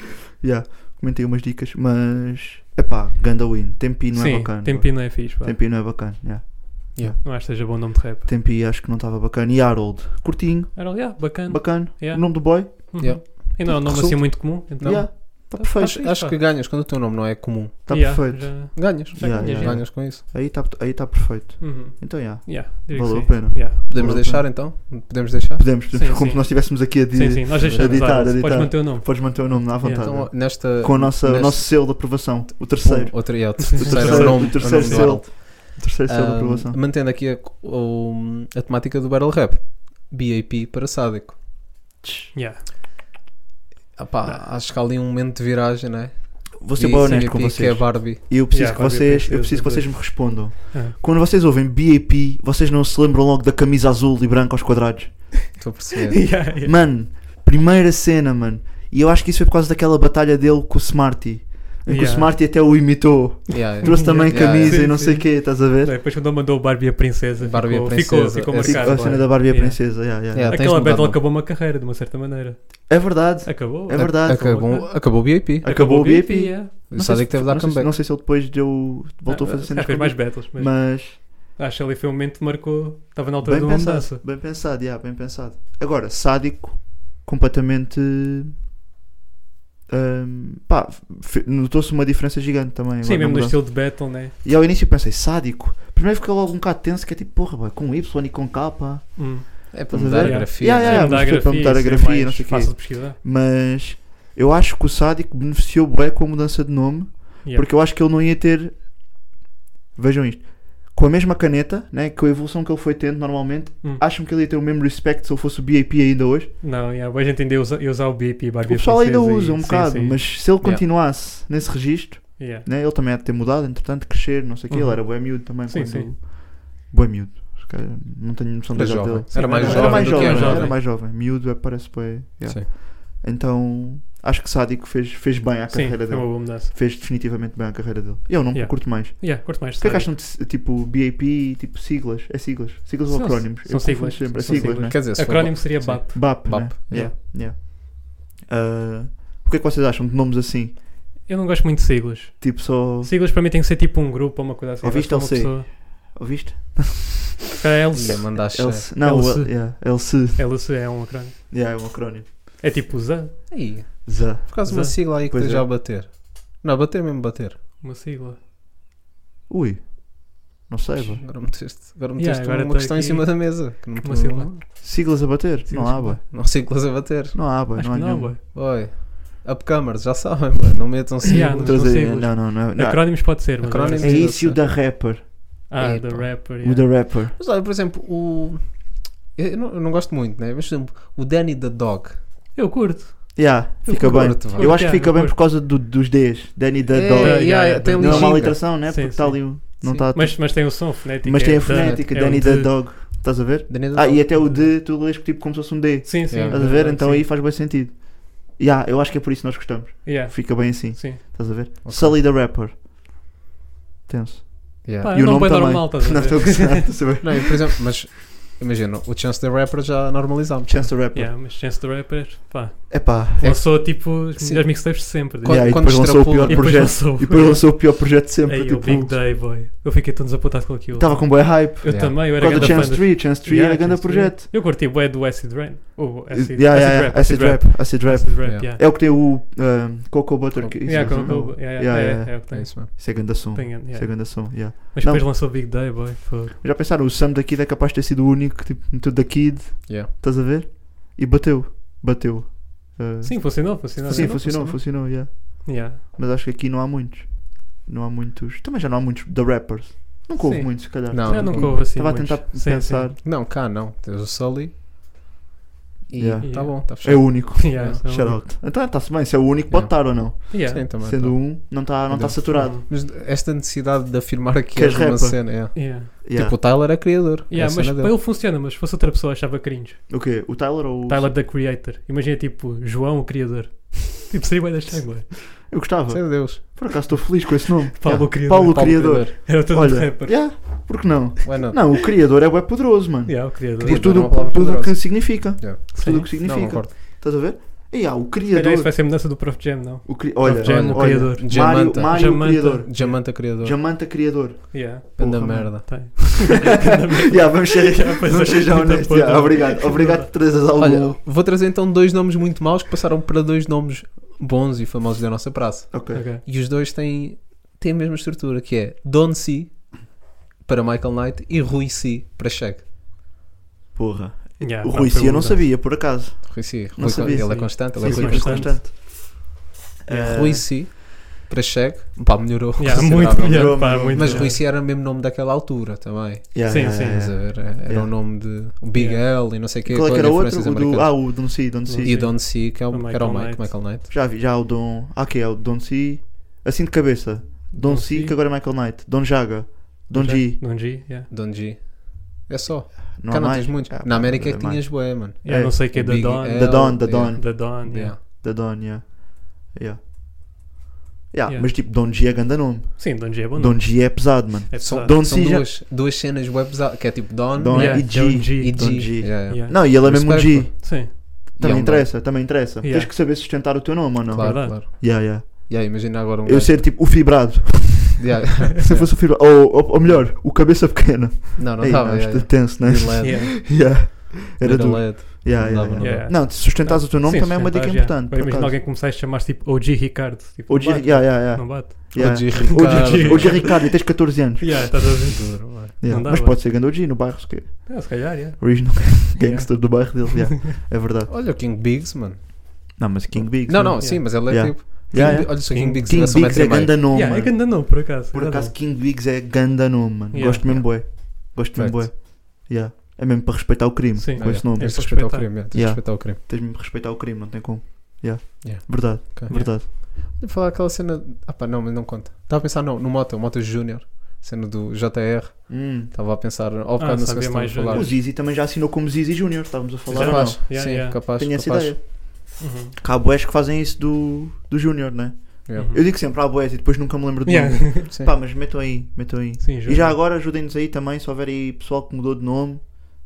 Speaker 6: Yeah. Comentei umas dicas, mas. Epá, ganda win. Tempi não é
Speaker 5: Sim,
Speaker 6: bacana.
Speaker 5: Tempi não é fixe, pá.
Speaker 6: Tempi não é bacana. yeah.
Speaker 5: Não acho que seja bom nome de rap.
Speaker 6: Tempi acho que não estava bacana. E Harold, curtinho,
Speaker 5: Era, yeah, bacana.
Speaker 6: bacana.
Speaker 5: Yeah.
Speaker 6: O nome do boy,
Speaker 5: Uhum.
Speaker 7: Yeah.
Speaker 5: E não é um nome
Speaker 7: Resulta.
Speaker 5: assim muito comum, então.
Speaker 6: yeah, está perfeito.
Speaker 7: Acho, acho que ganhas quando o teu nome não é comum.
Speaker 6: Está
Speaker 5: Yeah,
Speaker 6: perfeito.
Speaker 5: já-
Speaker 7: Ganhas.
Speaker 6: Yeah,
Speaker 5: ganhas,
Speaker 6: yeah.
Speaker 7: Ganhas com isso.
Speaker 6: Aí está aí tá perfeito.
Speaker 5: Uhum.
Speaker 6: Então, já.
Speaker 5: Yeah, diria que
Speaker 6: Valeu
Speaker 5: sim.
Speaker 6: a pena.
Speaker 5: Yeah.
Speaker 7: Podemos
Speaker 6: Valeu a
Speaker 7: deixar então? Podemos deixar?
Speaker 6: Podemos, podemos
Speaker 5: Sim,
Speaker 6: como
Speaker 5: sim.
Speaker 6: se nós estivéssemos aqui a
Speaker 5: Sim,
Speaker 6: dizer.
Speaker 5: sim, nós deixamos.
Speaker 6: editar,
Speaker 5: Editar, Podes
Speaker 6: editar.
Speaker 5: manter o nome.
Speaker 6: Podes manter o nome na vontade.
Speaker 7: Então, nesta.
Speaker 6: Tá com a nossa, o
Speaker 7: neste-
Speaker 6: nosso selo de aprovação. O terceiro.
Speaker 7: Bom, outro, é, o
Speaker 6: terceiro-
Speaker 7: terceiro
Speaker 6: o
Speaker 7: nome.
Speaker 6: terceiro
Speaker 7: o nome do
Speaker 6: selo.
Speaker 7: Harold.
Speaker 6: O terceiro selo de
Speaker 7: Ah,
Speaker 6: aprovação.
Speaker 7: mantendo aqui a, o- a temática do Battle Rap. BAP para sádico.
Speaker 5: Yeah.
Speaker 7: Ah, pá, acho que há ali um momento de viragem, né?
Speaker 6: Vou ser
Speaker 7: E
Speaker 6: bem
Speaker 7: esse
Speaker 6: honesto
Speaker 7: BAP
Speaker 6: com
Speaker 7: que é
Speaker 6: vocês.
Speaker 7: Barbie.
Speaker 6: E eu preciso
Speaker 5: Yeah,
Speaker 6: que
Speaker 5: vai ver
Speaker 6: vocês,
Speaker 5: para
Speaker 6: eu preciso que
Speaker 5: vocês
Speaker 6: vocês me respondam.
Speaker 5: Ah.
Speaker 6: Quando vocês ouvem BAP, vocês não se lembram logo da camisa azul e branca aos quadrados.
Speaker 7: Estou a perceber.
Speaker 5: Yeah, yeah.
Speaker 6: Mano, primeira cena, mano. E eu acho que isso foi por causa daquela batalha dele com o Smarty. Em que o
Speaker 5: Yeah.
Speaker 6: Smarty até o imitou.
Speaker 7: Yeah, yeah.
Speaker 6: Trouxe também
Speaker 7: Yeah,
Speaker 6: camisa
Speaker 5: yeah.
Speaker 6: e não
Speaker 5: Sim,
Speaker 6: sei o
Speaker 5: sim.
Speaker 6: quê, estás a ver?
Speaker 5: Depois quando ele mandou o Barbie a princesa,
Speaker 7: Barbie a
Speaker 5: ficou,
Speaker 7: princesa,
Speaker 5: ficou, ficou
Speaker 7: esse-
Speaker 5: marcado.
Speaker 6: Tipo, a cena da Barbie e a
Speaker 5: Yeah.
Speaker 6: princesa. yeah, yeah.
Speaker 7: Yeah, tens
Speaker 5: Aquela
Speaker 7: mudado,
Speaker 5: battle
Speaker 7: não?
Speaker 5: acabou uma carreira, de uma certa maneira.
Speaker 6: É verdade.
Speaker 5: Acabou.
Speaker 6: É verdade.
Speaker 7: Acabou, acabou o BAP.
Speaker 6: Acabou o
Speaker 5: VIP,
Speaker 6: BIP.
Speaker 5: yeah.
Speaker 7: O sádico teve de dar
Speaker 6: não sei se-
Speaker 7: comeback.
Speaker 6: não sei se ele depois deu, voltou a
Speaker 5: Ah,
Speaker 6: fazer cenas
Speaker 5: ah, fez
Speaker 6: com
Speaker 5: mais
Speaker 6: o
Speaker 5: battles,
Speaker 6: Bip,
Speaker 5: mas,
Speaker 6: mas
Speaker 5: acho que ali foi um momento que marcou. Estava na altura
Speaker 6: bem
Speaker 5: de uma
Speaker 6: pensado,
Speaker 5: mudança.
Speaker 6: bem pensado, yeah, bem pensado. Agora, sádico, completamente ahm, pá, fe- notou-se uma diferença gigante também.
Speaker 5: Sim,
Speaker 6: agora
Speaker 5: mesmo
Speaker 6: na
Speaker 5: no
Speaker 6: mudança.
Speaker 5: estilo de battle, né?
Speaker 6: E ao início pensei, sádico. Primeiro fiquei logo um bocado tenso, que é tipo, porra, boy, com Y e com K.
Speaker 5: Hum.
Speaker 7: É para
Speaker 6: Estás a
Speaker 7: mudar a
Speaker 6: ver?
Speaker 7: grafia.
Speaker 6: Yeah,
Speaker 7: né?
Speaker 6: yeah,
Speaker 5: Sim, mudar
Speaker 6: mas foi para mudar a
Speaker 5: isso é
Speaker 6: grafia,
Speaker 5: mais
Speaker 6: não sei o quê.
Speaker 5: Fácil de pesquisar.
Speaker 6: Mas eu acho que o sádico beneficiou bué com a mudança de nome.
Speaker 5: Yeah.
Speaker 6: Porque eu acho que ele não ia ter. Vejam isto. Com a mesma caneta, né, com a evolução que ele foi tendo normalmente,
Speaker 5: Hum.
Speaker 6: acham que ele ia ter o mesmo respect se ele fosse o BAP ainda hoje.
Speaker 5: Não, yeah, hoje entendeu usar, eu usar o BIP e
Speaker 6: O
Speaker 5: Barbie a
Speaker 6: pessoal ainda
Speaker 5: princesa e-
Speaker 6: usa um
Speaker 5: sim,
Speaker 6: bocado,
Speaker 5: sim.
Speaker 6: mas se ele continuasse nesse registro,
Speaker 5: Yeah.
Speaker 6: né, ele também há de ter mudado, entretanto, crescer, não sei o que. Ele
Speaker 5: Uhum.
Speaker 6: era bué miúdo também.
Speaker 5: Sim,
Speaker 6: quando...
Speaker 5: sim.
Speaker 6: Bué miúdo. Se calhar Não tenho noção da
Speaker 7: Era
Speaker 6: idade
Speaker 7: jovem.
Speaker 6: dele.
Speaker 7: Era mais
Speaker 5: Era
Speaker 7: jovem.
Speaker 6: era mais
Speaker 7: do que
Speaker 6: jovem,
Speaker 7: é
Speaker 5: era
Speaker 7: jovem.
Speaker 6: era mais jovem. Miúdo é, parece bué. yeah.
Speaker 7: Sim.
Speaker 6: Então, acho que Sádico fez, fez bem à
Speaker 5: Sim,
Speaker 6: carreira
Speaker 5: foi uma
Speaker 6: dele.
Speaker 5: boa mudança.
Speaker 6: Fez definitivamente bem à carreira dele. Eu não
Speaker 5: Yeah.
Speaker 6: curto mais.
Speaker 5: Yeah, curto mais.
Speaker 6: O que é que
Speaker 5: sabe?
Speaker 6: acham de tipo BAP e tipo siglas? É siglas? Siglas ou
Speaker 5: São-
Speaker 6: acrónimos?
Speaker 5: são
Speaker 6: Eu confundo
Speaker 5: siglas.
Speaker 6: Sempre. É
Speaker 5: São
Speaker 6: siglas,
Speaker 5: siglas.
Speaker 6: né?
Speaker 7: Quer dizer, se for-
Speaker 5: Acrónimo seria
Speaker 7: Sim.
Speaker 5: BAP.
Speaker 6: BAP,
Speaker 7: BAP,
Speaker 6: né? Yeah, yeah. Ah, o que é que vocês acham de nomes assim?
Speaker 5: Eu não gosto muito de siglas.
Speaker 6: Tipo só...
Speaker 5: Siglas para mim tem que ser tipo um grupo ou uma coisa assim.
Speaker 6: Ouviste
Speaker 5: Eu acho que uma pessoa-
Speaker 6: Ouviste?
Speaker 5: Se calhar é LC.
Speaker 7: Ia mandar cheio.
Speaker 6: LC. Não,
Speaker 5: LC.
Speaker 6: o- yeah, LC.
Speaker 5: LC é um acrónimo.
Speaker 6: Yeah, é um acrónimo.
Speaker 5: É tipo ZA,
Speaker 7: Aí,
Speaker 6: ZA.
Speaker 7: por causa de uma
Speaker 5: Exato.
Speaker 7: sigla aí que
Speaker 6: Pois
Speaker 7: esteja
Speaker 6: é.
Speaker 7: a bater. Não, bater mesmo bater.
Speaker 5: uma sigla.
Speaker 6: Ui. Não sei, bá.
Speaker 7: Agora meteste, agora
Speaker 5: Yeah,
Speaker 7: meteste
Speaker 5: agora
Speaker 7: uma
Speaker 5: tá
Speaker 7: questão em
Speaker 5: aqui
Speaker 7: cima da mesa. Que não,
Speaker 5: uma sigla.
Speaker 7: não,
Speaker 6: Siglas a bater?
Speaker 5: Siglas
Speaker 6: não há,
Speaker 5: a
Speaker 6: bá.
Speaker 5: bater.
Speaker 7: não há siglas a bater.
Speaker 6: Não há, bá.
Speaker 5: Acho
Speaker 6: Não há
Speaker 5: que não,
Speaker 6: nenhum.
Speaker 5: boy.
Speaker 7: Oi. Upcomers, já sabem, bué, não metam
Speaker 5: Yeah,
Speaker 7: siglas.
Speaker 5: não.
Speaker 6: Estou a dizer-
Speaker 5: siglas.
Speaker 6: Não, não, não. não.
Speaker 5: Acrónimos pode ser, mas
Speaker 7: Acrónimos.
Speaker 6: É
Speaker 5: agora-
Speaker 6: isso e o da rapper.
Speaker 5: Ah,
Speaker 7: É,
Speaker 5: the
Speaker 7: pá.
Speaker 5: rapper.
Speaker 6: O
Speaker 5: Yeah.
Speaker 6: da rapper.
Speaker 7: Mas olha, por exemplo, o. Eu não, eu não gosto muito, né? Mas por exemplo, o Danny the Dog.
Speaker 5: Eu curto.
Speaker 6: Yeah,
Speaker 7: Eu
Speaker 6: fica bem.
Speaker 7: concordo, vá.
Speaker 6: Eu acho que fica
Speaker 5: Yeah,
Speaker 6: bem
Speaker 5: concordo.
Speaker 6: por causa do- dos Ds. Danny the
Speaker 7: É,
Speaker 6: Dog.
Speaker 5: yeah,
Speaker 7: yeah,
Speaker 5: yeah,
Speaker 7: tem
Speaker 5: yeah.
Speaker 6: Não é uma
Speaker 7: legenda.
Speaker 6: literação, né?
Speaker 5: Sim,
Speaker 6: Porque está
Speaker 5: sim.
Speaker 6: ali. o- Não
Speaker 7: Sim.
Speaker 6: está
Speaker 5: Mas, mas tem o som fonético.
Speaker 6: Mas
Speaker 5: é
Speaker 6: tem a
Speaker 5: da-
Speaker 6: fonética,
Speaker 5: é um
Speaker 6: Danny
Speaker 5: de-
Speaker 6: the Dog. Estás a ver?
Speaker 7: Danny the
Speaker 6: Ah,
Speaker 7: Dog.
Speaker 6: e até o D tu lês tipo como se fosse um D.
Speaker 5: Sim, sim.
Speaker 7: Yeah.
Speaker 6: Estás a ver?
Speaker 5: Sim.
Speaker 6: Então aí faz bem sentido. Yeah, eu acho que é por isso que nós gostamos.
Speaker 5: Yeah,
Speaker 6: Fica bem assim.
Speaker 5: Sim.
Speaker 6: Estás a ver? Sully the Rapper. Tenso.
Speaker 7: Yeah.
Speaker 5: Pá,
Speaker 6: e o
Speaker 5: não
Speaker 6: nome
Speaker 5: é
Speaker 6: também.
Speaker 5: normal, estás a
Speaker 6: Não,
Speaker 5: ver?
Speaker 6: estou a gozar, estás a ver?
Speaker 7: Não, e por exemplo, mas imagina, o Chance the Rapper já normalizámos.
Speaker 6: Chance the Rapper.
Speaker 5: Yeah, mas Chance the Rapper, pá,
Speaker 6: Epá.
Speaker 5: lançou tipo os
Speaker 7: Sim.
Speaker 5: melhores mixtapes de sempre.
Speaker 7: Quando-
Speaker 6: Yeah, e depois lançou o
Speaker 7: extrapola-
Speaker 6: pior
Speaker 5: e depois
Speaker 6: projeto.
Speaker 5: lançou.
Speaker 6: E depois lançou o pior projeto de sempre.
Speaker 5: Ei, o
Speaker 6: tipo,
Speaker 5: Big Day, boy. Eu fiquei tão desapontado com aquilo.
Speaker 6: estava com boa hype.
Speaker 5: Eu
Speaker 7: Yeah.
Speaker 5: também,
Speaker 6: Por
Speaker 5: eu era
Speaker 6: causa do
Speaker 5: grande fã
Speaker 6: Chance
Speaker 5: do-
Speaker 6: 3. Chance 3
Speaker 5: Yeah,
Speaker 6: era grande
Speaker 5: Chance Three.
Speaker 6: projeto.
Speaker 5: Eu curti bué do Acid Rain. Ou Acid,
Speaker 6: Yeah,
Speaker 5: acid
Speaker 6: yeah, yeah.
Speaker 5: Rap. Acid Rap.
Speaker 6: Acid Rap.
Speaker 5: Acid Rap,
Speaker 7: Yeah.
Speaker 5: yeah.
Speaker 6: É o que tem o um, Coco Butter. que- isso
Speaker 5: Yeah,
Speaker 6: é
Speaker 5: com-
Speaker 6: o nome.
Speaker 5: com- yeah,
Speaker 6: Yeah,
Speaker 5: yeah,
Speaker 6: yeah.
Speaker 5: é, é o que tem.
Speaker 7: É isso mesmo.
Speaker 6: Isso é grande som.
Speaker 5: Tem, yeah.
Speaker 6: Isso é grande som, yeah.
Speaker 5: Mas
Speaker 6: Não.
Speaker 5: depois lançou Big Day, boy. Foi.
Speaker 6: Já pensaram, o Sam da Kid é capaz de ter sido o único que tipo, meteu da Kid,
Speaker 7: Yeah.
Speaker 6: estás a ver? E bateu. Bateu. Uh,
Speaker 5: Sim, funcionou, funcionou.
Speaker 6: sim,
Speaker 5: né?
Speaker 6: funcionou, funcionou, yeah.
Speaker 5: Yeah.
Speaker 6: Mas acho que aqui não há muitos. Não há muitos. Também já não há muitos The Rappers. Nunca houve
Speaker 5: Sim.
Speaker 6: muitos, se calhar.
Speaker 7: Não.
Speaker 5: Já nunca houve assim
Speaker 6: Estava a
Speaker 5: muitos.
Speaker 6: tentar
Speaker 5: Sim, sim.
Speaker 6: pensar.
Speaker 7: Não, cá não. Tens o Sully. E
Speaker 6: Yeah.
Speaker 7: tá
Speaker 5: Yeah.
Speaker 7: bom, tá
Speaker 6: É
Speaker 7: fechado.
Speaker 6: o único.
Speaker 5: Yeah,
Speaker 7: Yeah.
Speaker 5: so-
Speaker 6: Shout out. Então está-se bem, se é o único, pode
Speaker 7: Yeah.
Speaker 6: estar ou não.
Speaker 5: Yeah.
Speaker 7: Sim, também.
Speaker 6: Sendo
Speaker 7: tá.
Speaker 6: um, não está não tá
Speaker 7: Não.
Speaker 6: saturado.
Speaker 7: Mas esta necessidade de afirmar que,
Speaker 6: Que
Speaker 7: és
Speaker 6: és
Speaker 7: uma
Speaker 6: rapper.
Speaker 7: cena, é.
Speaker 5: Yeah.
Speaker 6: Yeah.
Speaker 7: Tipo, o Tyler é criador. é a
Speaker 5: Yeah, mas
Speaker 7: cena
Speaker 5: para
Speaker 7: dele.
Speaker 5: ele funciona, mas se fosse outra pessoa achava cringe.
Speaker 6: O quê? O Tyler ou o.
Speaker 5: Tyler the Creator. Imagina tipo João o Criador. Tipo, seria bué da chama.
Speaker 6: Eu gostava.
Speaker 7: Sei de Deus.
Speaker 6: Por acaso estou feliz com esse nome.
Speaker 5: Paulo
Speaker 6: Yeah.
Speaker 5: o Criador.
Speaker 6: Paulo o Criador.
Speaker 5: Era todo um
Speaker 6: Olha,
Speaker 5: rapper.
Speaker 6: yeah, porque não?
Speaker 7: Why not?
Speaker 6: Não, o criador é bem poderoso, mano.
Speaker 5: Yeah, o Criador.
Speaker 6: Por
Speaker 7: Criador é
Speaker 6: tudo
Speaker 7: uma palavra
Speaker 6: por tudo o que
Speaker 7: poderosa.
Speaker 6: significa. Por
Speaker 5: Sim.
Speaker 6: tudo o que
Speaker 7: Não,
Speaker 6: significa.
Speaker 7: concordo.
Speaker 6: Estás a ver? E há o
Speaker 5: Era é isso,
Speaker 6: criador.
Speaker 5: vai ser a mudança do Prof Jam, não?
Speaker 6: O cri... Olha,
Speaker 5: Jam,
Speaker 6: olha,
Speaker 5: o criador.
Speaker 6: Mário,
Speaker 7: Jamanta.
Speaker 6: Mário
Speaker 5: Jamanta.
Speaker 6: criador.
Speaker 7: Jamanta criador.
Speaker 6: Jamanta criador.
Speaker 5: Yeah. tá
Speaker 7: Anda
Speaker 6: Porra,
Speaker 7: merda.
Speaker 5: Tem.
Speaker 6: yeah, vamos ser,
Speaker 5: Yeah, pois
Speaker 6: vamos
Speaker 5: é,
Speaker 6: ser já
Speaker 5: muita
Speaker 6: honestos.
Speaker 5: porra.
Speaker 6: yeah, obrigado. Obrigado por trazeres algo.
Speaker 7: Olha, vou trazer então dois nomes muito maus que passaram para dois nomes bons e famosos da nossa praça.
Speaker 6: ok.
Speaker 5: Ok.
Speaker 7: E os dois têm, têm a mesma estrutura, que é Don C para Michael Knight e Rui C para Shaq.
Speaker 6: Porra.
Speaker 5: Yeah,
Speaker 6: O
Speaker 5: pá,
Speaker 6: Rui Cia
Speaker 5: foi um uma
Speaker 6: não
Speaker 5: mudança.
Speaker 6: sabia, por acaso.
Speaker 7: Rui C.
Speaker 6: Não
Speaker 7: Rui-
Speaker 6: sabia,
Speaker 7: ele é
Speaker 5: sim.
Speaker 7: constante,
Speaker 6: Sim,
Speaker 7: ele é
Speaker 5: Sim,
Speaker 6: sim,
Speaker 7: constante.
Speaker 6: constante. Eh,
Speaker 7: Rui C para Shaq, pá, melhorou.
Speaker 5: Yeah, muito
Speaker 7: consideravelmente.
Speaker 5: melhor,
Speaker 6: Melhorou,
Speaker 5: pá,
Speaker 6: melhorou.
Speaker 5: muito
Speaker 7: Mas
Speaker 5: melhor.
Speaker 7: Rui C era o mesmo nome daquela altura também.
Speaker 6: yeah,
Speaker 5: Sim,
Speaker 6: yeah,
Speaker 5: sim.
Speaker 6: yeah,
Speaker 7: Estás a
Speaker 6: yeah.
Speaker 7: ver? Era
Speaker 6: Yeah.
Speaker 7: o nome de o Big L e não sei o quê.
Speaker 6: É. Qual é que era o outro?
Speaker 7: influências
Speaker 6: O do...
Speaker 7: americanas.
Speaker 6: Ah, o Don C. Don C.
Speaker 7: E o Don C, que, é o,
Speaker 5: O
Speaker 7: que era o
Speaker 5: Michael
Speaker 7: Mike,
Speaker 5: Knight.
Speaker 7: Michael Knight.
Speaker 6: Já vi, já o Don. Ah, que é o Don C. Assim de cabeça. Don,
Speaker 5: Don
Speaker 6: C,
Speaker 5: C.
Speaker 6: que agora é Michael Knight. Don Jaga. Don
Speaker 5: Já-
Speaker 6: é um G.
Speaker 5: Don G, yeah.
Speaker 7: Don G. É só.
Speaker 6: Não
Speaker 7: Cá
Speaker 6: há
Speaker 7: não
Speaker 6: mais.
Speaker 7: tens muitos.
Speaker 6: Ah,
Speaker 7: Na América é
Speaker 6: não
Speaker 7: que
Speaker 6: há mais.
Speaker 7: tinhas bué, mano.
Speaker 5: Yeah,
Speaker 6: É,
Speaker 5: não sei o que é
Speaker 7: o
Speaker 5: da
Speaker 7: Big
Speaker 5: Don.
Speaker 7: L,
Speaker 6: Da Don, da
Speaker 7: yeah.
Speaker 6: Don.
Speaker 5: Da Don, yeah.
Speaker 7: Yeah.
Speaker 6: Da Don, yeah. Yeah. Yeah,
Speaker 5: Yeah.
Speaker 6: Mas tipo, Don G é grande nome.
Speaker 5: Sim, Don G é bom.
Speaker 6: Don G é pesado, mano.
Speaker 5: É
Speaker 7: São-
Speaker 5: pesado.
Speaker 6: Don
Speaker 7: São
Speaker 6: C já.
Speaker 7: duas, duas cenas web que é tipo Don,
Speaker 6: Don
Speaker 7: yeah,
Speaker 5: Yeah,
Speaker 6: e
Speaker 5: é
Speaker 6: G.
Speaker 5: o G.
Speaker 7: e
Speaker 6: Don
Speaker 7: G.
Speaker 6: G.
Speaker 7: Yeah, yeah.
Speaker 5: Yeah.
Speaker 6: Não, e ele é mesmo um G.
Speaker 7: Respeito.
Speaker 5: Sim.
Speaker 7: E é um
Speaker 6: Também interessa, também interessa.
Speaker 5: Yeah.
Speaker 6: Tens que saber sustentar o teu nome ou não.
Speaker 7: Claro,
Speaker 5: Verdade.
Speaker 7: claro.
Speaker 6: Yeah, yeah.
Speaker 7: Yeah, imagina agora um
Speaker 6: Eu
Speaker 7: gajo-
Speaker 6: ser tipo o fibrado.
Speaker 7: Yeah.
Speaker 6: Se eu fosse o fibrado. Ou, ou- ou melhor, o cabeça pequena.
Speaker 7: Não, não
Speaker 6: Ei,
Speaker 7: estava.
Speaker 6: não, isto é tenso, né?
Speaker 7: Middle Ed.
Speaker 5: Yeah.
Speaker 6: Yeah. Era
Speaker 7: Middle
Speaker 6: duro.
Speaker 7: Ed.
Speaker 6: Yeah, yeah,
Speaker 7: Não dava,
Speaker 6: yeah.
Speaker 7: não
Speaker 5: dava.
Speaker 6: Não, se sustentares o teu nome
Speaker 5: Sim,
Speaker 6: também é uma dica
Speaker 5: sustentar,
Speaker 6: importante.
Speaker 5: Yeah.
Speaker 6: por
Speaker 5: Imagina
Speaker 6: acaso.
Speaker 5: alguém começar a chamar tipo OG Ricardo. Tipo,
Speaker 6: O G,
Speaker 5: não bate,
Speaker 6: yeah, yeah, yeah.
Speaker 5: Não bate.
Speaker 6: Yeah.
Speaker 7: OG
Speaker 6: OG,
Speaker 7: Ricardo.
Speaker 5: né?
Speaker 6: OG Ricardo, e tens 14 anos.
Speaker 5: Yeah, estás a ver?
Speaker 7: Duro, mano.
Speaker 6: Yeah,
Speaker 5: dá,
Speaker 6: Mas
Speaker 5: vai.
Speaker 6: pode ser grande OG no bairro, se quer.
Speaker 5: É, se calhar, yeah.
Speaker 6: Original gangster do bairro dele. yeah. É verdade.
Speaker 7: Olha o King Biggs, mano.
Speaker 6: Não, mas King Biggs.
Speaker 7: Não,
Speaker 6: né?
Speaker 7: não, sim, mas ele é
Speaker 6: Yeah.
Speaker 7: tipo.
Speaker 6: Yeah,
Speaker 7: King
Speaker 6: yeah.
Speaker 7: Bi- Olha só, King
Speaker 5: King-
Speaker 7: Biggs,
Speaker 6: King
Speaker 7: ele é só
Speaker 6: Biggs
Speaker 7: metro
Speaker 6: é
Speaker 7: e meio.
Speaker 6: ganda nome,
Speaker 5: yeah, é
Speaker 6: mano.
Speaker 5: grande não, por acaso.
Speaker 6: Por
Speaker 5: é
Speaker 6: acaso,
Speaker 5: grande.
Speaker 6: King Biggs é ganda nome, mano.
Speaker 5: Yeah.
Speaker 6: Gosto mesmo bué. Gosto mesmo bué.
Speaker 7: Facts.
Speaker 6: Yeah. É mesmo para respeitar o crime
Speaker 5: Sim.
Speaker 6: com
Speaker 7: Ah,
Speaker 6: esse
Speaker 7: yeah.
Speaker 6: nome.
Speaker 7: Tens de
Speaker 5: É
Speaker 7: respeitar o
Speaker 5: respeitar.
Speaker 7: crime. yeah, Tens de
Speaker 6: Yeah.
Speaker 7: respeitar o crime.
Speaker 6: Tens mesmo que respeitar o crime, não tem como. Yeah.
Speaker 7: Yeah.
Speaker 6: Verdade,
Speaker 7: Ok.
Speaker 6: verdade.
Speaker 7: Vou falar aquela cena. Ah, pá, não, mas não conta. Estava a pensar no, no Mota, o Mota Júnior, cena do JR.
Speaker 6: Hum.
Speaker 7: Estava a pensar. Ao
Speaker 5: Ah,
Speaker 7: bocado não sei
Speaker 5: sabia
Speaker 7: se estava a
Speaker 5: mais
Speaker 7: falar.
Speaker 6: O
Speaker 5: Júnior.
Speaker 6: Zizi também já assinou como Zizi Júnior, estávamos a falar. ou não?
Speaker 7: é Capaz,
Speaker 5: Yeah,
Speaker 7: sim,
Speaker 5: yeah.
Speaker 7: capaz.
Speaker 6: Tenho essa
Speaker 7: capaz.
Speaker 6: ideia.
Speaker 5: Uhum.
Speaker 6: Que há boés que fazem isso do, do Júnior, né?
Speaker 7: Yeah.
Speaker 6: Eu digo sempre há boés e depois nunca me lembro do nome.
Speaker 5: Yeah.
Speaker 7: Sim.
Speaker 6: Pá, mas metam aí, metam aí.
Speaker 5: Sim,
Speaker 6: E já
Speaker 5: Júnior.
Speaker 6: agora ajudem-nos aí também, se houver aí pessoal que mudou de nome.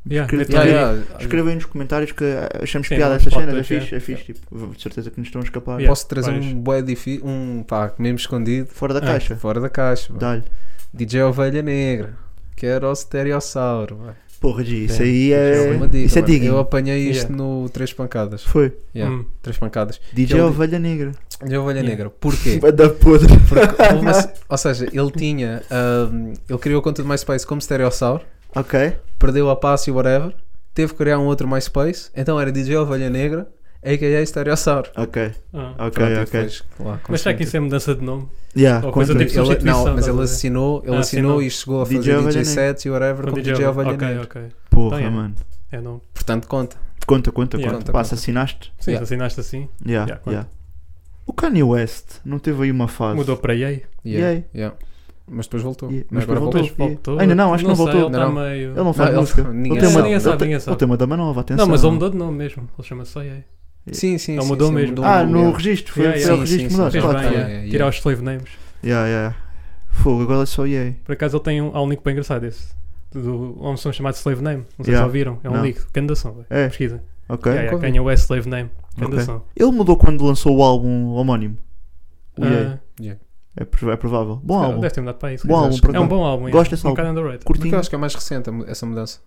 Speaker 5: Yeah,
Speaker 6: escre-
Speaker 5: metam
Speaker 7: Yeah,
Speaker 5: aí.
Speaker 7: yeah.
Speaker 6: Escrevem nos comentários que ah, achamos
Speaker 5: Sim,
Speaker 6: piada
Speaker 5: vamos
Speaker 6: estas
Speaker 5: para o
Speaker 6: cenas, é
Speaker 5: Twitter,
Speaker 6: fixe, é fixe. Tipo, de certeza que nos estão a escapar.
Speaker 5: Yeah.
Speaker 7: Posso trazer
Speaker 5: vários.
Speaker 7: um bué difícil, um pá, mesmo escondido,
Speaker 6: Fora da
Speaker 5: Ah,
Speaker 6: caixa.
Speaker 7: fora da caixa. mano.
Speaker 6: Dá-lhe.
Speaker 7: DJ Ovelha Negra, que era o Stereossauro. mano.
Speaker 6: Porra, G, isso
Speaker 5: É.
Speaker 6: aí
Speaker 7: Isso
Speaker 6: é.
Speaker 7: é uma dica,
Speaker 6: isso é
Speaker 7: mano.
Speaker 6: digging.
Speaker 7: Eu apanhei isto
Speaker 5: Yeah.
Speaker 7: no Três Pancadas.
Speaker 6: Foi.
Speaker 7: Yeah,
Speaker 5: Hum.
Speaker 7: Três Pancadas.
Speaker 6: DJ
Speaker 7: Ele-
Speaker 6: Ovelha Negra.
Speaker 7: DJ Ovelha Negra, porquê?
Speaker 6: Vai dar podre.
Speaker 7: Porque houve uma se- ou seja, ele tinha. ahm, ele criou a conta do MySpace como Stereossauro,
Speaker 6: Ok.
Speaker 7: perdeu a passe e whatever, teve que criar um outro MySpace, então era DJ Ovelha Negra, a.k.a. Stereossauro.
Speaker 6: Ok,
Speaker 5: Ah.
Speaker 6: ok,
Speaker 7: Pronto, e
Speaker 6: ok.
Speaker 7: depois, lá,
Speaker 5: Mas será
Speaker 7: conseguiu.
Speaker 5: que isso é mudança de nome?
Speaker 6: Yeah,
Speaker 5: Ou
Speaker 6: conta.
Speaker 5: coisa tipo
Speaker 7: Ele- não,
Speaker 5: substituição,
Speaker 7: mas
Speaker 5: estás
Speaker 7: ele
Speaker 5: a ver?
Speaker 7: assinou, ele
Speaker 5: Ah,
Speaker 7: assinou
Speaker 5: assinou.
Speaker 7: e chegou a
Speaker 6: DJ
Speaker 7: fazer DJ,
Speaker 6: Ovelha
Speaker 7: sets e whatever
Speaker 5: Com
Speaker 7: com DJ Ovelha
Speaker 5: Ok,
Speaker 7: Negra.
Speaker 5: ok.
Speaker 6: Porra,
Speaker 5: Então, é.
Speaker 6: mano.
Speaker 5: É nome.
Speaker 7: Portanto, conta.
Speaker 6: Conta, conta, conta.
Speaker 5: Yeah.
Speaker 7: Conta,
Speaker 6: Pá,
Speaker 7: conta.
Speaker 6: assassinaste?
Speaker 5: Sim,
Speaker 7: Yeah.
Speaker 5: assinaste assim.
Speaker 6: Yeah,
Speaker 5: Yeah, conta.
Speaker 6: yeah. O Kanye West não teve aí uma fase.
Speaker 5: Mudou para EA.
Speaker 7: Yeah,
Speaker 6: Yay.
Speaker 7: yeah. Mas depois voltou.
Speaker 6: Yeah,
Speaker 7: Mas
Speaker 6: mas
Speaker 7: agora
Speaker 6: depois voltou.
Speaker 7: voltou.
Speaker 5: Mas voltou.
Speaker 6: Ainda não, acho que não
Speaker 5: sei,
Speaker 6: voltou.
Speaker 5: Ele está
Speaker 7: Não.
Speaker 5: meio.
Speaker 6: Ele não faz
Speaker 7: Não, ele-
Speaker 6: música.
Speaker 7: ninguém
Speaker 6: ele tem uma,
Speaker 7: sabe.
Speaker 5: Ninguém sabe,
Speaker 6: ele tem-
Speaker 5: ninguém sabe.
Speaker 6: ele tem uma dama nova, atenção.
Speaker 5: Não, mas ele mudou de nome mesmo. Ele chama-se só EA.
Speaker 7: Sim, sim,
Speaker 5: Ele
Speaker 7: sim,
Speaker 5: Então mudou
Speaker 7: sim,
Speaker 5: mesmo.
Speaker 6: Ah, no
Speaker 7: yeah.
Speaker 6: registro. Foi,
Speaker 5: Yeah,
Speaker 6: foi
Speaker 5: yeah.
Speaker 6: o
Speaker 5: Sim,
Speaker 6: registro
Speaker 7: sim,
Speaker 6: que mudaste.
Speaker 5: Fez
Speaker 7: Ah,
Speaker 5: bem,
Speaker 7: tá.
Speaker 5: yeah.
Speaker 7: Yeah, yeah,
Speaker 5: tirar
Speaker 7: yeah.
Speaker 5: os slave names.
Speaker 6: Yeah, yeah. Fogo, agora é só EA.
Speaker 5: Por acaso ele tem um, há um link bem engraçado esse. Do, há um som chamado Slave Name. Não sei
Speaker 6: Yeah.
Speaker 5: se ouviram. É um
Speaker 6: Não.
Speaker 5: link. Ganda som, velho.
Speaker 6: É.
Speaker 5: Pesquisa.
Speaker 6: Ok.
Speaker 5: Yeah, yeah,
Speaker 7: Nunca ouvi.
Speaker 5: Kanye West Slave Name. Ganda
Speaker 6: Ok.
Speaker 5: som.
Speaker 6: Ele mudou quando lançou o álbum homónimo. O EA.
Speaker 5: Ah,
Speaker 6: É, prov- é provável. Bom
Speaker 5: cara,
Speaker 6: álbum.
Speaker 5: Ah, deve ter mudado para isso.
Speaker 6: Bom álbum,
Speaker 7: acho que
Speaker 6: por
Speaker 5: É um
Speaker 6: acaso.
Speaker 5: bom álbum.
Speaker 6: Gosto
Speaker 5: é.
Speaker 6: desse
Speaker 5: um
Speaker 6: álbum.
Speaker 5: bocado underrated.
Speaker 7: Porque
Speaker 6: Curtinho.
Speaker 7: eu acho que é mais recente a mu- essa mudança.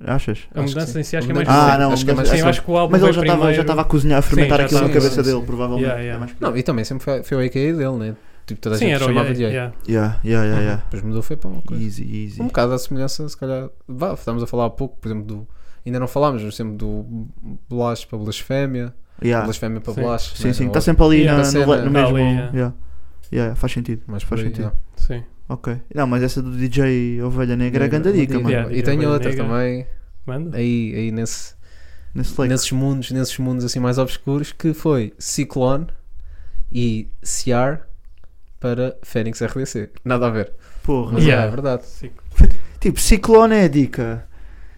Speaker 6: Achas?
Speaker 5: A
Speaker 7: Acho que
Speaker 5: mudança
Speaker 7: sim.
Speaker 5: em si acho
Speaker 7: A
Speaker 5: que é mais
Speaker 7: mudança-
Speaker 5: recente.
Speaker 6: Ah, não,
Speaker 7: acho que é
Speaker 6: mas-
Speaker 7: mais
Speaker 5: Sim, eu
Speaker 7: recente.
Speaker 5: acho que o álbum
Speaker 6: Mas ele
Speaker 5: veio
Speaker 6: já estava
Speaker 5: primeiro.
Speaker 6: já estava a cozinhar, a fermentar
Speaker 5: já
Speaker 6: aquilo na
Speaker 7: estava,
Speaker 6: cabeça
Speaker 7: sim,
Speaker 6: dele,
Speaker 7: sim.
Speaker 6: provavelmente.
Speaker 5: Yeah, yeah.
Speaker 6: É mais-
Speaker 7: Não, e também sempre foi, foi a IKEA dele, né? Tipo, toda a
Speaker 5: Sim,
Speaker 7: gente
Speaker 5: era o
Speaker 7: chamava
Speaker 5: EA.
Speaker 7: de EA.
Speaker 5: yeah.
Speaker 6: Yeah, yeah, yeah, yeah.
Speaker 7: Depois mudou, foi para uma coisa.
Speaker 6: Easy, easy.
Speaker 7: Um
Speaker 5: Hum?
Speaker 7: bocado à semelhança, se calhar. Vá, estamos a falar há pouco, por exemplo, do. Ainda não falámos, mas sempre do Blas para Blasfémia,
Speaker 6: Yeah.
Speaker 7: Blasfémia para
Speaker 5: Sim.
Speaker 7: Blas.
Speaker 6: Ah,
Speaker 7: é?
Speaker 6: Sim, sim.
Speaker 7: Ou-
Speaker 6: Está sempre ali
Speaker 5: Yeah.
Speaker 6: na-
Speaker 7: Tá
Speaker 6: no,
Speaker 7: sempre
Speaker 6: no
Speaker 5: ali,
Speaker 6: mesmo.
Speaker 5: yeah.
Speaker 6: yeah. Yeah, Faz sentido.
Speaker 7: Mas por
Speaker 6: Faz
Speaker 7: aí,
Speaker 6: sentido.
Speaker 7: não.
Speaker 5: Sim.
Speaker 6: Ok. Não, mas essa do DJ Ovelha Negra é grande
Speaker 7: Uma
Speaker 6: dica, mano.
Speaker 5: Yeah.
Speaker 7: E tem
Speaker 5: Ovelha
Speaker 7: outra
Speaker 5: Negra.
Speaker 7: também,
Speaker 5: Manda.
Speaker 7: aí, aí nesse,
Speaker 6: Nesse leque.
Speaker 7: nesses mundos, nesses mundos assim mais obscuros, que foi Ciclone e CR para Fênix RDC. Nada a ver.
Speaker 6: Porra.
Speaker 7: Mas
Speaker 5: Yeah.
Speaker 7: é verdade.
Speaker 5: Sim.
Speaker 6: Tipo, Ciclone é a dica.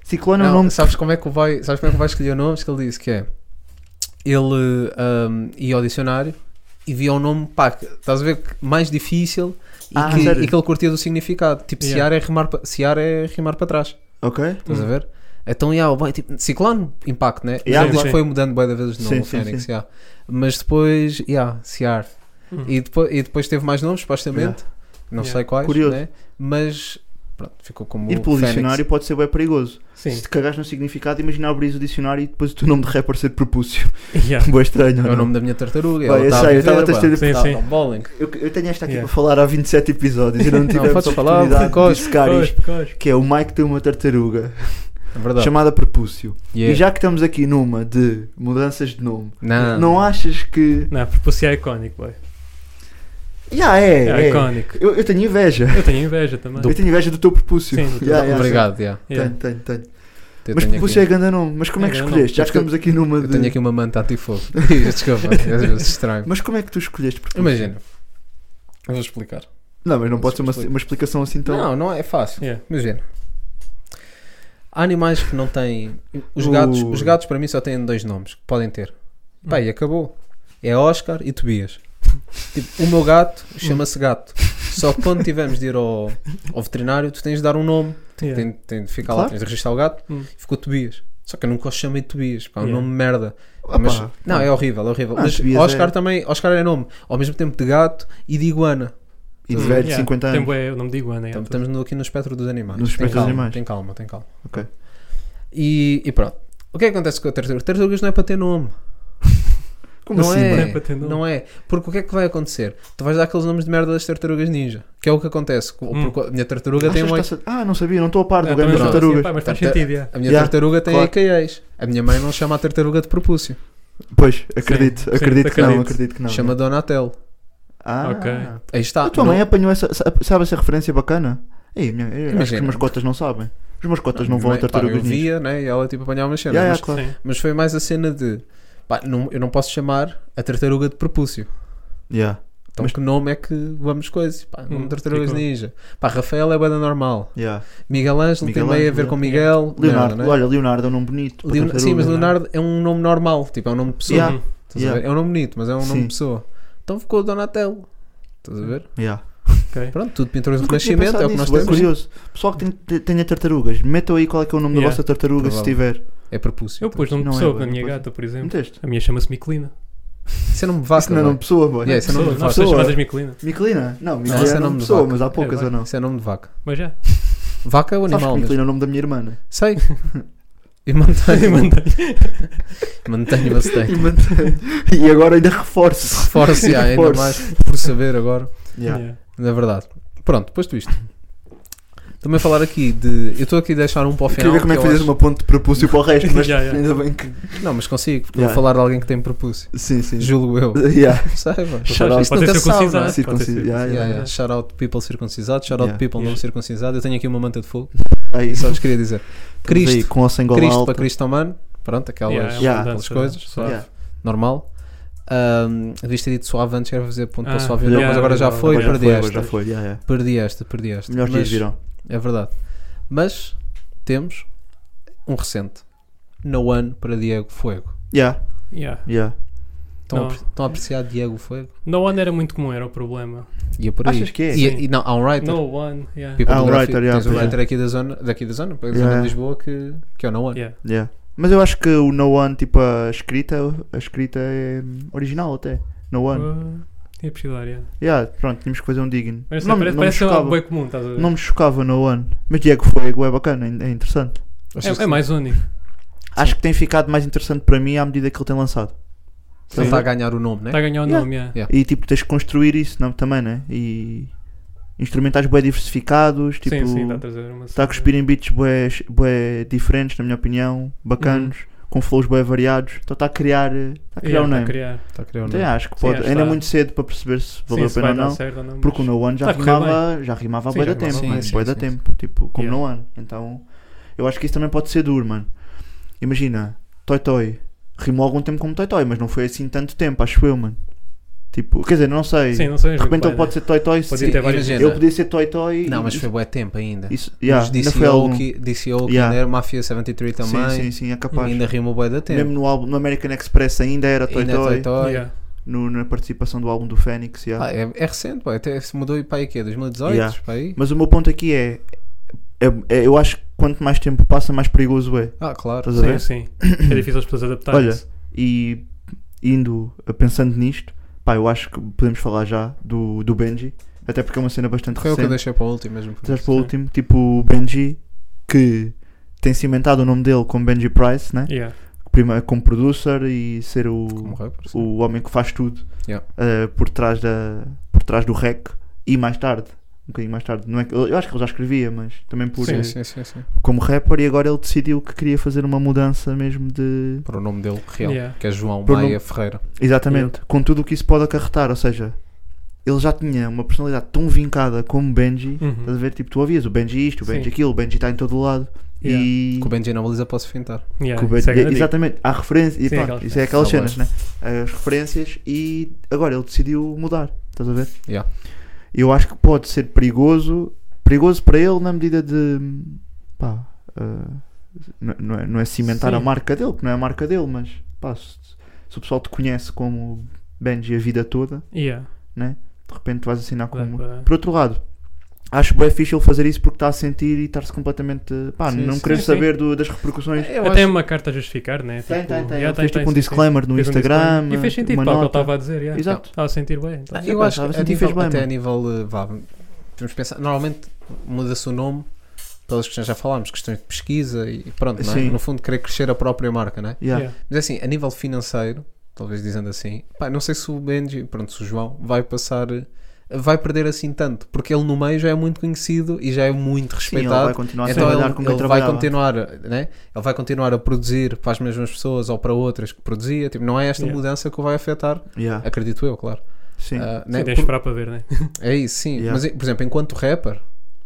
Speaker 6: Ciclone é o
Speaker 7: Não,
Speaker 6: nome.
Speaker 7: sabes como é que o vai, sabes como é que o vai escolher nomes que ele disse que é? Ele ahm, ia ao dicionário e via um nome, pá, que- estás a ver que mais difícil e,
Speaker 6: Ah,
Speaker 7: que,
Speaker 6: sério?
Speaker 7: e que ele curtia do significado. Tipo,
Speaker 5: Yeah. Hum.
Speaker 7: sear é rimar, pa- sear é rimar para trás.
Speaker 6: Ok.
Speaker 7: Estás a ver? Então, yeah, o boy, tipo, ciclone, impacto, né?
Speaker 6: Yeah,
Speaker 7: ele diz
Speaker 5: sim.
Speaker 7: que foi mudando boa da vez de novo,
Speaker 6: Sim,
Speaker 7: o
Speaker 6: sim,
Speaker 7: Fênix,
Speaker 6: sim.
Speaker 7: yeah. Mas depois, yeah, Ciar.
Speaker 5: Hum.
Speaker 7: E, depois, e depois teve mais nomes, supostamente. Não
Speaker 5: Yeah.
Speaker 7: sei quais,
Speaker 6: Curioso.
Speaker 7: né? Mas, pronto, ficou como
Speaker 6: Ir pelo
Speaker 7: Fênix.
Speaker 6: dicionário pode ser bem perigoso.
Speaker 5: Sim.
Speaker 6: Se te cagares no significado, imagina abrir o dicionário e depois o teu nome de rapper ser propúcio.
Speaker 5: Yeah.
Speaker 6: Boa estranho.
Speaker 7: É
Speaker 6: não?
Speaker 7: o nome da minha tartaruga.
Speaker 6: Pá,
Speaker 7: ela
Speaker 6: Uhum. eu
Speaker 7: tá a
Speaker 6: sei, eu
Speaker 7: viver,
Speaker 6: estava a
Speaker 7: pá.
Speaker 6: ter- um
Speaker 5: Sim,
Speaker 7: Tá,
Speaker 5: sim.
Speaker 7: tá bowling.
Speaker 6: Eu, eu tenho esta aqui
Speaker 5: Yeah.
Speaker 6: para falar há 27 episórios e não tive
Speaker 7: Não,
Speaker 6: a
Speaker 7: podes falar,
Speaker 6: oportunidade de
Speaker 7: cospe,
Speaker 6: buscar isto.
Speaker 5: Cospe, cospe.
Speaker 6: Que é o Mike tem uma tartaruga
Speaker 7: É verdade. é-
Speaker 6: chamada Propúcio.
Speaker 7: Yeah. Ah.
Speaker 6: E já que estamos aqui numa de mudanças de nome,
Speaker 7: Não,
Speaker 6: não achas que.
Speaker 5: Não, propulsão é icónico, boy.
Speaker 6: Já é!
Speaker 5: É
Speaker 6: é.
Speaker 5: icónico.
Speaker 6: Eu, eu tenho inveja.
Speaker 5: Eu tenho inveja também.
Speaker 6: Eu tenho inveja do teu propúcio.
Speaker 5: Sim, do teu
Speaker 6: Já, já,
Speaker 7: Obrigado, yeah.
Speaker 6: é, sim.
Speaker 5: Yeah.
Speaker 6: Tenho, tenho, tenho.
Speaker 7: Eu
Speaker 6: Mas
Speaker 7: tenho aqui-
Speaker 6: propúcio é grande nome. Mas como é
Speaker 5: É
Speaker 6: que
Speaker 5: grande
Speaker 6: escolheste? Já que
Speaker 7: Porque eu-
Speaker 6: estamos aqui numa
Speaker 7: Eu tenho aqui
Speaker 6: de.
Speaker 7: uma manta antifogo. Desculpa, é às vezes estranho.
Speaker 6: Mas como é que tu escolheste propúcio?
Speaker 7: Imagina. Eu Vou explicar.
Speaker 6: Não, mas não pode ser uma,
Speaker 7: Explica.
Speaker 6: uma explicação assim tão.
Speaker 7: Não, não é fácil.
Speaker 5: Yeah.
Speaker 7: Imagina. Há animais que não têm. Os gatos,
Speaker 6: Ui.
Speaker 7: os gatos para mim só têm dois nomes que podem ter. Pá, e acabou. É Oscar e Tobias. Tipo, o meu gato chama-se gato. Só que quando tivermos de ir ao, ao veterinário, tu tens de dar um nome.
Speaker 5: Yeah.
Speaker 7: Tem, tem de ficar lá,
Speaker 6: Claro.
Speaker 7: tens de registrar o gato.
Speaker 5: Hum.
Speaker 7: Ficou Tobias. Só que eu nunca o chamei Tobias. Pá, um
Speaker 5: Yeah.
Speaker 7: nome de merda.
Speaker 6: Ah,
Speaker 7: Mas-
Speaker 6: pá.
Speaker 7: não, é horrível, é horrível.
Speaker 6: Ah,
Speaker 7: Mas
Speaker 6: Tobias
Speaker 7: Oscar
Speaker 6: é-
Speaker 7: também. Oscar é nome. Ao mesmo tempo de gato e de iguana.
Speaker 6: E de velho de
Speaker 5: Yeah.
Speaker 6: 50
Speaker 5: Tem
Speaker 6: anos.
Speaker 5: bué, eu não me digo é Ana.
Speaker 7: Então, estamos no- aqui no espectro dos animais.
Speaker 6: No espectro
Speaker 7: tem calma,
Speaker 6: dos animais.
Speaker 7: Tem calma, tem calma.
Speaker 6: Ok.
Speaker 7: E, e pronto. O que é que acontece com a tartaruga? Tartarugas não é para ter nome.
Speaker 6: Como
Speaker 7: não
Speaker 6: assim?
Speaker 7: é,
Speaker 5: não
Speaker 6: mano?
Speaker 5: é para ter nome?
Speaker 7: Não é. Porque o que é que vai acontecer? Tu vais dar aqueles nomes de merda das tartarugas ninja. Que é o que acontece. com-
Speaker 5: Hum.
Speaker 7: Porque a minha tartaruga
Speaker 6: Achas
Speaker 7: tem um.
Speaker 6: que está-se a- Ah, não sabia, não estou a par do
Speaker 5: Não,
Speaker 6: game
Speaker 5: também
Speaker 6: das
Speaker 5: não.
Speaker 6: tartarugas.
Speaker 5: Sim, pá, mas faz
Speaker 7: Tartar-
Speaker 5: sentido, yeah.
Speaker 7: A minha
Speaker 6: Yeah,
Speaker 7: tartaruga tem
Speaker 6: claro.
Speaker 7: AKAs. A minha mãe não chama a tartaruga de propúcio.
Speaker 6: Pois, acredito,
Speaker 5: sim,
Speaker 6: acredito que não,
Speaker 5: acredito.
Speaker 6: acredito que não.
Speaker 7: chama Donatello.
Speaker 6: Ah,
Speaker 5: Ok.
Speaker 7: Aí está.
Speaker 6: A tua
Speaker 7: Não-
Speaker 6: mãe é- apanhou essa, sa- sabe essa referência bacana? Ei, minha, eu acho que
Speaker 7: Imagina.
Speaker 6: os mascotas não sabem. Os mascotas não,
Speaker 7: minha
Speaker 6: vão a
Speaker 7: mãe- pá,
Speaker 6: tartarugas
Speaker 7: Eu
Speaker 6: ninja.
Speaker 7: via, né? E ela tipo apanhava umas cenas.
Speaker 6: Yeah,
Speaker 7: mas,
Speaker 6: yeah, claro.
Speaker 5: Sim.
Speaker 7: mas foi mais a cena de. pá, não- eu não posso chamar a tartaruga de propúcio.
Speaker 6: Yeah,
Speaker 7: Então
Speaker 6: Mas-
Speaker 7: que nome é que vamos coisas? Pá, nome
Speaker 5: Hum,
Speaker 7: Tartarugas
Speaker 5: ficou.
Speaker 7: Ninja. Pá, Rafael é banda normal.
Speaker 6: yeah.
Speaker 7: Miguel Ângelo
Speaker 6: Miguel
Speaker 7: tem meio a ver
Speaker 6: Ângelo,
Speaker 7: com Miguel.
Speaker 6: Leonardo,
Speaker 7: merda, né?
Speaker 6: olha, Leonardo é um nome bonito. para
Speaker 7: Leon-
Speaker 6: tartaruga.
Speaker 7: Sim, mas Leonardo é um nome normal. Tipo, é um nome de pessoa.
Speaker 6: Yeah,
Speaker 5: Uhum.
Speaker 7: Estás a
Speaker 6: yeah.
Speaker 7: ver? É um nome bonito, mas é um nome
Speaker 6: Sim.
Speaker 7: de pessoa. Então ficou Donatello. Estás a ver?
Speaker 6: yeah.
Speaker 5: Ok.
Speaker 7: Pronto, tudo pintores do
Speaker 6: Nunca tinha
Speaker 7: Renascimento, é o que
Speaker 6: pensado
Speaker 7: nós
Speaker 6: nisso, é
Speaker 7: temos.
Speaker 6: curioso. Pessoal que tem- te- tenha tartarugas, metam aí qual é que é o nome da
Speaker 5: Yeah.
Speaker 6: vossa tartaruga se tiver.
Speaker 7: É propúcio.
Speaker 5: Eu pus nome de
Speaker 6: Não é,
Speaker 5: pessoa
Speaker 6: não
Speaker 5: na minha
Speaker 6: pode.
Speaker 5: gata, por exemplo.
Speaker 6: Meteste?
Speaker 5: A minha chama-se Miquelina.
Speaker 7: Isso é nome de
Speaker 6: Isso
Speaker 7: vaca.
Speaker 6: não é
Speaker 7: boy.
Speaker 6: nome de pessoa, boy.
Speaker 7: Yeah, isso é nome
Speaker 5: Pessoa,
Speaker 7: de
Speaker 5: Nós
Speaker 7: vaca.
Speaker 5: somos
Speaker 6: Pessoa.
Speaker 5: chamadas Miquelina.
Speaker 6: Miquelina? Não, Miquelina
Speaker 7: esse
Speaker 6: é nome de pessoa, mas há poucas
Speaker 5: É,
Speaker 6: ou não?
Speaker 7: Isso um é nome de vaca.
Speaker 5: Mas já.
Speaker 7: Vaca é o
Speaker 6: Sabes que
Speaker 7: animal mesmo.
Speaker 6: Miquelina é o nome da minha irmã?
Speaker 7: Sei. E mantenho. mantenho bastante.
Speaker 6: E mantém. E agora ainda reforço.
Speaker 7: Reforço, yeah, ainda
Speaker 6: Reforço.
Speaker 7: mais por saber agora.
Speaker 6: Yeah.
Speaker 5: Yeah.
Speaker 7: Na verdade. Pronto, depois tu isto. Também falar aqui de. Eu estou aqui a deixar um para o
Speaker 6: Queria
Speaker 7: final.
Speaker 6: ver como é que
Speaker 7: que eu
Speaker 6: fazes
Speaker 7: acho-
Speaker 6: uma ponte de propúcio para o resto, mas
Speaker 5: Yeah, yeah.
Speaker 6: ainda bem que.
Speaker 7: Não, mas consigo, porque
Speaker 6: Yeah.
Speaker 7: vou falar de alguém que tem propúcio.
Speaker 6: Sim, sim.
Speaker 7: Julgo eu.
Speaker 6: Yeah.
Speaker 7: Saiba.
Speaker 6: Shout out.
Speaker 7: Isto nunca se sabe, não é?
Speaker 5: circuncisado. Pode
Speaker 6: Circunciso.
Speaker 5: ser
Speaker 6: Yeah,
Speaker 7: Yeah,
Speaker 5: circuncisado.
Speaker 7: yeah. Shout out people circuncisados, shout out
Speaker 6: Yeah.
Speaker 7: people não
Speaker 5: Yeah.
Speaker 7: circuncisados. Eu tenho aqui uma manta de fogo.
Speaker 6: Aí,
Speaker 7: E só vos queria dizer:
Speaker 6: Cristo.
Speaker 7: Cristo,
Speaker 6: com o sangue
Speaker 7: Cristo
Speaker 6: alto.
Speaker 7: para Cristo humano, pronto, aquelas,
Speaker 5: Yeah, é uma
Speaker 6: Yeah.
Speaker 7: aquelas
Speaker 5: mudança,
Speaker 7: coisas,
Speaker 5: só.
Speaker 6: Yeah.
Speaker 7: normal. Ahm, devias ter dito suave antes, era fazer ponto
Speaker 5: Ah,
Speaker 7: para suave, não,
Speaker 5: yeah,
Speaker 7: mas agora já
Speaker 5: agora
Speaker 7: foi,
Speaker 6: Agora já
Speaker 7: perdi
Speaker 6: foi,
Speaker 7: esta.
Speaker 6: agora já foi. yeah, yeah.
Speaker 7: Perdi esta, perdi esta.
Speaker 6: Melhores dias
Speaker 7: Mas-
Speaker 6: virão.
Speaker 7: É verdade. Mas temos um recente. No One para Diego Fuego.
Speaker 6: Yeah,
Speaker 5: Yeah.
Speaker 6: yeah.
Speaker 7: Estão, a,
Speaker 5: Não.
Speaker 7: apre- estão a apreciar Diego Fuego?
Speaker 5: No One era muito comum, era o problema.
Speaker 7: Ia por aí.
Speaker 6: Achas que é?
Speaker 7: E, e não, há um writer.
Speaker 5: No One, yeah.
Speaker 7: People
Speaker 6: Há um
Speaker 7: Graphic,
Speaker 6: writer, yeah,
Speaker 7: tens um
Speaker 6: pois é.
Speaker 7: writer aqui da zona, daqui da zona, da zona
Speaker 6: Yeah.
Speaker 7: de Lisboa que, que é o No One.
Speaker 5: Yeah.
Speaker 6: Yeah. Mas eu acho que o No One, tipo, a escrita, a escrita é hum, original até. No One.
Speaker 5: Uh, é possível, yeah.
Speaker 6: Yeah, pronto, tínhamos que fazer um digno.
Speaker 5: Mas
Speaker 6: não,
Speaker 5: não, parece,
Speaker 6: não, me
Speaker 5: parece algo
Speaker 6: chocava,
Speaker 5: bem comum, estás a ver?
Speaker 6: não me chocava No One. Mas Diego Fuego é bacana, é é interessante.
Speaker 7: Achas
Speaker 5: é, é mais único.
Speaker 6: Acho que tem ficado mais interessante para mim à medida que ele tem lançado.
Speaker 7: que Ele está a ganhar o nome, né?
Speaker 5: Está Tá a ganhar o
Speaker 6: Yeah.
Speaker 5: nome, yeah.
Speaker 6: E tipo, tens que construir isso não, também, né? E instrumentais bem diversificados, tipo.
Speaker 5: sim, sim, está a trazer uma
Speaker 6: Está a cuspir em beats bué, bué diferentes, na minha opinião, bacanos, com flows bué variados. Então está a criar, eh, está a criar um
Speaker 5: Hum. Yeah, está a
Speaker 6: name.
Speaker 5: criar.
Speaker 7: Está a criar o
Speaker 6: Então
Speaker 7: nome.
Speaker 6: acho que
Speaker 5: Sim,
Speaker 6: pode.
Speaker 5: acho que
Speaker 6: Ainda é
Speaker 5: tá.
Speaker 6: muito cedo para perceber se valeu
Speaker 5: Sim,
Speaker 6: a
Speaker 5: se
Speaker 6: pena
Speaker 5: vai
Speaker 6: ou
Speaker 5: dar
Speaker 6: não.
Speaker 5: certo ou não,
Speaker 6: Porque o
Speaker 5: mas-
Speaker 6: No One já
Speaker 5: Tá a correr
Speaker 6: rimava, já rimava há
Speaker 5: Sim,
Speaker 6: bué
Speaker 5: já
Speaker 6: da tempo,
Speaker 5: rimava
Speaker 7: bem.
Speaker 6: mano,
Speaker 7: Sim,
Speaker 6: bué
Speaker 7: sim,
Speaker 6: da
Speaker 7: sim,
Speaker 6: tempo, tipo, como
Speaker 5: Yeah.
Speaker 6: No One. Então, eu acho que isso também pode ser duro, mano. Imagina, Toy Toy, rimou algum tempo como Toy Toy, mas não foi assim tanto tempo, acho eu, mano. Tipo, quer dizer, não sei.
Speaker 5: Sim, não sei.
Speaker 6: de repente ele pode ser Toy Toy,
Speaker 5: Pode
Speaker 6: sim.
Speaker 5: ter vários-
Speaker 7: imagina.
Speaker 6: eu podia ser Toy Toy.
Speaker 7: Não,
Speaker 6: e-
Speaker 7: mas foi bué tempo ainda.
Speaker 6: Isso, yeah,
Speaker 7: Os
Speaker 6: ainda
Speaker 7: DCO,
Speaker 6: foi algum.
Speaker 7: que, DCO que
Speaker 6: Yeah.
Speaker 7: ainda era né? Mafia 73 também.
Speaker 6: Sim, sim, sim, é capaz.
Speaker 7: Ainda rimou bué da tempo.
Speaker 6: Mesmo no álbum, no American Express ainda era Toy
Speaker 7: Ainda é
Speaker 6: Toy,
Speaker 7: Toy Toy.
Speaker 5: Yeah.
Speaker 6: no- na participação do álbum do Fênix, yeah.
Speaker 7: Ah, é, é recente, pá. Até se mudou para aí é? quê? 2018?
Speaker 6: Yeah.
Speaker 7: Para aí?
Speaker 6: Mas o meu ponto aqui é, é- é- eu acho que quanto mais tempo passa, mais perigoso é.
Speaker 7: Ah, claro.
Speaker 6: Estás a
Speaker 5: Sim,
Speaker 6: ver?
Speaker 5: sim. É difícil as pessoas adaptarem-se.
Speaker 6: E indo, eh, pensando nisto, pá, eu acho que podemos falar já do, do Benji, até porque é uma cena bastante
Speaker 7: Foi o que eu
Speaker 6: recente.
Speaker 7: deixei para o último mesmo. por
Speaker 6: Traz
Speaker 7: isso.
Speaker 6: para o
Speaker 5: Sim.
Speaker 6: último, tipo o Benji, que tem cimentado o nome dele como Benji Price, né?
Speaker 5: Yeah.
Speaker 6: Prima- como producer e ser o,
Speaker 7: Como rapper, sim.
Speaker 6: o homem que faz tudo
Speaker 7: Yeah.
Speaker 6: eh, por, trás da, por trás do rec e mais tarde, um bocadinho mais tarde. Não é, que- eu acho que ele já escrevia, mas também por,
Speaker 7: Sim, sim, sim, sim.
Speaker 6: como rapper e agora ele decidiu que queria fazer uma mudança mesmo de.
Speaker 7: Para o nome dele real,
Speaker 5: Yeah.
Speaker 7: que é João
Speaker 6: Para o
Speaker 7: Maia
Speaker 6: nome-
Speaker 7: Ferreira.
Speaker 6: Exatamente, com tudo o que isso pode acarretar, ou seja, ele já tinha uma personalidade tão vincada como Benji.
Speaker 5: Uhum.
Speaker 6: Estás a ver? Tipo, tu ouvias o Benji isto, o Benji
Speaker 5: Sim.
Speaker 6: aquilo, o Benji está em todo o lado.
Speaker 5: Yeah.
Speaker 6: E
Speaker 7: Que o Benji na baliza posso fintar.
Speaker 5: Yeah.
Speaker 6: Que o Ben-
Speaker 5: isso é grande.
Speaker 6: exatamente, há referências. E
Speaker 5: Sim,
Speaker 6: pronto,
Speaker 5: aquelas é?
Speaker 6: isso é aquelas
Speaker 7: cenas.
Speaker 6: cenas, né? As referências e agora ele decidiu mudar. Estás a ver?
Speaker 7: Yeah.
Speaker 6: Eu acho que pode ser perigoso. Perigoso para ele na medida de. Pá, ah, n- não, é, não é cimentar
Speaker 5: Sim.
Speaker 6: a marca dele, que não é a marca dele, mas pá, se, se o pessoal te conhece como Benji a vida toda,
Speaker 5: Yeah.
Speaker 6: de repente vais assinar como.
Speaker 5: Dá pra-
Speaker 6: Por outro lado, acho bem fixe ele fazer isso porque está a sentir e estar-se completamente. pá,
Speaker 7: Sim,
Speaker 6: não
Speaker 7: sim.
Speaker 6: querer
Speaker 5: Sim, sim.
Speaker 6: saber do- das repercussões.
Speaker 7: Eu
Speaker 5: Até
Speaker 7: acho-
Speaker 5: uma carta a justificar,
Speaker 6: Tem,
Speaker 5: né? Tipo,
Speaker 6: tem, tem.
Speaker 5: yeah,
Speaker 6: Ele fez
Speaker 5: tem,
Speaker 6: tipo um
Speaker 5: sim,
Speaker 6: disclaimer no
Speaker 5: Fez um
Speaker 6: Instagram.
Speaker 5: disclaimer. E fez sentido
Speaker 6: uma
Speaker 5: para o que ele
Speaker 6: nota.
Speaker 5: estava a dizer. yeah.
Speaker 6: Exato.
Speaker 5: Estava a sentir bem. então.
Speaker 7: eu
Speaker 6: pá,
Speaker 7: acho
Speaker 6: estava
Speaker 7: que
Speaker 6: a
Speaker 7: a
Speaker 6: sentir
Speaker 7: nível,
Speaker 6: fez bem,
Speaker 7: até a
Speaker 6: mano.
Speaker 7: nível. eh, Vá, temos que pensar. Normalmente muda-se o nome pelas questões que já falámos, questões de pesquisa e pronto, não é?
Speaker 6: Sim.
Speaker 7: No fundo, querer crescer a própria marca, não é?
Speaker 6: Yeah.
Speaker 5: Yeah.
Speaker 7: Mas assim, a nível financeiro, talvez dizendo assim, pá, não sei se o Benji, pronto, se o João vai passar. eh, Vai perder assim tanto, porque ele no meio já é muito conhecido e já é muito
Speaker 6: Sim, ele vai
Speaker 7: respeitado.
Speaker 6: continuar a
Speaker 7: Então
Speaker 6: trabalhar
Speaker 7: ele,
Speaker 6: como ele
Speaker 7: ele vai
Speaker 6: trabalhava.
Speaker 7: continuar, né? Ele vai continuar a produzir para as mesmas pessoas ou para outras que produzia. Tipo, não é esta
Speaker 5: Yeah.
Speaker 7: mudança que o vai afetar,
Speaker 6: Yeah.
Speaker 7: acredito eu, claro.
Speaker 6: Sim.
Speaker 7: Ah,
Speaker 5: Sim,
Speaker 7: né?
Speaker 5: tens de
Speaker 7: Por-
Speaker 5: esperar para ver, né?
Speaker 7: é isso, sim.
Speaker 6: Yeah.
Speaker 7: Mas, por exemplo, enquanto rapper,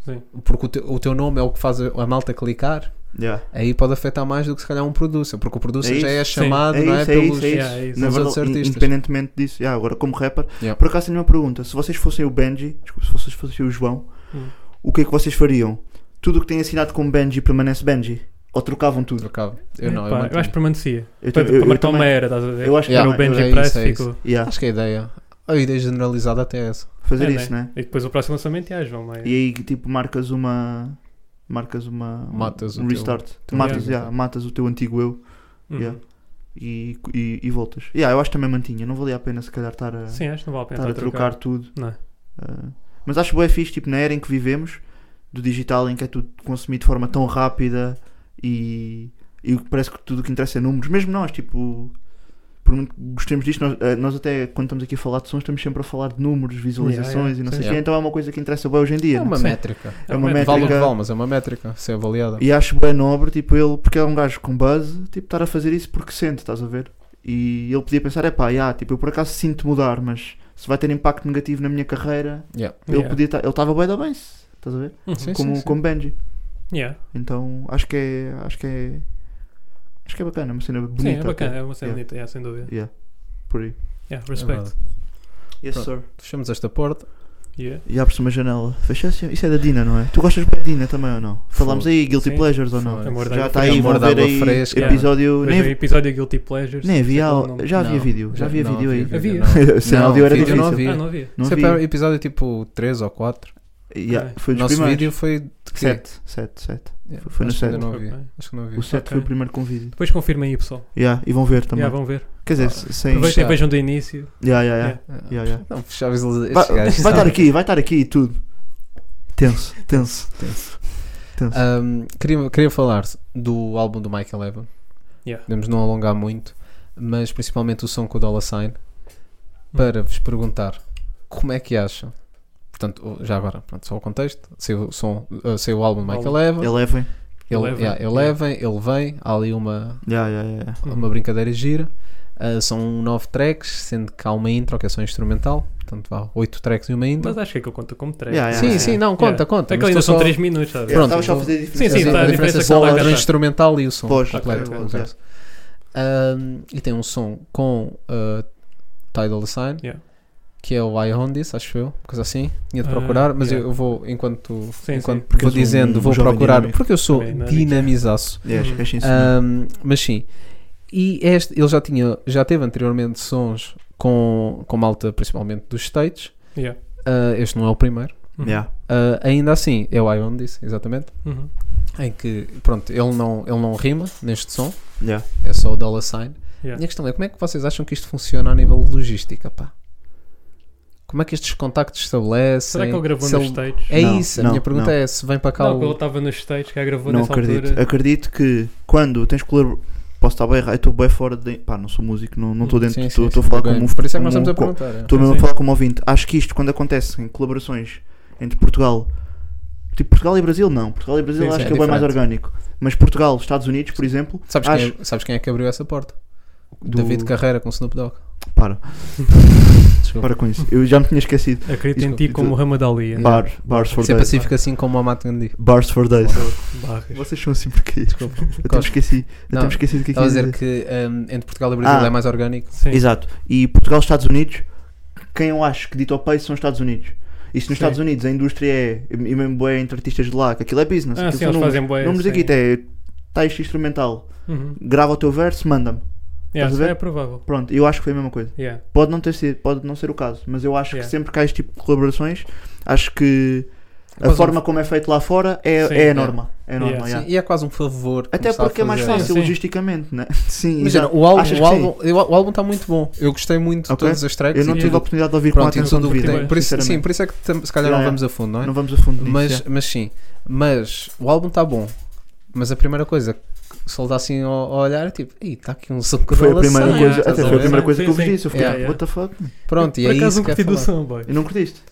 Speaker 5: Sim.
Speaker 7: porque o teu, o teu nome é o que faz a, a malta clicar,
Speaker 6: Yeah.
Speaker 7: aí pode afetar mais do que se calhar um producer, porque o producer
Speaker 6: É
Speaker 7: já é
Speaker 6: isso.
Speaker 7: chamado,
Speaker 6: Sim. É
Speaker 7: não é?
Speaker 6: isso, é
Speaker 7: pelos,
Speaker 6: isso, é isso.
Speaker 5: Yeah, é isso.
Speaker 6: Na
Speaker 7: Os outros
Speaker 6: verdade, in-
Speaker 7: artistas.
Speaker 6: independentemente disso, yeah, agora como rapper,
Speaker 7: Yeah.
Speaker 6: por acaso tenho uma pergunta. Se vocês fossem o Benji, desculpa, se vocês fossem o João,
Speaker 5: Hum.
Speaker 6: o que é que vocês fariam? Tudo o que tem assinado como Benji permanece Benji? Ou trocavam tudo?
Speaker 7: Trocava. Eu não, eu
Speaker 5: Pá,
Speaker 7: mantenho.
Speaker 5: acho que permanecia.
Speaker 6: Eu
Speaker 5: Para,
Speaker 6: tam- eu-
Speaker 5: para
Speaker 6: eu
Speaker 5: marcar uma
Speaker 6: também-
Speaker 5: era, estás a ver?
Speaker 6: Eu acho que
Speaker 5: Era o
Speaker 6: também,
Speaker 5: Benji
Speaker 7: é
Speaker 5: Price
Speaker 7: isso, é
Speaker 5: ficou.
Speaker 6: Yeah,
Speaker 7: Acho que a ideia, a ideia generalizada até é essa.
Speaker 6: Fazer
Speaker 5: É,
Speaker 6: isso, né?
Speaker 5: E depois o próximo lançamento é a João Maia.
Speaker 6: E aí tipo marcas uma. Marcas uma.
Speaker 7: Matas o
Speaker 6: um
Speaker 7: teu-
Speaker 6: restart.
Speaker 7: teu
Speaker 6: matas,
Speaker 5: ego.
Speaker 6: yeah, matas o teu antigo eu.
Speaker 5: Uhum.
Speaker 6: yeah. e, e, e voltas. Yeah, eu acho que também mantinha, não valia a pena se calhar estar a,
Speaker 5: Sim, acho que não vale a pena
Speaker 6: estar a trocar tudo.
Speaker 5: Não é?
Speaker 6: Ah, mas acho bem fixe, tipo, na era em que vivemos, do digital, em que é tudo consumido de forma tão rápida e, e o que parece que tudo o que interessa é números, mesmo nós, tipo, por muito que gostemos disto, nós, ah, nós até quando estamos aqui a falar de sons, estamos sempre a falar de números, visualizações
Speaker 5: Yeah, yeah,
Speaker 6: e não
Speaker 5: sim.
Speaker 6: sei o quê,
Speaker 7: Yeah.
Speaker 6: então é uma coisa que interessa bem hoje em dia.
Speaker 7: É
Speaker 6: né?
Speaker 7: uma
Speaker 5: Sim.
Speaker 7: métrica.
Speaker 6: É uma
Speaker 5: métrica.
Speaker 7: Vale o que
Speaker 6: Métrica-
Speaker 7: vale, mas é uma métrica a ser avaliada.
Speaker 6: E acho bem nobre, tipo, ele, porque é um gajo com buzz, tipo, estar a fazer isso porque sente, estás a ver? E ele podia pensar, é pá, yeah, tipo, eu por acaso sinto mudar, mas se vai ter impacto negativo na minha carreira,
Speaker 7: Yeah.
Speaker 6: ele podia estar, ele estava bem da bem, se- estás a ver?
Speaker 5: Uhum.
Speaker 7: Sim, sim,
Speaker 6: como,
Speaker 7: sim.
Speaker 6: como Benji.
Speaker 5: Yeah.
Speaker 6: Então, acho que é, acho que é, Acho que é bacana, é uma cena bonita.
Speaker 5: Sim, é
Speaker 6: até.
Speaker 5: bacana, é uma cena
Speaker 6: Yeah.
Speaker 5: bonita, yeah, sem dúvida.
Speaker 6: Yeah. Por aí.
Speaker 5: Yeah,
Speaker 7: É
Speaker 5: respect.
Speaker 7: verdade.
Speaker 6: Yes,
Speaker 7: Pronto.
Speaker 6: sir.
Speaker 7: Fechamos esta porta.
Speaker 5: Yeah.
Speaker 6: E abre-se uma janela. Fecha assim. Isso é da Dina, não é? Tu gostas bem da Dina também ou não? Falámos aí, Guilty
Speaker 5: Sim.
Speaker 6: Pleasures ou não?
Speaker 7: Foi.
Speaker 5: Amor da
Speaker 6: Já
Speaker 5: água
Speaker 6: está
Speaker 5: fresca.
Speaker 6: aí, vão
Speaker 7: Amor da
Speaker 6: ver
Speaker 7: água
Speaker 6: aí
Speaker 7: fresca.
Speaker 6: episódio.
Speaker 5: Veja o
Speaker 6: Nem,
Speaker 5: episódio Guilty Pleasures.
Speaker 6: nem
Speaker 5: não sei
Speaker 6: havia.
Speaker 5: qual o nome.
Speaker 6: Já havia
Speaker 7: Não,
Speaker 6: vídeo. Já havia
Speaker 7: não
Speaker 6: vídeo aí.
Speaker 7: vídeo,
Speaker 5: Havia?
Speaker 7: não.
Speaker 6: Sem áudio era
Speaker 7: vídeo
Speaker 6: difícil.
Speaker 7: não havia.
Speaker 5: Ah, não havia.
Speaker 6: Não
Speaker 7: Sempre era
Speaker 6: havia.
Speaker 7: é episódio tipo 3 ou 4.
Speaker 6: Yeah,
Speaker 5: Ok.
Speaker 6: Foi
Speaker 7: O
Speaker 6: dos
Speaker 7: nosso
Speaker 6: primeiros.
Speaker 7: vídeo foi de quê?
Speaker 6: 7, 7, 7.
Speaker 7: Yeah,
Speaker 6: Foi- foi no
Speaker 7: acho que ainda
Speaker 6: sete.
Speaker 7: não havia.
Speaker 5: Ok.
Speaker 7: Acho que não havia.
Speaker 6: O 7
Speaker 5: Ok.
Speaker 6: foi o primeiro com vídeo.
Speaker 5: Depois confirmem aí, pessoal.
Speaker 6: Yeah, e vão ver também.
Speaker 5: Já vão ver.
Speaker 6: Quer dizer, sem.
Speaker 7: Ah, Aproveita-
Speaker 5: Aproveitem,
Speaker 7: Fechado.
Speaker 5: vejam do início.
Speaker 6: Yeah, yeah, yeah.
Speaker 7: Ah,
Speaker 6: Yeah, yeah.
Speaker 7: Não, fechavas estes
Speaker 6: Vai,
Speaker 7: gajos.
Speaker 6: vai estar
Speaker 7: sabe?
Speaker 6: aqui, vai estar aqui e tudo. Tenso, tenso.
Speaker 7: Tenso.
Speaker 6: Tenso.
Speaker 7: Ahm, queria, queria falar do álbum do Michael Evan.
Speaker 5: Yeah.
Speaker 7: Podemos não alongar muito, mas principalmente o som com o Dollar Sign. Para vos perguntar como é que acham. Portanto, o- já agora, pronto, só o contexto. Saiu o, som, ah, saiu o álbum do Michael Evan.
Speaker 6: Elevem.
Speaker 7: Ele,
Speaker 5: Eleven,
Speaker 7: yeah, ele
Speaker 5: yeah. Uhum.
Speaker 7: vem, ele vem. Há ali uma,
Speaker 6: Yeah, yeah, yeah.
Speaker 7: uma brincadeira gira. Ah, são nove tracks, sendo que há uma intro que é só instrumental. Portanto, vá oito tracks e uma intro.
Speaker 5: Mas acho que é que eu conto como três.
Speaker 6: Yeah,
Speaker 7: sim, sim, não, conta, conta.
Speaker 5: Até É que
Speaker 7: mas
Speaker 5: ainda
Speaker 7: estou
Speaker 5: são
Speaker 7: só-
Speaker 5: 3 minutos, sabe?
Speaker 7: Pronto,
Speaker 6: Estava só a fazer a
Speaker 5: Sim,
Speaker 6: diferença.
Speaker 5: sim,
Speaker 7: a
Speaker 5: tá, a
Speaker 7: diferença
Speaker 5: diferença
Speaker 7: é
Speaker 5: com
Speaker 7: só
Speaker 5: a
Speaker 7: entre o
Speaker 5: caixa.
Speaker 7: instrumental e o som
Speaker 6: Pós,
Speaker 7: completo.
Speaker 6: ok,
Speaker 7: no
Speaker 6: ok.
Speaker 7: caso. Ahm, e tem um som com ah, Tidal Sign,
Speaker 5: Yeah.
Speaker 7: que é o I Hondis, acho eu, coisa assim. Tinha de
Speaker 5: Ah,
Speaker 7: procurar, mas
Speaker 5: yeah.
Speaker 7: eu, eu vou, enquanto,
Speaker 5: Sim,
Speaker 7: enquanto
Speaker 5: sim.
Speaker 6: Porque
Speaker 7: vou
Speaker 6: és um
Speaker 7: dizendo, vou
Speaker 6: jovem
Speaker 7: procurar,
Speaker 6: dinâmico.
Speaker 7: porque eu sou
Speaker 5: Dinâmico, é.
Speaker 7: dinamizaço.
Speaker 6: Yeah,
Speaker 5: Uhum.
Speaker 6: acho isso.
Speaker 7: Ahm, mas sim. E este, ele já tinha, já teve anteriormente sons com, com malta, principalmente dos States.
Speaker 5: Yeah.
Speaker 7: Ah, este não é o primeiro.
Speaker 5: Uhum.
Speaker 6: Yeah.
Speaker 7: Ah, ainda assim, é o I Hondis, exatamente.
Speaker 5: Uhum.
Speaker 7: Em que, pronto, ele não, ele não rima neste som.
Speaker 6: Yeah.
Speaker 7: É só o dollar sign.
Speaker 5: Yeah.
Speaker 7: A minha questão é como é que vocês acham que isto funciona a nível de logística, pá? Como é que estes contactos se estabelecem?
Speaker 5: Será que ele gravou
Speaker 7: Se
Speaker 5: nos
Speaker 7: ele-
Speaker 5: States?
Speaker 7: É
Speaker 6: Não,
Speaker 7: isso, a
Speaker 6: não,
Speaker 7: minha pergunta
Speaker 6: não.
Speaker 7: é se vem para cá
Speaker 5: Não,
Speaker 7: o...
Speaker 5: quando ele estava nos States, que gravou
Speaker 6: Não
Speaker 5: nessa
Speaker 6: acredito.
Speaker 5: altura.
Speaker 6: Acredito que quando tens que ler. Posso estar bem errado, eu estou bem fora de. Pá, não sou músico, não não estou
Speaker 7: Sim,
Speaker 6: dentro.
Speaker 7: sim,
Speaker 6: Estou
Speaker 7: sim,
Speaker 6: estou a falar
Speaker 7: ok.
Speaker 6: como. um
Speaker 7: Por isso é que nós
Speaker 6: como-
Speaker 7: estamos a
Speaker 6: co-
Speaker 7: perguntar. é.
Speaker 6: Estou mesmo a
Speaker 5: Sim.
Speaker 6: falar como ouvinte. Acho que isto, quando acontece em colaborações entre Portugal. Tipo, Portugal e Brasil, não. Portugal e Brasil
Speaker 5: Sim, sim,
Speaker 6: acho
Speaker 7: é
Speaker 6: que é bem mais
Speaker 7: diferente.
Speaker 6: orgânico. Mas Portugal, Estados Unidos, por exemplo.
Speaker 7: Sabes,
Speaker 6: acho
Speaker 7: quem é, sabes quem é que abriu essa porta?
Speaker 6: do-
Speaker 7: David Carreira com Snoop Dogg.
Speaker 6: Para,
Speaker 7: Desculpa.
Speaker 6: para com isso. Eu já me tinha esquecido.
Speaker 5: Acredito em
Speaker 6: Isso-
Speaker 5: ti como
Speaker 6: isso-
Speaker 5: Muhammad Ali. é?
Speaker 6: Bar, bars for
Speaker 7: Isso é
Speaker 6: days.
Speaker 7: pacífico assim como o Matt Gandhi.
Speaker 6: Bars for days.
Speaker 5: Barras.
Speaker 6: Vocês são assim porquê?
Speaker 7: Desculpa.
Speaker 6: Eu até me
Speaker 7: Gosto.
Speaker 6: esqueci. Eu até
Speaker 7: Não,
Speaker 6: me esqueci do que é que
Speaker 7: Estava a
Speaker 6: ia
Speaker 7: dizer
Speaker 6: dizer.
Speaker 7: que hum, entre Portugal e Brasil
Speaker 6: Ah.
Speaker 7: é mais orgânico.
Speaker 5: Sim.
Speaker 6: Exato. E Portugal, Estados Unidos, quem eu acho que dito ao país são os Estados Unidos. E se nos
Speaker 5: Sim.
Speaker 6: Estados Unidos a indústria é, e mesmo boé entre artistas de lá, que aquilo é business,
Speaker 5: Ah,
Speaker 6: aquilo
Speaker 5: sim,
Speaker 6: são
Speaker 5: eles
Speaker 6: números.
Speaker 5: fazem bué,
Speaker 6: números
Speaker 5: sim.
Speaker 6: aqui, é, tá isto instrumental,
Speaker 5: Uhum.
Speaker 6: grava o teu verso, manda-me.
Speaker 5: Yeah,
Speaker 6: Estás a
Speaker 5: isso
Speaker 6: ver?
Speaker 5: é provável.
Speaker 6: Pronto, eu acho que foi a mesma coisa.
Speaker 5: Yeah.
Speaker 6: Pode não ter sido, pode não ser o caso, mas eu acho
Speaker 5: Yeah.
Speaker 6: que sempre que há este tipo de colaborações, acho que a
Speaker 7: Mas
Speaker 6: forma como é feito lá fora é,
Speaker 5: um Sim,
Speaker 6: é
Speaker 5: é.
Speaker 6: a norma. É a norma,
Speaker 5: Yeah.
Speaker 7: Sim,
Speaker 6: yeah.
Speaker 7: e é quase um favor.
Speaker 6: Até
Speaker 7: começar a
Speaker 6: porque é mais
Speaker 7: fazer-
Speaker 6: fácil
Speaker 5: Sim.
Speaker 6: logisticamente, né? Sim,
Speaker 7: Imagina,
Speaker 6: exato.
Speaker 7: o álbum
Speaker 6: Achas
Speaker 7: o
Speaker 6: que sim?
Speaker 7: álbum- eu- o álbum está muito bom. Eu gostei muito de
Speaker 6: Ok.
Speaker 7: todas as tracks.
Speaker 6: Eu não
Speaker 7: e
Speaker 6: tive a
Speaker 7: tudo.
Speaker 6: oportunidade de ouvir com
Speaker 7: Pronto, um e
Speaker 6: atenção
Speaker 7: tudo
Speaker 6: do
Speaker 7: o que
Speaker 5: vida,
Speaker 7: tem.
Speaker 6: vídeo.
Speaker 7: Por isso, sim,
Speaker 6: sinceramente.
Speaker 7: por isso é que tam- se calhar não
Speaker 6: Yeah,
Speaker 7: vamos a fundo, não é?
Speaker 6: Não vamos a fundo disso.
Speaker 7: mas,
Speaker 6: yeah.
Speaker 7: mas sim, mas o álbum está bom. Mas a primeira coisa que se ele dá assim ao, ao olhar é tipo, "Ih, está aqui um som que
Speaker 6: Foi a
Speaker 7: dá
Speaker 6: primeira
Speaker 7: laçar."
Speaker 6: coisa,
Speaker 5: estás
Speaker 6: até
Speaker 5: a
Speaker 6: foi a
Speaker 5: ver?
Speaker 6: primeira coisa
Speaker 5: Ah, Sim,
Speaker 6: que eu vos
Speaker 5: sim.
Speaker 6: disse. Eu fiquei,
Speaker 5: Yeah,
Speaker 6: what the fuck?
Speaker 7: Pronto, e
Speaker 5: Por
Speaker 7: é
Speaker 5: acaso
Speaker 7: isso
Speaker 5: não
Speaker 7: que eu
Speaker 5: curti
Speaker 7: ia
Speaker 5: do
Speaker 7: falar.
Speaker 5: som, boy.
Speaker 6: E não curtiste?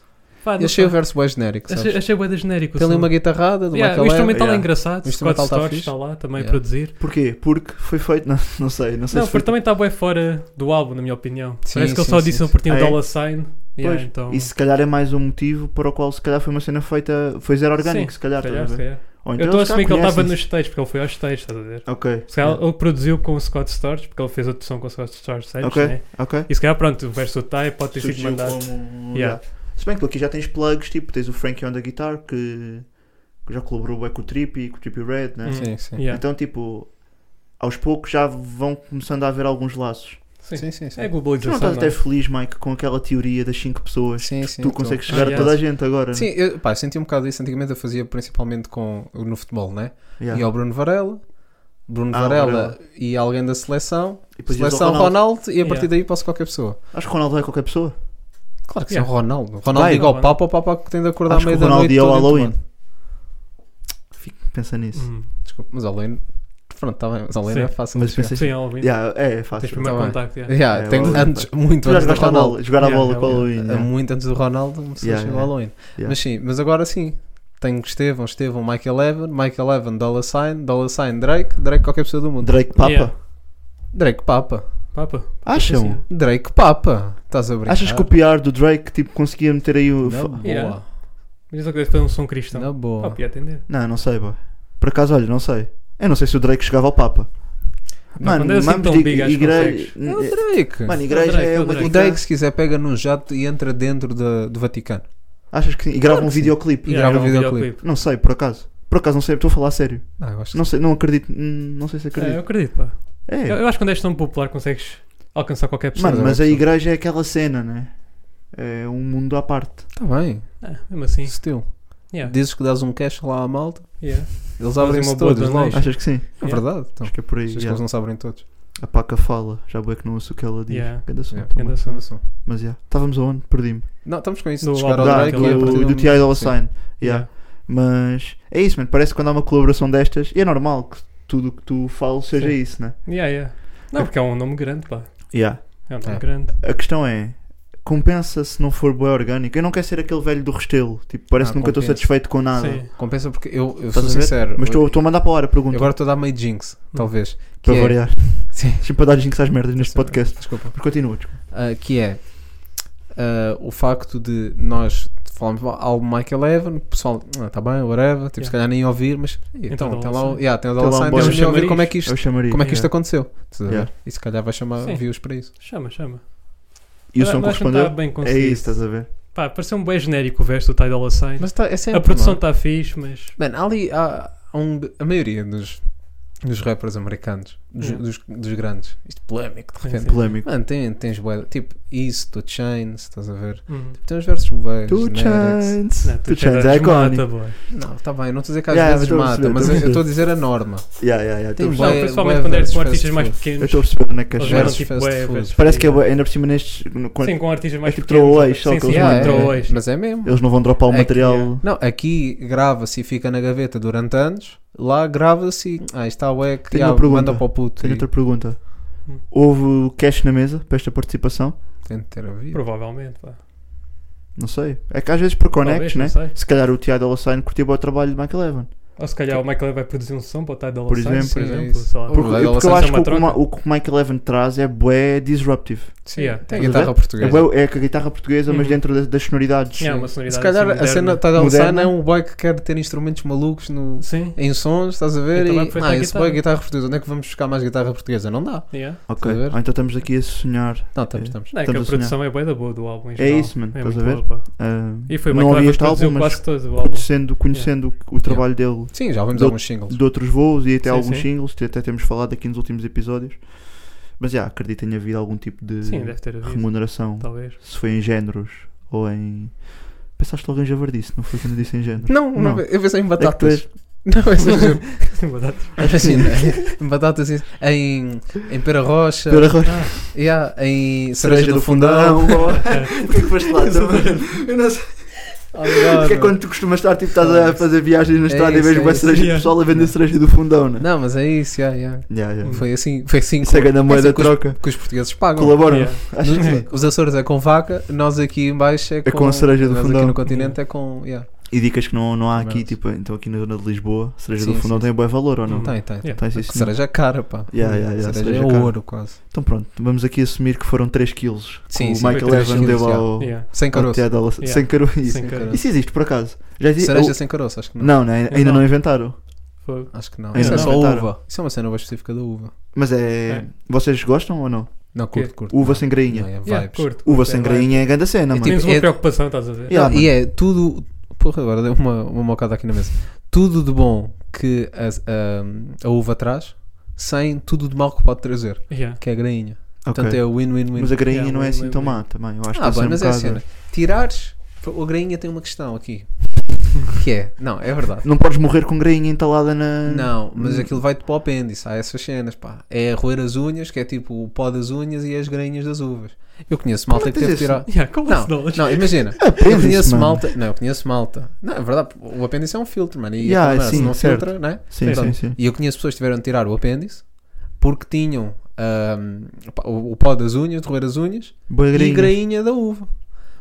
Speaker 5: Pá,
Speaker 7: Eu
Speaker 5: não
Speaker 7: achei o
Speaker 5: sei.
Speaker 7: verso bem genérico, sabes?
Speaker 5: Achei- Achei bué da genérico. o
Speaker 7: Tem ali
Speaker 5: som.
Speaker 7: uma guitarrada do
Speaker 5: Yeah, O
Speaker 7: Michael Ever.
Speaker 5: instrumental é
Speaker 6: Yeah.
Speaker 5: engraçado.
Speaker 7: O
Speaker 5: O
Speaker 7: instrumental
Speaker 5: instrumental
Speaker 7: tá fixe.
Speaker 5: está lá também a
Speaker 7: Yeah.
Speaker 5: produzir.
Speaker 6: Porquê? Porque foi feito. Não, não sei, não sei
Speaker 5: Não,
Speaker 6: se foi.
Speaker 5: porque também está bem fora do álbum, na minha opinião.
Speaker 7: Sim,
Speaker 5: Parece que ele
Speaker 7: sim,
Speaker 5: só
Speaker 7: sim,
Speaker 5: disse
Speaker 7: sim.
Speaker 5: um portinho
Speaker 6: Ah, é?
Speaker 5: dollar sign. Yeah,
Speaker 6: Pois,
Speaker 5: então.
Speaker 6: E se calhar é mais um motivo para o qual se calhar foi uma cena feita. Foi zero orgânico,
Speaker 5: Sim,
Speaker 6: se calhar,
Speaker 5: se
Speaker 6: estás a
Speaker 5: calhar, se
Speaker 6: ver?
Speaker 5: calhar.
Speaker 6: Ou
Speaker 5: Eu
Speaker 6: então
Speaker 5: estou a
Speaker 6: eles cá
Speaker 5: assumir que ele estava nos
Speaker 6: conhecem-se.
Speaker 5: stages, porque ele foi aos stages, estás a ver?
Speaker 6: Ok,
Speaker 5: Se calhar ele produziu com o Scott Storch, porque ele fez a produção com o Scott Storch Saves,
Speaker 6: Ok.
Speaker 5: né?
Speaker 6: ok.
Speaker 5: E se calhar, pronto, o verso do Ty pode ter sido
Speaker 6: Surgiu
Speaker 5: mandado.
Speaker 6: como. um,
Speaker 5: Yeah.
Speaker 6: yeah. Se bem que tu aqui já tens plugs, tipo, tens o Frankie on the guitar que que já colaborou bem com o Trippy, com o Trippy Red, né?
Speaker 5: Hum.
Speaker 7: Sim, sim.
Speaker 5: Yeah.
Speaker 6: Então, tipo, aos poucos já vão começando a haver alguns laços.
Speaker 5: Sim.
Speaker 7: Sim, sim, sim.
Speaker 5: É
Speaker 6: Tu não
Speaker 5: globalização.
Speaker 6: estás
Speaker 5: não
Speaker 6: até
Speaker 5: é?
Speaker 6: feliz, Mike, com aquela teoria das 5 pessoas?
Speaker 7: Sim, sim,
Speaker 6: tu
Speaker 7: então.
Speaker 6: consegues chegar
Speaker 5: Ah,
Speaker 6: a toda
Speaker 5: yeah.
Speaker 6: a gente agora.
Speaker 7: Sim, eu, pá, eu senti um bocado isso. Antigamente eu fazia principalmente com, no futebol, né?
Speaker 6: Yeah.
Speaker 7: E ao Bruno Varela. Bruno
Speaker 6: Ah, o
Speaker 7: Varela
Speaker 6: Varela.
Speaker 7: e alguém da seleção.
Speaker 6: E depois ias ao
Speaker 7: seleção Ronaldo.
Speaker 6: Ronaldo.
Speaker 7: e a partir
Speaker 5: Yeah.
Speaker 7: daí posso qualquer pessoa.
Speaker 6: Acho que o Ronaldo é qualquer pessoa.
Speaker 7: Claro que
Speaker 5: Yeah.
Speaker 7: sim, o Ronaldo. O Ronaldo
Speaker 6: Vai.
Speaker 7: liga ao
Speaker 5: Ronaldo.
Speaker 7: Papa, o Papa que tem de acordar
Speaker 6: Acho
Speaker 7: à
Speaker 6: que o
Speaker 7: meia da
Speaker 6: Ronaldo
Speaker 7: noite.
Speaker 6: ia ao
Speaker 7: todo
Speaker 6: Halloween.
Speaker 7: entuado.
Speaker 6: Fico, pensa nisso.
Speaker 5: Hum.
Speaker 7: Desculpa, mas Halloween. Pronto, está bem, mas Halloween
Speaker 5: Sim.
Speaker 7: é fácil.
Speaker 6: Mas
Speaker 7: de chegar.
Speaker 6: pensa-
Speaker 5: Hum. Sim, Alvin.
Speaker 6: Yeah, é, é
Speaker 5: Tens
Speaker 6: fácil.
Speaker 5: primeiro
Speaker 7: tá bem.
Speaker 5: contacto. yeah.
Speaker 7: Yeah,
Speaker 6: É,
Speaker 7: tem
Speaker 6: Halloween.
Speaker 7: antes, muito
Speaker 6: Tu já
Speaker 7: antes do
Speaker 6: jogaste a
Speaker 7: Ronaldo.
Speaker 6: bola, jogar a
Speaker 5: Yeah, um
Speaker 6: bola com o
Speaker 5: yeah,
Speaker 6: Halloween.
Speaker 7: É
Speaker 6: yeah.
Speaker 7: Muito antes do Ronaldo, se
Speaker 6: Yeah,
Speaker 7: chega ao
Speaker 6: yeah.
Speaker 7: Halloween.
Speaker 6: Yeah.
Speaker 7: Mas sim, mas agora sim. Tenho Estevão, Estevão, Michael Evan, Michael Evan, Dollar Sign, Dollar Sign, Drake, Drake qualquer pessoa do mundo.
Speaker 6: Drake Papa.
Speaker 5: Yeah.
Speaker 7: Drake Papa.
Speaker 5: Papa.
Speaker 6: Acham?
Speaker 5: Sim.
Speaker 7: Drake Papa. Estás a brincar?
Speaker 6: Achas que o PR do Drake tipo, conseguia meter aí o.
Speaker 7: Na
Speaker 6: fa-
Speaker 7: boa.
Speaker 5: Yeah. Mas isso é que fazer um som cristão.
Speaker 7: Na boa.
Speaker 5: Pá, podia atender.
Speaker 6: Não, não sei, pá. Por acaso, olha, não sei. Eu não sei se o Drake chegava ao Papa. Mano,
Speaker 5: quando é assim
Speaker 6: vamos
Speaker 5: tão
Speaker 6: de
Speaker 5: big, acho que
Speaker 6: igreja.
Speaker 7: É o Drake.
Speaker 6: Hum, Mano, igreja
Speaker 5: Drake,
Speaker 6: é
Speaker 5: é o
Speaker 6: uma
Speaker 5: Drake.
Speaker 7: o
Speaker 6: dica-
Speaker 7: Drake, se quiser, pega num jato e entra dentro da- do Vaticano.
Speaker 6: Achas que sim? E grava um videoclipe.
Speaker 7: E grava
Speaker 5: era
Speaker 7: um videoclipe.
Speaker 6: Não sei, por acaso. Por acaso, não sei, estou a falar a sério.
Speaker 7: Ah, eu acho que
Speaker 6: Não sei, não acredito. hum, Não sei se
Speaker 5: É, eu
Speaker 6: acredito.
Speaker 5: acredito, pá.
Speaker 6: É.
Speaker 5: Eu, eu acho que quando és tão popular consegues alcançar qualquer pessoa.
Speaker 6: Mano,
Speaker 7: Sim,
Speaker 6: mas
Speaker 7: sim.
Speaker 6: a igreja é aquela cena, né? É um mundo à parte.
Speaker 7: está tá bem.
Speaker 5: É, mesmo assim.
Speaker 7: Still.
Speaker 5: Yeah,
Speaker 7: Dizes que dás um cash lá à malta,
Speaker 5: yeah.
Speaker 7: eles
Speaker 5: Fazem
Speaker 7: abrem-se
Speaker 5: uma boa
Speaker 7: todos logo.
Speaker 5: donation.
Speaker 6: Achas que sim?
Speaker 7: É
Speaker 5: Yeah.
Speaker 7: verdade. Então,
Speaker 6: Acho que é por aí.
Speaker 7: achas que
Speaker 6: yeah.
Speaker 7: eles não sabem todos.
Speaker 6: A paca fala, já bem que não ouço o que ela diz.
Speaker 5: Yeah.
Speaker 6: Ganda som
Speaker 7: Yeah.
Speaker 6: também.
Speaker 5: Ganda som.
Speaker 6: Mas já, estávamos aonde? Perdi-me.
Speaker 7: Não, estamos com isso
Speaker 5: Do
Speaker 7: de chegar ao
Speaker 5: álbum
Speaker 6: Da,
Speaker 7: Drake.
Speaker 5: que ele é a
Speaker 6: do,
Speaker 5: partir
Speaker 6: do,
Speaker 7: do
Speaker 6: TI Dollar
Speaker 7: Sim.
Speaker 6: Sign. Yeah.
Speaker 5: Yeah.
Speaker 6: Mas é isso, mano. Parece que quando há uma colaboração destas, e é normal que tudo o que tu fales seja
Speaker 5: Sim.
Speaker 6: isso, né?
Speaker 5: Yeah, yeah. Não, porque é um nome grande, pá.
Speaker 6: Yeah.
Speaker 5: É um nome
Speaker 7: É.
Speaker 5: grande.
Speaker 6: A questão é, compensa se não for boa orgânico? Eu não quero ser aquele velho do restelo. Tipo, parece
Speaker 7: Ah,
Speaker 6: que nunca estou
Speaker 7: compensa.
Speaker 6: satisfeito com nada.
Speaker 5: Sim.
Speaker 7: Compensa porque eu, eu
Speaker 6: Estás
Speaker 7: sou
Speaker 6: a ver?
Speaker 7: sincero.
Speaker 6: Mas
Speaker 7: eu-
Speaker 6: estou estou a mandar para a hora a pergunta,
Speaker 7: Agora estou a dar meio jinx, talvez.
Speaker 5: Hum.
Speaker 7: Que
Speaker 6: para
Speaker 7: é-
Speaker 6: variar.
Speaker 7: Sim.
Speaker 6: Sempre para dar jinx às merdas neste podcast.
Speaker 7: Desculpa.
Speaker 6: Mas continua, desculpa.
Speaker 7: Ah, que é ah, o facto de nós falamos algo Michael Evan, o pessoal, ah, tá bem, whatever, tipo,
Speaker 5: Yeah.
Speaker 7: se calhar nem ouvir, mas então,
Speaker 5: Então,
Speaker 7: tem lá
Speaker 5: Dollar
Speaker 7: o yeah, tem o
Speaker 6: Tem lá
Speaker 7: Dollar
Speaker 6: um
Speaker 7: Sign,
Speaker 6: boy.
Speaker 7: temos de ouvir
Speaker 5: Chamariz.
Speaker 7: como é que isto,
Speaker 6: Eu chamaria.
Speaker 7: como é que
Speaker 5: Yeah.
Speaker 7: isto aconteceu. Estás a ver?
Speaker 6: Yeah.
Speaker 7: E se calhar vai chamar
Speaker 5: Sim.
Speaker 7: views para isso.
Speaker 5: Chama, chama.
Speaker 6: E o
Speaker 5: Mas-
Speaker 6: som
Speaker 5: mas acho que
Speaker 6: correspondeu?
Speaker 5: tá bem
Speaker 6: É
Speaker 5: conseguido.
Speaker 6: isso, estás a ver?
Speaker 5: Pá, pareceu um bem genérico o verso do Ty Dolla Sign.
Speaker 7: Mas tá, é sempre,
Speaker 5: a produção
Speaker 7: mano.
Speaker 5: está fixe, mas.
Speaker 7: Mano, há ali há, há um, a maioria dos, dos rappers americanos, dos,
Speaker 5: Yeah.
Speaker 7: dos, dos grandes, isto é polémico de
Speaker 5: Sim,
Speaker 7: repente.
Speaker 5: sim.
Speaker 6: Polémico.
Speaker 7: Mano, tem, tens bué- tipo isso, do Chains, estás a ver?
Speaker 5: Uhum.
Speaker 7: Tem uns versos bué
Speaker 6: Two
Speaker 7: genéricos.
Speaker 6: Chains.
Speaker 5: Não,
Speaker 6: Two
Speaker 5: tu
Speaker 6: Chains
Speaker 5: tens
Speaker 6: é
Speaker 5: a
Speaker 6: icónico.
Speaker 5: mata, boy.
Speaker 7: Não, tá bem, eu não estou a dizer que às
Speaker 6: Yeah,
Speaker 7: vezes
Speaker 6: eu estou a
Speaker 7: mata,
Speaker 6: perceber, estou a
Speaker 7: mas eu eu
Speaker 6: perceber.
Speaker 7: estou a dizer a norma.
Speaker 6: Yeah, yeah, yeah, estou a
Speaker 7: Tem bué-
Speaker 5: Não,
Speaker 6: perceber.
Speaker 5: principalmente
Speaker 7: bué
Speaker 5: quando eres
Speaker 7: versos
Speaker 5: com artistas
Speaker 7: fast
Speaker 5: mais
Speaker 7: food.
Speaker 6: Eu
Speaker 5: pequenos.
Speaker 6: estou a perceber é na
Speaker 5: eles
Speaker 6: caixa.
Speaker 5: eram
Speaker 7: versos
Speaker 5: tipo
Speaker 7: fast
Speaker 5: bué
Speaker 7: food.
Speaker 5: versos
Speaker 6: Parece que é
Speaker 5: pequenos.
Speaker 6: bué- ainda por cima nestes. no- quando-
Speaker 5: Sim, com artistas mais
Speaker 6: tipo
Speaker 5: pequenos.
Speaker 6: throwaways, só
Speaker 5: Sim,
Speaker 6: que
Speaker 5: sim,
Speaker 6: eles
Speaker 5: yeah,
Speaker 6: mandam.
Speaker 7: Yeah,
Speaker 5: é, throwaways.
Speaker 7: mas é mesmo.
Speaker 6: Eles não vão dropar o
Speaker 7: É que-
Speaker 6: material.
Speaker 7: Não, aqui grava-se e fica na gaveta durante anos, lá grava-se e. Ah, isto está o é que
Speaker 6: Tenho
Speaker 7: ah,
Speaker 6: uma pergunta.
Speaker 7: manda para o puto.
Speaker 6: Tenho
Speaker 7: e
Speaker 6: outra pergunta.
Speaker 5: Hum.
Speaker 6: Houve cash na mesa para esta participação?
Speaker 7: Tem de ter ouvido.
Speaker 5: Provavelmente, pá.
Speaker 6: Não sei. É que às vezes por
Speaker 5: Talvez,
Speaker 6: connects,
Speaker 5: não
Speaker 6: né?
Speaker 5: sei.
Speaker 6: Se calhar o Tiago Alassane curtiu o trabalho de Michael Evan.
Speaker 5: Ou se calhar o Michael vai produzir um som para o Ty Dolla
Speaker 6: Por
Speaker 5: Sign,
Speaker 6: exemplo,
Speaker 7: sim,
Speaker 5: por
Speaker 7: é
Speaker 5: exemplo.
Speaker 7: isso.
Speaker 5: sei lá.
Speaker 7: Por-
Speaker 6: Porque,
Speaker 7: Michael
Speaker 6: porque eu
Speaker 5: Alassane
Speaker 6: acho
Speaker 5: é
Speaker 6: que
Speaker 5: uma
Speaker 6: o, que o Ma-
Speaker 5: troca.
Speaker 6: o que o Michael Evan traz é bué disruptive.
Speaker 7: Sim,
Speaker 5: Yeah.
Speaker 7: tem
Speaker 6: Estás
Speaker 7: a
Speaker 6: a
Speaker 7: guitarra
Speaker 6: ver? É,
Speaker 7: portuguesa.
Speaker 6: bué- é a guitarra portuguesa, mas
Speaker 5: Uhum.
Speaker 6: dentro das, das sonoridades.
Speaker 5: Yeah, uma
Speaker 7: Se
Speaker 5: sonoridade
Speaker 7: calhar
Speaker 5: assim
Speaker 7: a cena
Speaker 5: moderna.
Speaker 7: está a
Speaker 6: Moderna.
Speaker 7: Sana é um boy que quer ter instrumentos malucos no,
Speaker 5: Sim,
Speaker 7: em sons, estás a ver?
Speaker 5: Então
Speaker 7: E,
Speaker 5: vai aproveitar
Speaker 7: ah,
Speaker 5: a
Speaker 7: esse
Speaker 5: guitarra.
Speaker 7: boy é guitarra portuguesa, onde é que vamos buscar mais guitarra portuguesa? Não dá.
Speaker 5: yeah.
Speaker 6: Ok.
Speaker 7: Estás a ver?
Speaker 6: Ah, então estamos aqui a sonhar.
Speaker 7: Não, estamos,
Speaker 6: É.
Speaker 7: estamos.
Speaker 5: Não, é que
Speaker 6: Estamos
Speaker 5: a
Speaker 6: a
Speaker 5: produção é bué da boa do álbum em
Speaker 6: É
Speaker 5: geral.
Speaker 6: isso, mano,
Speaker 5: É
Speaker 6: estás
Speaker 5: muito
Speaker 6: a ver?
Speaker 5: boa, pá.
Speaker 6: Ah,
Speaker 5: E foi o
Speaker 6: não
Speaker 5: Michael
Speaker 6: ouvi
Speaker 5: Evans
Speaker 6: este
Speaker 5: que produziu
Speaker 6: álbum, mas
Speaker 5: quase todo o álbum.
Speaker 6: conhecendo, conhecendo o trabalho dele
Speaker 7: Sim, já ouvimos
Speaker 6: Do-
Speaker 7: alguns singles.
Speaker 6: de outros voos e até
Speaker 5: Sim,
Speaker 6: alguns
Speaker 5: sim.
Speaker 6: singles, que até temos falado aqui nos últimos episódios. Mas já, acredito que tenha havido algum tipo de
Speaker 5: Sim, deve ter havido, Tá.
Speaker 6: remuneração.
Speaker 5: talvez.
Speaker 6: se foi em géneros ou em. Pensaste logo em javardice, não foi quando eu disse em géneros?
Speaker 7: Não,
Speaker 6: Não.
Speaker 7: não, eu pensei em
Speaker 6: É que tu
Speaker 7: batatas.
Speaker 6: és-
Speaker 7: Não, eu pensei-
Speaker 5: Batatas.
Speaker 7: Mas assim, em batatas em, em, em pera rocha,
Speaker 6: Pera rocha.
Speaker 7: yeah, em cereja,
Speaker 6: Cereja
Speaker 7: do, fundão.
Speaker 5: É.
Speaker 6: Porquê que foste lá também? Eu não sei.
Speaker 7: Oh,
Speaker 6: Porque é quando tu costumas estar, tipo, estás a fazer viagens na
Speaker 7: É
Speaker 6: estrada e
Speaker 7: isso,
Speaker 6: vês
Speaker 7: é
Speaker 6: uma
Speaker 7: isso.
Speaker 6: cereja de
Speaker 5: Yeah.
Speaker 6: pessoal a vender cereja do fundão, né?
Speaker 7: Não, mas é isso, yeah, yeah.
Speaker 6: Yeah, yeah.
Speaker 7: foi assim, foi assim,
Speaker 6: Isso é grande
Speaker 7: assim
Speaker 6: moeda
Speaker 7: que os-
Speaker 6: troca.
Speaker 7: que os portugueses pagam.
Speaker 6: Colaboram.
Speaker 5: Yeah.
Speaker 6: Acho que sim.
Speaker 7: Nos- Os Açores é com vaca, nós aqui em baixo é com,
Speaker 6: com a cereja do
Speaker 7: nós
Speaker 6: fundão.
Speaker 7: aqui no continente é com, yeah.
Speaker 6: E dicas que não, não há aqui,
Speaker 7: Mas-
Speaker 6: tipo, então aqui na zona de Lisboa, cereja
Speaker 7: Sim,
Speaker 6: do fundão
Speaker 7: sim,
Speaker 6: tem bom valor ou não?
Speaker 5: Hum.
Speaker 7: Tem, tem. tem.
Speaker 5: Yeah.
Speaker 6: Tem, sim,
Speaker 7: Que
Speaker 6: sim.
Speaker 7: Cereja é cara, pá.
Speaker 6: Yeah, yeah, yeah,
Speaker 7: cereja,
Speaker 6: cereja
Speaker 7: é
Speaker 6: cara.
Speaker 7: ouro quase.
Speaker 6: Então pronto, vamos aqui assumir que foram 3 quilos. que
Speaker 7: Sim,
Speaker 6: o
Speaker 7: sim, foi
Speaker 6: Michael
Speaker 7: três
Speaker 6: Evan
Speaker 7: quilos,
Speaker 6: deu
Speaker 7: yeah.
Speaker 6: ao,
Speaker 5: Yeah.
Speaker 7: Sem
Speaker 6: ao
Speaker 7: caroço.
Speaker 6: Tiago Dallas-
Speaker 5: Yeah.
Speaker 6: Sem caro isso.
Speaker 5: Sem caroço.
Speaker 6: Isso existe, por acaso. Já existe.
Speaker 7: Cereja
Speaker 6: ou-
Speaker 7: sem caroço, acho que não.
Speaker 6: Não, né? ainda
Speaker 5: Não.
Speaker 6: não inventaram.
Speaker 5: Foi.
Speaker 7: Acho que não.
Speaker 6: Ainda
Speaker 7: Isso é
Speaker 5: não
Speaker 7: só
Speaker 6: inventaram.
Speaker 7: uva. Isso é uma cena bem específica da uva.
Speaker 6: Mas é.
Speaker 5: É.
Speaker 6: Vocês gostam ou não?
Speaker 7: Não, curto, curto.
Speaker 6: Uva
Speaker 7: não.
Speaker 6: sem grainha.
Speaker 7: Não, é
Speaker 5: Yeah,
Speaker 7: vibes.
Speaker 5: curto,
Speaker 6: Uva
Speaker 5: curto,
Speaker 6: sem
Speaker 5: é
Speaker 6: grainha é grande cena,
Speaker 7: É
Speaker 6: mano.
Speaker 7: tipo-
Speaker 5: Tens uma
Speaker 7: É-
Speaker 5: preocupação, estás a ver?
Speaker 6: Yeah,
Speaker 7: Não, e é tudo. Porra, agora deu uma, uma mocada aqui na mesa. Tudo de bom que a, a- a uva traz, sem tudo de mal que pode trazer,
Speaker 5: Yeah.
Speaker 7: que é a grainha.
Speaker 6: Ok.
Speaker 7: Portanto, é win-win-win.
Speaker 6: Mas a grainha
Speaker 5: Yeah,
Speaker 6: não é
Speaker 5: um-
Speaker 6: assim tão
Speaker 5: um-
Speaker 6: má também. Eu acho que
Speaker 7: Ah,
Speaker 6: deve ser
Speaker 7: bem,
Speaker 6: um
Speaker 7: mas é a
Speaker 6: bocado-
Speaker 7: cena. Tirares. A grainha tem uma questão aqui. Que é. Não, é verdade.
Speaker 6: Não podes morrer com grainha entalada na.
Speaker 7: Não, mas aquilo vai-te para o apêndice. Há essas cenas, pá. É roer as unhas, que é tipo o pó das unhas e as grainhas das uvas. Eu conheço malta
Speaker 6: é
Speaker 7: que
Speaker 6: que
Speaker 7: teve que
Speaker 6: tens isso?
Speaker 7: tirar.
Speaker 5: Yeah, como
Speaker 7: Não,
Speaker 5: se dá?
Speaker 7: não, imagina. Eu
Speaker 6: Apêndice,
Speaker 7: conheço
Speaker 6: é mano.
Speaker 7: malta. Não, eu conheço malta. Não, é verdade. O apêndice é um filtro, mano. E
Speaker 6: Yeah,
Speaker 7: aquela merda, se
Speaker 6: sim,
Speaker 7: não
Speaker 6: certo.
Speaker 7: filtra, né?
Speaker 6: Sim, sim,
Speaker 5: Sim,
Speaker 6: sim.
Speaker 7: E eu conheço pessoas que tiveram de tirar o apêndice porque tinham ahm, pá, o, o pó das unhas, de roer as unhas
Speaker 6: Boa
Speaker 7: e
Speaker 6: grainha.
Speaker 7: grainha da uva.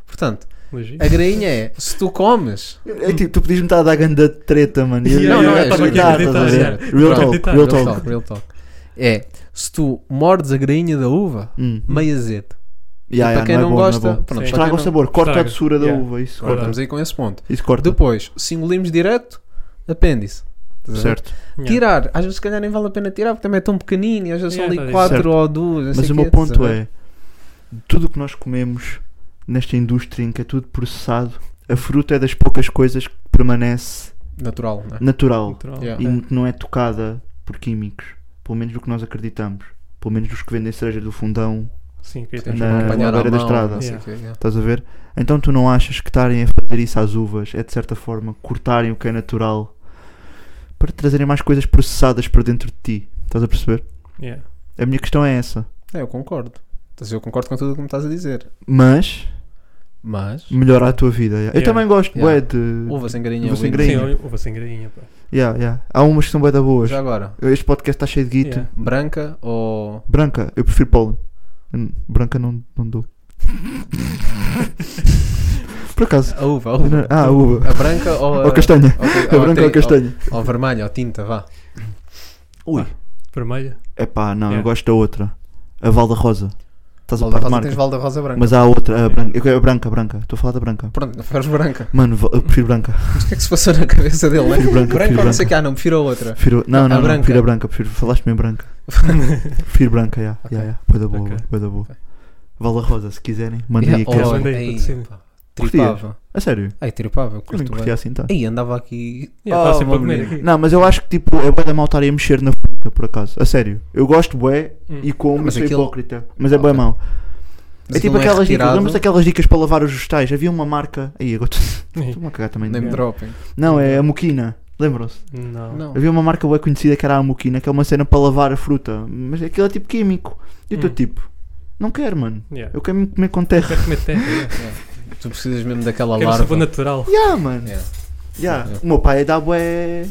Speaker 7: Portanto,
Speaker 5: Legítimo.
Speaker 7: a grainha é se tu comes.
Speaker 6: É tipo, tu podias-me estar a dar ganda treta, mano. E eu-
Speaker 5: Yeah,
Speaker 6: eu
Speaker 5: yeah,
Speaker 6: ia
Speaker 5: eu tava aqui a
Speaker 6: acreditar, estás a
Speaker 5: acreditar,
Speaker 6: ver? Real
Speaker 7: Pronto,
Speaker 6: talk,
Speaker 5: acreditar.
Speaker 6: real
Speaker 7: real
Speaker 6: talk.
Speaker 7: talk, real talk. É se tu mordes a grainha da uva,
Speaker 6: Hum.
Speaker 7: meio azedo.
Speaker 6: Yeah,
Speaker 7: e para
Speaker 6: yeah,
Speaker 7: quem
Speaker 6: é
Speaker 7: não,
Speaker 6: bom, é
Speaker 7: gosta,
Speaker 6: bom.
Speaker 7: pronto, para
Speaker 5: Sim.
Speaker 7: quem
Speaker 6: Estraga o
Speaker 7: não-
Speaker 6: sabor, corta a
Speaker 5: Estraga.
Speaker 6: doçura da
Speaker 5: Yeah.
Speaker 6: uva. Isso
Speaker 7: Agora
Speaker 6: corta.
Speaker 7: Estamos aí com esse ponto.
Speaker 6: Isso corta.
Speaker 7: Depois, se engolimos direto, apêndice. Estás a ver?
Speaker 6: certo?
Speaker 5: Yeah.
Speaker 7: Tirar, às vezes se calhar nem vale a pena tirar porque também é tão pequenino e às vezes
Speaker 5: Yeah,
Speaker 7: são
Speaker 5: tá
Speaker 7: ali
Speaker 5: a
Speaker 7: 4
Speaker 6: dizer.
Speaker 7: ou 2.
Speaker 6: Mas o meu ponto é: tudo o que nós comemos nesta indústria em que é tudo processado, a fruta é das poucas coisas que permanece
Speaker 7: Natural, não é?
Speaker 6: natural
Speaker 5: Literal.
Speaker 7: Yeah.
Speaker 6: e que não é tocada por químicos, pelo menos do que nós acreditamos, pelo menos dos que vendem cereja do fundão.
Speaker 5: Sim, um que aí
Speaker 7: Tens
Speaker 5: temos
Speaker 7: que
Speaker 6: na-
Speaker 5: uma
Speaker 7: acompanhar
Speaker 5: camada.
Speaker 7: à
Speaker 6: beira da
Speaker 7: mão,
Speaker 6: estrada.
Speaker 7: não sei o
Speaker 5: Yeah.
Speaker 7: quê, yeah.
Speaker 6: Estás a ver? Então tu não achas que estarem a fazer isso às uvas é de certa forma cortarem o que é natural para trazerem mais coisas processadas para dentro de ti? Estás a perceber?
Speaker 5: Yeah.
Speaker 6: A minha questão é essa.
Speaker 7: É, eu concordo. Então, eu concordo com tudo o que me estás a dizer.
Speaker 6: Mas
Speaker 7: Mas,
Speaker 6: melhorar a tua vida. yeah. Eu
Speaker 5: Yeah.
Speaker 6: também gosto, bué,
Speaker 7: Yeah.
Speaker 6: de.
Speaker 7: uva sem garinha é
Speaker 6: uva sem
Speaker 7: win.
Speaker 6: grainha.
Speaker 5: Sim, uva sem grainha, pá.
Speaker 6: Yeah, yeah. Há umas que são bué da boas.
Speaker 7: Já agora,
Speaker 6: Este podcast está cheio de guito.
Speaker 5: Yeah.
Speaker 7: branca ou.
Speaker 6: Branca, eu prefiro pólen. Hum, Branca não, não dou. Por acaso.
Speaker 7: A uva, a uva.
Speaker 6: Ah, a uva.
Speaker 7: A branca ou a.
Speaker 6: Ou castanha.
Speaker 7: ou ca-
Speaker 5: Ah,
Speaker 6: A branca ou a
Speaker 7: te-
Speaker 6: castanha.
Speaker 7: Ou, ou vermelha, ou tinta, vá.
Speaker 6: Ui.
Speaker 5: Vermelha.
Speaker 6: Epá, não, eu
Speaker 5: Yeah.
Speaker 6: gosto da outra. A Valda Rosa. Estás a par
Speaker 7: Valda
Speaker 6: de
Speaker 7: rosa,
Speaker 6: marca.
Speaker 7: tens valda rosa branca.
Speaker 6: Mas há a outra, a branca. Eu quero a branca, a branca. Estou a falar da branca.
Speaker 7: Pronto, não preferes branca.
Speaker 6: Mano, vo- eu prefiro branca.
Speaker 7: Mas o que é que se passou na cabeça dele, né?
Speaker 6: Prefiro branca,
Speaker 7: Branca
Speaker 6: prefiro
Speaker 7: ou não sei o
Speaker 6: branca.
Speaker 7: que, ah, não, prefiro a outra.
Speaker 6: Prefiro,
Speaker 7: Não,
Speaker 6: não,
Speaker 7: a
Speaker 6: não, não,
Speaker 7: branca.
Speaker 6: prefiro a branca. Prefiro, falaste-me em branca. prefiro branca, já.
Speaker 7: Ok.
Speaker 6: Já, já. Boa da boa,
Speaker 5: Ok.
Speaker 6: boa da boa.
Speaker 7: Ok.
Speaker 6: Valda Rosa, se quiserem, mandem aí
Speaker 7: Yeah,
Speaker 6: a cara.
Speaker 7: oh,
Speaker 5: Mandei,
Speaker 7: ei,
Speaker 5: patrocínio.
Speaker 7: pá,
Speaker 6: Curtias?
Speaker 7: Tripava.
Speaker 6: A sério,
Speaker 7: Ai, tripava, eu
Speaker 6: eu nem
Speaker 7: curto
Speaker 6: curti
Speaker 7: bem.
Speaker 6: assim, tá?
Speaker 7: Aí andava aqui.
Speaker 5: Yeah, tá
Speaker 7: Oh,
Speaker 5: sempre a
Speaker 7: meu
Speaker 5: comer
Speaker 7: menino.
Speaker 5: aqui.
Speaker 6: Não, mas eu acho que tipo, é bué da mal estarem a mexer na fruta, por acaso. A sério. Eu gosto bué
Speaker 5: Hum.
Speaker 6: e como,
Speaker 7: Mas
Speaker 6: mas sou
Speaker 7: aquilo-
Speaker 6: hipócrita. Mas é bué
Speaker 7: Ok.
Speaker 6: mau.
Speaker 7: Mas
Speaker 6: é tipo
Speaker 7: aquilo não
Speaker 6: aquelas dicas,
Speaker 7: retirado,
Speaker 6: lembras daquelas dicas para lavar os vegetais? Havia uma marca. Aí, agora
Speaker 5: Ih,
Speaker 6: estou-me a cagar também.
Speaker 7: Name
Speaker 5: Yeah.
Speaker 7: dropping.
Speaker 6: Não, é a Moquina. Lembram-se?
Speaker 5: Não.
Speaker 7: Não.
Speaker 6: Havia uma marca bem conhecida que era a Moquina, que é uma cena para lavar a fruta. Mas aquilo é tipo químico. E eu estou
Speaker 5: Hum.
Speaker 6: tipo, não quero, mano.
Speaker 5: Yeah.
Speaker 6: Eu quero me comer com terra.
Speaker 5: Quero comer terra. yeah.
Speaker 7: Tu precisas mesmo daquela
Speaker 5: Quero é sabor
Speaker 7: larva.
Speaker 5: natural.
Speaker 6: Yeah, mano.
Speaker 7: Yeah.
Speaker 6: Yeah.
Speaker 7: Yeah.
Speaker 6: O meu pai dá bué.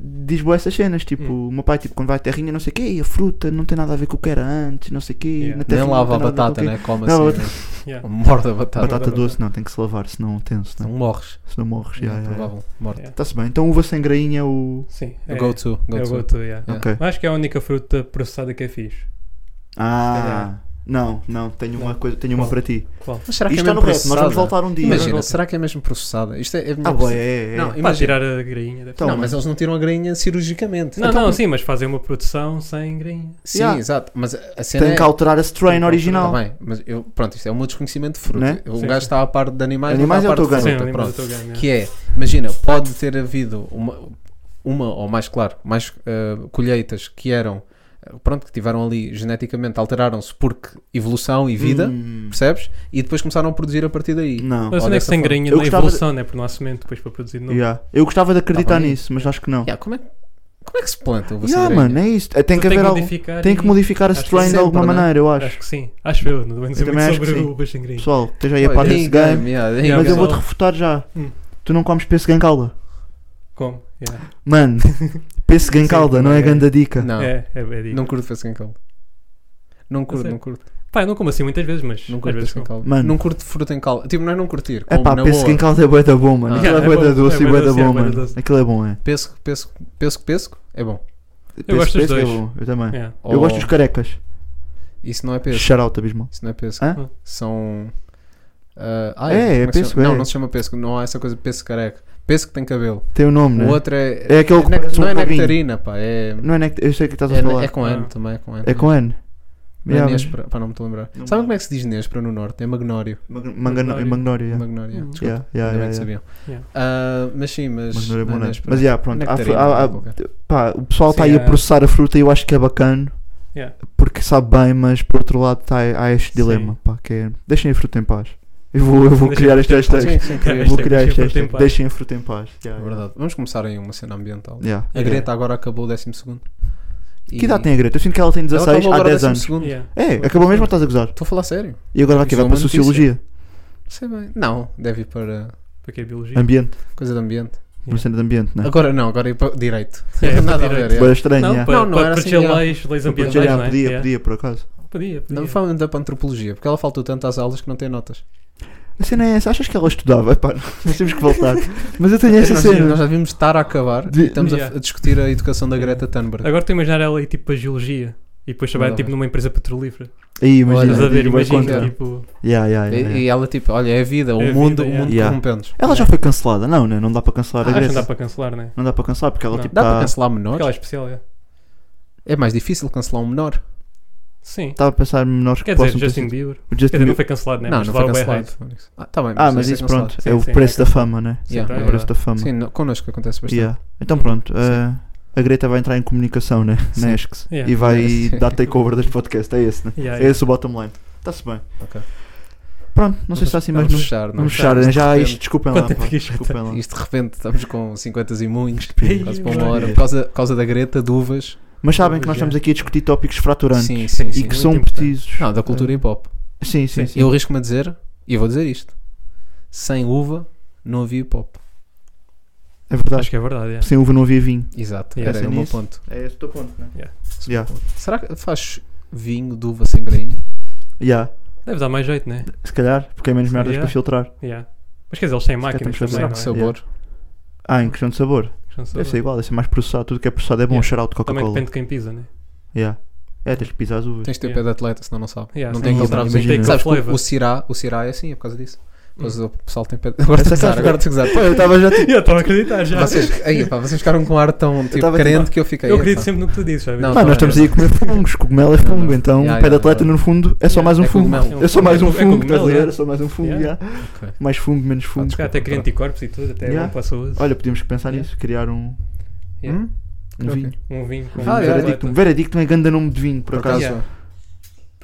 Speaker 6: Diz bué essas cenas, tipo,
Speaker 7: Hum.
Speaker 6: o meu pai tipo, quando vai à terrinha, não sei o quê, "Ei, a fruta não tem nada a ver com o que era antes, não sei o quê. na
Speaker 5: Yeah. Nem
Speaker 7: Nem
Speaker 6: terrinha não
Speaker 7: lava a
Speaker 6: tem nada ver
Speaker 7: batata,
Speaker 6: com o quê."
Speaker 7: né? Come
Speaker 6: Não,
Speaker 7: assim. né?
Speaker 5: Yeah.
Speaker 7: Morde a batata.
Speaker 6: Batata
Speaker 5: Batata
Speaker 6: doce não, tem que se lavar, senão tenso,
Speaker 7: Não
Speaker 6: né?
Speaker 7: morres.
Speaker 6: senão morres.
Speaker 7: É
Speaker 6: Yeah, yeah, yeah.
Speaker 7: provável. Morte.
Speaker 5: Yeah.
Speaker 6: Está-se bem, então uva sem grainha é o.
Speaker 5: Sim.
Speaker 7: O go-to.
Speaker 5: É o
Speaker 7: Go
Speaker 5: go-to, yeah.
Speaker 7: Yeah.
Speaker 6: Ok.
Speaker 5: Acho que é a única fruta processada que é fixe.
Speaker 6: Ah, não, não, tenho uma,
Speaker 5: Não.
Speaker 6: coisa, tenho uma
Speaker 5: Qual?
Speaker 6: para ti.
Speaker 5: Qual?
Speaker 7: Mas será que
Speaker 6: Isto
Speaker 7: é
Speaker 6: está no
Speaker 7: mesmo
Speaker 6: resto, mas vamos
Speaker 7: processada?
Speaker 6: voltar um dia.
Speaker 7: Imagina,
Speaker 5: Mas-
Speaker 7: será que é mesmo processada? Isto é, é a minha
Speaker 6: Ah,
Speaker 7: perce-
Speaker 6: boa, é, é.
Speaker 7: Não,
Speaker 6: é.
Speaker 5: Para
Speaker 7: imagina.
Speaker 5: tirar a grainha. deve-
Speaker 6: Então,
Speaker 7: não, mas eles não tiram a grainha cirurgicamente.
Speaker 5: Não,
Speaker 7: Então,
Speaker 5: não, sim, mas fazem uma produção sem grainha.
Speaker 7: Sim,
Speaker 6: Yeah.
Speaker 7: exato. Mas a a cena
Speaker 6: tem
Speaker 7: é...
Speaker 6: que alterar a strain original.
Speaker 7: Tá bem, mas eu, pronto, isto é o meu desconhecimento de fruta.
Speaker 6: Né?
Speaker 7: O
Speaker 5: Sim,
Speaker 7: gajo
Speaker 5: sim.
Speaker 7: está à parte de animais,
Speaker 6: Animais
Speaker 7: não
Speaker 6: é o
Speaker 7: está à
Speaker 6: teu
Speaker 7: parte de
Speaker 6: ganho.
Speaker 7: fruta,
Speaker 5: Sim,
Speaker 7: pronto.
Speaker 5: animais é o teu ganho, é.
Speaker 7: Que é, imagina, pode ter havido uma, uma ou mais, claro, mais eh, colheitas que eram, eh, pronto, que tiveram ali geneticamente, alteraram-se porque evolução e vida,
Speaker 6: Hum,
Speaker 7: percebes? E depois começaram a produzir a partir daí.
Speaker 6: não.
Speaker 5: Mas onde é que
Speaker 7: dessa
Speaker 5: sem
Speaker 7: forma.
Speaker 5: grainha
Speaker 6: Eu
Speaker 5: na
Speaker 6: gostava de-
Speaker 5: evolução, né? Porque não há semente depois para produzir de novo.
Speaker 6: Yeah. Eu gostava de acreditar
Speaker 7: Tá bem.
Speaker 6: nisso, mas acho que não.
Speaker 7: Yeah, como, é, como é que se planta o
Speaker 6: Yeah,
Speaker 7: yeah,
Speaker 6: mano, é isso. Tem que
Speaker 5: Tu tem
Speaker 6: haver
Speaker 5: que
Speaker 6: algo.
Speaker 5: modificar
Speaker 6: Tem que
Speaker 5: e-
Speaker 6: modificar a
Speaker 5: Acho que
Speaker 6: strain de
Speaker 7: sempre,
Speaker 6: alguma
Speaker 7: né?
Speaker 6: maneira, eu
Speaker 5: Acho
Speaker 6: acho.
Speaker 5: que sim. Acho eu, não vou dizer
Speaker 6: Eu
Speaker 5: muito
Speaker 6: também acho que
Speaker 5: sobre
Speaker 6: sim.
Speaker 5: o sem grainha.
Speaker 6: Pessoal, esteja aí a par
Speaker 5: Olha,
Speaker 6: desse game.
Speaker 5: Yeah,
Speaker 6: Mas eu
Speaker 5: pessoal.
Speaker 6: vou-te refutar já.
Speaker 5: Hum.
Speaker 6: Tu não comes pêssego em calda.
Speaker 5: Como? Yeah.
Speaker 6: Mano, pêssego em
Speaker 5: Sim,
Speaker 6: calda não é
Speaker 5: é.
Speaker 6: grande dica.
Speaker 7: Não,
Speaker 5: É, é, é digo.
Speaker 7: não curto fazer sem caldo. Não curto,
Speaker 5: sério?
Speaker 7: não curto.
Speaker 5: Pá, eu não como assim muitas vezes, mas
Speaker 7: Não
Speaker 5: às
Speaker 7: curto
Speaker 5: vezes
Speaker 7: pêssego em
Speaker 5: como.
Speaker 7: caldo.
Speaker 6: Mano.
Speaker 7: Não curto fruta em caldo. Tipo, não é não curtir.
Speaker 6: É
Speaker 7: Como
Speaker 6: pá,
Speaker 7: na
Speaker 6: pêssego
Speaker 7: boa.
Speaker 6: em calda é bué da bom, mano.
Speaker 7: Ah.
Speaker 6: Aquilo é
Speaker 5: Yeah,
Speaker 6: bué
Speaker 5: é
Speaker 6: da
Speaker 5: bom,
Speaker 6: doce
Speaker 5: é
Speaker 6: e bué
Speaker 5: bué
Speaker 6: da
Speaker 5: doce, é
Speaker 6: bom,
Speaker 5: bué da
Speaker 6: mano.
Speaker 5: doce.
Speaker 6: Aquilo é bom, é.
Speaker 7: Pesco, pesco, pesco, pesco, pesco, é bom.
Speaker 6: Pêssego-
Speaker 5: gosto dos
Speaker 6: pêssego
Speaker 5: dois.
Speaker 6: É bom. Eu também.
Speaker 5: Yeah.
Speaker 6: Eu
Speaker 7: Ou-
Speaker 6: gosto dos carecas.
Speaker 7: Isso não é pesco.
Speaker 6: Shout-out, abismal.
Speaker 7: Isso não é pesco.
Speaker 6: Hã?
Speaker 7: São. ah,
Speaker 6: É, é pesco,
Speaker 7: pesco. Não,
Speaker 6: é.
Speaker 7: não se chama pesco. Não há essa coisa de pesco careca. Pesco tem cabelo.
Speaker 6: Tem o nome, né?
Speaker 7: O outro é.
Speaker 6: É aquele que
Speaker 7: nec-
Speaker 6: parece um
Speaker 7: Não é
Speaker 6: rabinho.
Speaker 7: nectarina, pá. É,
Speaker 6: Não é nect... Eu sei o que estás a
Speaker 7: é,
Speaker 6: falar.
Speaker 7: é com N
Speaker 5: Ah.
Speaker 7: também. É com N.
Speaker 6: É com N.
Speaker 7: Não é
Speaker 6: Yeah, mas-
Speaker 7: Nespra, pá, não me estou a lembrar.
Speaker 6: Não
Speaker 7: Sabem
Speaker 6: me-
Speaker 7: como é que se diz Nespra no norte? É magnório.
Speaker 6: Mag- Mangano-
Speaker 5: Magnólia.
Speaker 6: Magnólia, yeah.
Speaker 7: Magnório,
Speaker 5: Hum.
Speaker 7: desculpa.
Speaker 6: Yeah, yeah,
Speaker 7: Ainda bem
Speaker 6: yeah, yeah.
Speaker 7: que sabiam.
Speaker 5: Yeah.
Speaker 7: Ah, mas sim, mas.
Speaker 6: Magnólia é
Speaker 7: não
Speaker 6: bom,
Speaker 7: é
Speaker 6: né?
Speaker 7: Nespra.
Speaker 6: Mas yeah, pronto. Há-
Speaker 7: Nectarina,
Speaker 6: há- há-
Speaker 7: qualquer.
Speaker 6: pá, o pessoal está
Speaker 5: Sim,
Speaker 6: aí a
Speaker 5: é.
Speaker 6: processar a fruta e eu acho que é bacana
Speaker 5: Yeah.
Speaker 6: porque sabe bem, mas por outro lado tá, há este dilema,
Speaker 5: Sim.
Speaker 6: pá, que é deixem a fruta em paz. Eu vou, eu vou
Speaker 5: Deixem
Speaker 6: criar
Speaker 5: a
Speaker 6: este
Speaker 5: fruta em paz.
Speaker 6: hashtag.
Speaker 7: Sim, sim, queria-
Speaker 5: Hashtag,
Speaker 6: Vou criar este
Speaker 5: deixem a fruta em
Speaker 6: hashtag.
Speaker 5: paz.
Speaker 6: Deixem a fruta em paz. Yeah,
Speaker 7: É
Speaker 6: yeah.
Speaker 7: verdade. Vamos começar aí uma cena ambiental.
Speaker 6: Yeah.
Speaker 7: A Greta agora acabou o 12. E...
Speaker 6: Que idade tem a Greta? Eu sinto que ela tem
Speaker 7: Ela
Speaker 6: 16
Speaker 7: acabou
Speaker 6: há
Speaker 7: agora um o
Speaker 6: 10 anos.
Speaker 7: 12º.
Speaker 5: Yeah.
Speaker 6: É, acabou mesmo ou estás a gozar?
Speaker 7: Estou a falar sério.
Speaker 6: E agora vai que vai
Speaker 7: Isso é
Speaker 6: para
Speaker 7: uma
Speaker 6: Sociologia,
Speaker 7: Sei bem. Não, deve ir para
Speaker 5: Para que é biologia?
Speaker 6: ambiente,
Speaker 7: coisa de ambiente.
Speaker 6: uma cena de ambiente, né?
Speaker 7: Agora não, agora ir para direito.
Speaker 5: É, para
Speaker 7: Nada a
Speaker 5: direito.
Speaker 7: ver.
Speaker 6: Boa
Speaker 7: é.
Speaker 6: estranha.
Speaker 5: Não,
Speaker 6: yeah.
Speaker 5: para,
Speaker 7: Não, não
Speaker 5: para
Speaker 7: era
Speaker 5: proteger
Speaker 7: assim, yeah.
Speaker 5: leis, leis
Speaker 6: Eu
Speaker 5: ambientais,
Speaker 6: podia,
Speaker 5: não é?
Speaker 6: podia,
Speaker 5: Yeah.
Speaker 6: podia, por acaso.
Speaker 5: Podia, podia.
Speaker 7: Não falando da antropologia, porque ela faltou tanto às aulas que não tem notas.
Speaker 6: A cena é essa, achas que ela estudava? Epá, nós temos que voltar. Mas eu tenho essa
Speaker 7: nós,
Speaker 6: cena.
Speaker 7: nós já vimos estar a acabar
Speaker 6: De-
Speaker 7: e estamos a-
Speaker 5: Yeah.
Speaker 7: a, discutir a educação da Greta Thunberg.
Speaker 5: Agora estou a imaginar ela aí tipo a geologia. E depois trabalha
Speaker 7: Nada a
Speaker 5: tipo
Speaker 7: ver.
Speaker 5: numa empresa petrolífera.
Speaker 6: Aí, imagina.
Speaker 5: Estás a ver,
Speaker 6: digo, bué
Speaker 5: imagina,
Speaker 6: contra.
Speaker 5: tipo.
Speaker 6: Yeah, yeah, yeah,
Speaker 7: E,
Speaker 6: yeah.
Speaker 7: e ela tipo, olha, é a vida, o
Speaker 5: É a
Speaker 7: mundo,
Speaker 5: vida,
Speaker 7: o mundo
Speaker 6: yeah. Ah.
Speaker 7: corrompe-nos.
Speaker 6: Ela já foi cancelada. Não, né? não dá para cancelar a
Speaker 5: Acho que não
Speaker 6: Grécia.
Speaker 5: dá para cancelar, né?
Speaker 6: Não dá para cancelar porque ela
Speaker 5: Não.
Speaker 6: tipo
Speaker 7: Dá para
Speaker 6: está.
Speaker 7: cancelar menores?
Speaker 5: Porque ela é especial, é.
Speaker 7: É mais difícil cancelar um menor.
Speaker 5: Sim.
Speaker 6: Estava a pensar menores que
Speaker 5: Quer dizer,
Speaker 6: possam ter
Speaker 5: Justin
Speaker 6: sido- o
Speaker 5: Bieber.
Speaker 6: Justin
Speaker 5: Quer dizer, não
Speaker 6: Bieber.
Speaker 5: foi cancelado, né?
Speaker 7: não,
Speaker 5: Mas
Speaker 7: não
Speaker 5: lá
Speaker 7: foi
Speaker 5: o é
Speaker 7: cancelado.
Speaker 5: hate.
Speaker 7: Ah, tá bem,
Speaker 6: Ah,
Speaker 7: isso
Speaker 6: mas
Speaker 7: é
Speaker 6: isso
Speaker 7: cancelado.
Speaker 6: pronto,
Speaker 5: Sim,
Speaker 6: é o
Speaker 5: sim,
Speaker 6: preço da fama, né?
Speaker 5: Sim,
Speaker 7: Yeah,
Speaker 5: tá,
Speaker 6: É o
Speaker 5: yeah.
Speaker 6: preço da fama.
Speaker 7: Sim, no- connosco acontece
Speaker 5: tá.
Speaker 7: bastante.
Speaker 6: Yeah. Então pronto, eh, a Greta vai entrar em comunicação, né?
Speaker 7: Sim.
Speaker 6: Na ESCS.
Speaker 5: Yeah.
Speaker 6: E vai
Speaker 7: Yeah.
Speaker 6: dar takeover deste podcast, é esse, né? É
Speaker 5: Yeah, yeah.
Speaker 6: esse o bottom line. Está-se bem.
Speaker 7: Ok.
Speaker 6: Pronto, não sei se está assim, mas
Speaker 7: Vamos
Speaker 6: vamos,
Speaker 7: fechar, não
Speaker 6: vamos
Speaker 7: é?
Speaker 6: fechar.
Speaker 7: Isto de
Speaker 6: Já
Speaker 7: repente-
Speaker 6: isto, desculpem lá.
Speaker 5: Quanto é
Speaker 6: pá,
Speaker 5: que isto
Speaker 6: Desculpem lá.
Speaker 7: Isto de repente estamos com 50 e muitos,
Speaker 5: Ei,
Speaker 7: quase para uma
Speaker 5: mano.
Speaker 7: hora, por causa, por causa da Greta, dúvidas.
Speaker 6: Mas sabem que nós
Speaker 5: Yeah.
Speaker 6: estamos aqui a discutir tópicos fraturantes
Speaker 7: Sim, sim,
Speaker 6: e
Speaker 7: sim. é
Speaker 6: que
Speaker 5: muito
Speaker 6: são
Speaker 5: importante.
Speaker 6: precisos.
Speaker 7: Não, da cultura hip hop.
Speaker 6: Sim, sim, sim.
Speaker 7: Eu arrisco-me a dizer, e vou dizer isto: sem uva não havia hip hop.
Speaker 6: É verdade.
Speaker 5: Acho que é verdade, é.
Speaker 6: Sem uva não havia vinho.
Speaker 7: Exato,
Speaker 5: Yeah.
Speaker 7: era
Speaker 6: Pensa
Speaker 7: o meu
Speaker 6: nisso.
Speaker 7: ponto.
Speaker 6: É esse o teu ponto, né? Yeah.
Speaker 7: Será que faz vinho de uva sem grainha?
Speaker 6: Yeah.
Speaker 5: Deve dar mais jeito, né?
Speaker 6: Se calhar, porque é menos merdas
Speaker 5: Yeah.
Speaker 6: para filtrar.
Speaker 5: Yeah. Mas quer dizer, eles têm
Speaker 6: calhar temos
Speaker 5: máquinas
Speaker 6: que
Speaker 5: também,
Speaker 7: Será
Speaker 5: não
Speaker 7: que
Speaker 5: é?
Speaker 7: o sabor?
Speaker 6: Ah, em questão de sabor.
Speaker 5: Questão de
Speaker 6: Deve ser
Speaker 5: saber.
Speaker 6: igual, deve ser mais processado. Tudo que é processado é bom.
Speaker 5: Yeah.
Speaker 6: Cheirar de
Speaker 5: Também
Speaker 6: Coca-Cola.
Speaker 5: depende de quem pisa, né?
Speaker 6: Yeah. É, tens que pisar as uvas.
Speaker 7: Tens de ter
Speaker 5: Yeah.
Speaker 7: pé de atleta, senão não sabe.
Speaker 5: Yeah,
Speaker 7: não
Speaker 5: sim,
Speaker 7: tem aquele
Speaker 6: sim,
Speaker 7: travo.
Speaker 6: imagina.
Speaker 7: Sabes que
Speaker 5: Flavor.
Speaker 7: o- o Cirá, o Cirá é assim, é por causa disso. Pois o pessoal tem pé de... Agora
Speaker 6: Essa
Speaker 7: estou a
Speaker 6: é
Speaker 7: gozar,
Speaker 6: a
Speaker 7: agora estou a gozar.
Speaker 6: Pô, eu estava já tipo.
Speaker 5: Hum. Eu estava a acreditar já.
Speaker 7: Vocês, aí, pá, vocês ficaram com um ar tão tipo,
Speaker 6: tava
Speaker 7: carente
Speaker 6: tipo,
Speaker 7: que eu fiquei.
Speaker 5: Eu
Speaker 7: "Epa."
Speaker 5: acredito sempre no que tu dizes, sabe?
Speaker 7: Não, é
Speaker 6: Mano,
Speaker 7: não,
Speaker 6: nós estamos
Speaker 7: não.
Speaker 6: aí a comer fungos, cogumelo é
Speaker 7: Não,
Speaker 6: fungo,
Speaker 7: não.
Speaker 6: então
Speaker 7: Yeah,
Speaker 6: o pé de
Speaker 7: yeah,
Speaker 6: atleta
Speaker 7: yeah.
Speaker 6: no fundo é só
Speaker 5: Yeah,
Speaker 6: mais um
Speaker 7: é
Speaker 6: fungo.
Speaker 7: cogumelo.
Speaker 6: É só mais um
Speaker 5: É
Speaker 6: fungo, estás a
Speaker 5: cogumelo,
Speaker 6: ver?
Speaker 5: yeah.
Speaker 6: É só mais um fungo,
Speaker 5: Yeah.
Speaker 6: yeah.
Speaker 7: Ok.
Speaker 6: Mais fungo, menos fungo.
Speaker 5: Se calhar até cria anticorpos e tudo, até é
Speaker 6: Yeah.
Speaker 5: bom para a saúde.
Speaker 6: Olha, podíamos pensar
Speaker 5: Yeah.
Speaker 6: nisso, criar um,
Speaker 5: Yeah.
Speaker 7: Hum?
Speaker 6: um
Speaker 7: Ok.
Speaker 6: vinho.
Speaker 5: Um vinho com
Speaker 6: Um
Speaker 5: um
Speaker 6: vinho
Speaker 7: Ah, yeah,
Speaker 6: veredicto. Um veredicto é grande nome de vinho, por
Speaker 7: Por
Speaker 6: acaso.
Speaker 7: acaso
Speaker 5: Yeah.
Speaker 7: é.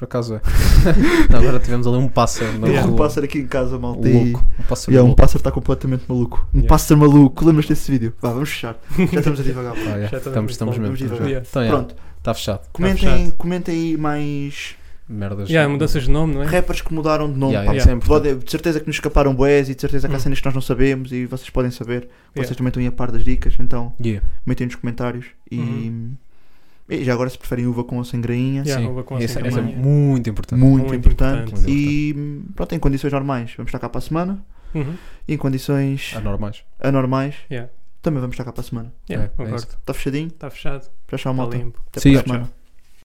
Speaker 7: Por acaso é. Não, agora tivemos ali um pássaro na
Speaker 5: Yeah.
Speaker 7: rua.
Speaker 6: Um pássaro aqui em casa, malta. e-
Speaker 7: louco. Um pássaro
Speaker 6: e é, um
Speaker 7: louco.
Speaker 6: pássaro está completamente maluco. Um
Speaker 5: Yeah.
Speaker 6: pássaro maluco. Lembras desse vídeo? Vá, vamos fechar. Já estamos a divagar.
Speaker 7: Ah, yeah.
Speaker 5: Já
Speaker 7: Estamos, estamos mesmo. Estamos
Speaker 5: estamos
Speaker 6: divagar.
Speaker 7: mesmo. Então,
Speaker 6: Pronto,
Speaker 7: está fechado.
Speaker 6: comentem,
Speaker 5: fechado.
Speaker 6: comentem aí mais
Speaker 7: Merdas.
Speaker 5: Yeah, mudanças de nome, não é?
Speaker 6: rappers que mudaram de nome.
Speaker 7: Yeah,
Speaker 6: pá.
Speaker 7: yeah, isso é importante.
Speaker 6: Pode- de certeza que nos escaparam boés e de certeza que há
Speaker 5: Hum.
Speaker 6: cenas que nós não sabemos e vocês podem saber. Vocês
Speaker 5: Yeah.
Speaker 6: também estão aí a par das dicas, então
Speaker 7: Yeah.
Speaker 6: metem nos comentários e.
Speaker 5: Uhum.
Speaker 6: e já agora se preferem uva com ou sem grainha.
Speaker 5: Yeah,
Speaker 7: Sim.
Speaker 5: houve com assim
Speaker 7: Essa
Speaker 5: essa
Speaker 7: essa é
Speaker 5: grainha.
Speaker 7: muito importante.
Speaker 6: Muito,
Speaker 5: Muito
Speaker 6: importante.
Speaker 5: importante.
Speaker 6: E pronto, em condições normais. Vamos estar cá para a semana.
Speaker 5: Uhum.
Speaker 6: E em
Speaker 7: Tá
Speaker 6: condições
Speaker 7: Anormais.
Speaker 6: anormais.
Speaker 5: Ah. Yeah.
Speaker 6: Também vamos estar cá para a semana.
Speaker 5: Yeah,
Speaker 7: É, é
Speaker 5: concordo.
Speaker 7: isso.
Speaker 6: Está fechadinho?
Speaker 5: Está fechado,
Speaker 6: Fechar a
Speaker 5: está
Speaker 6: malta.
Speaker 5: Tá limpo.
Speaker 6: Até
Speaker 7: Sim,
Speaker 6: para a
Speaker 7: tchau.
Speaker 6: semana.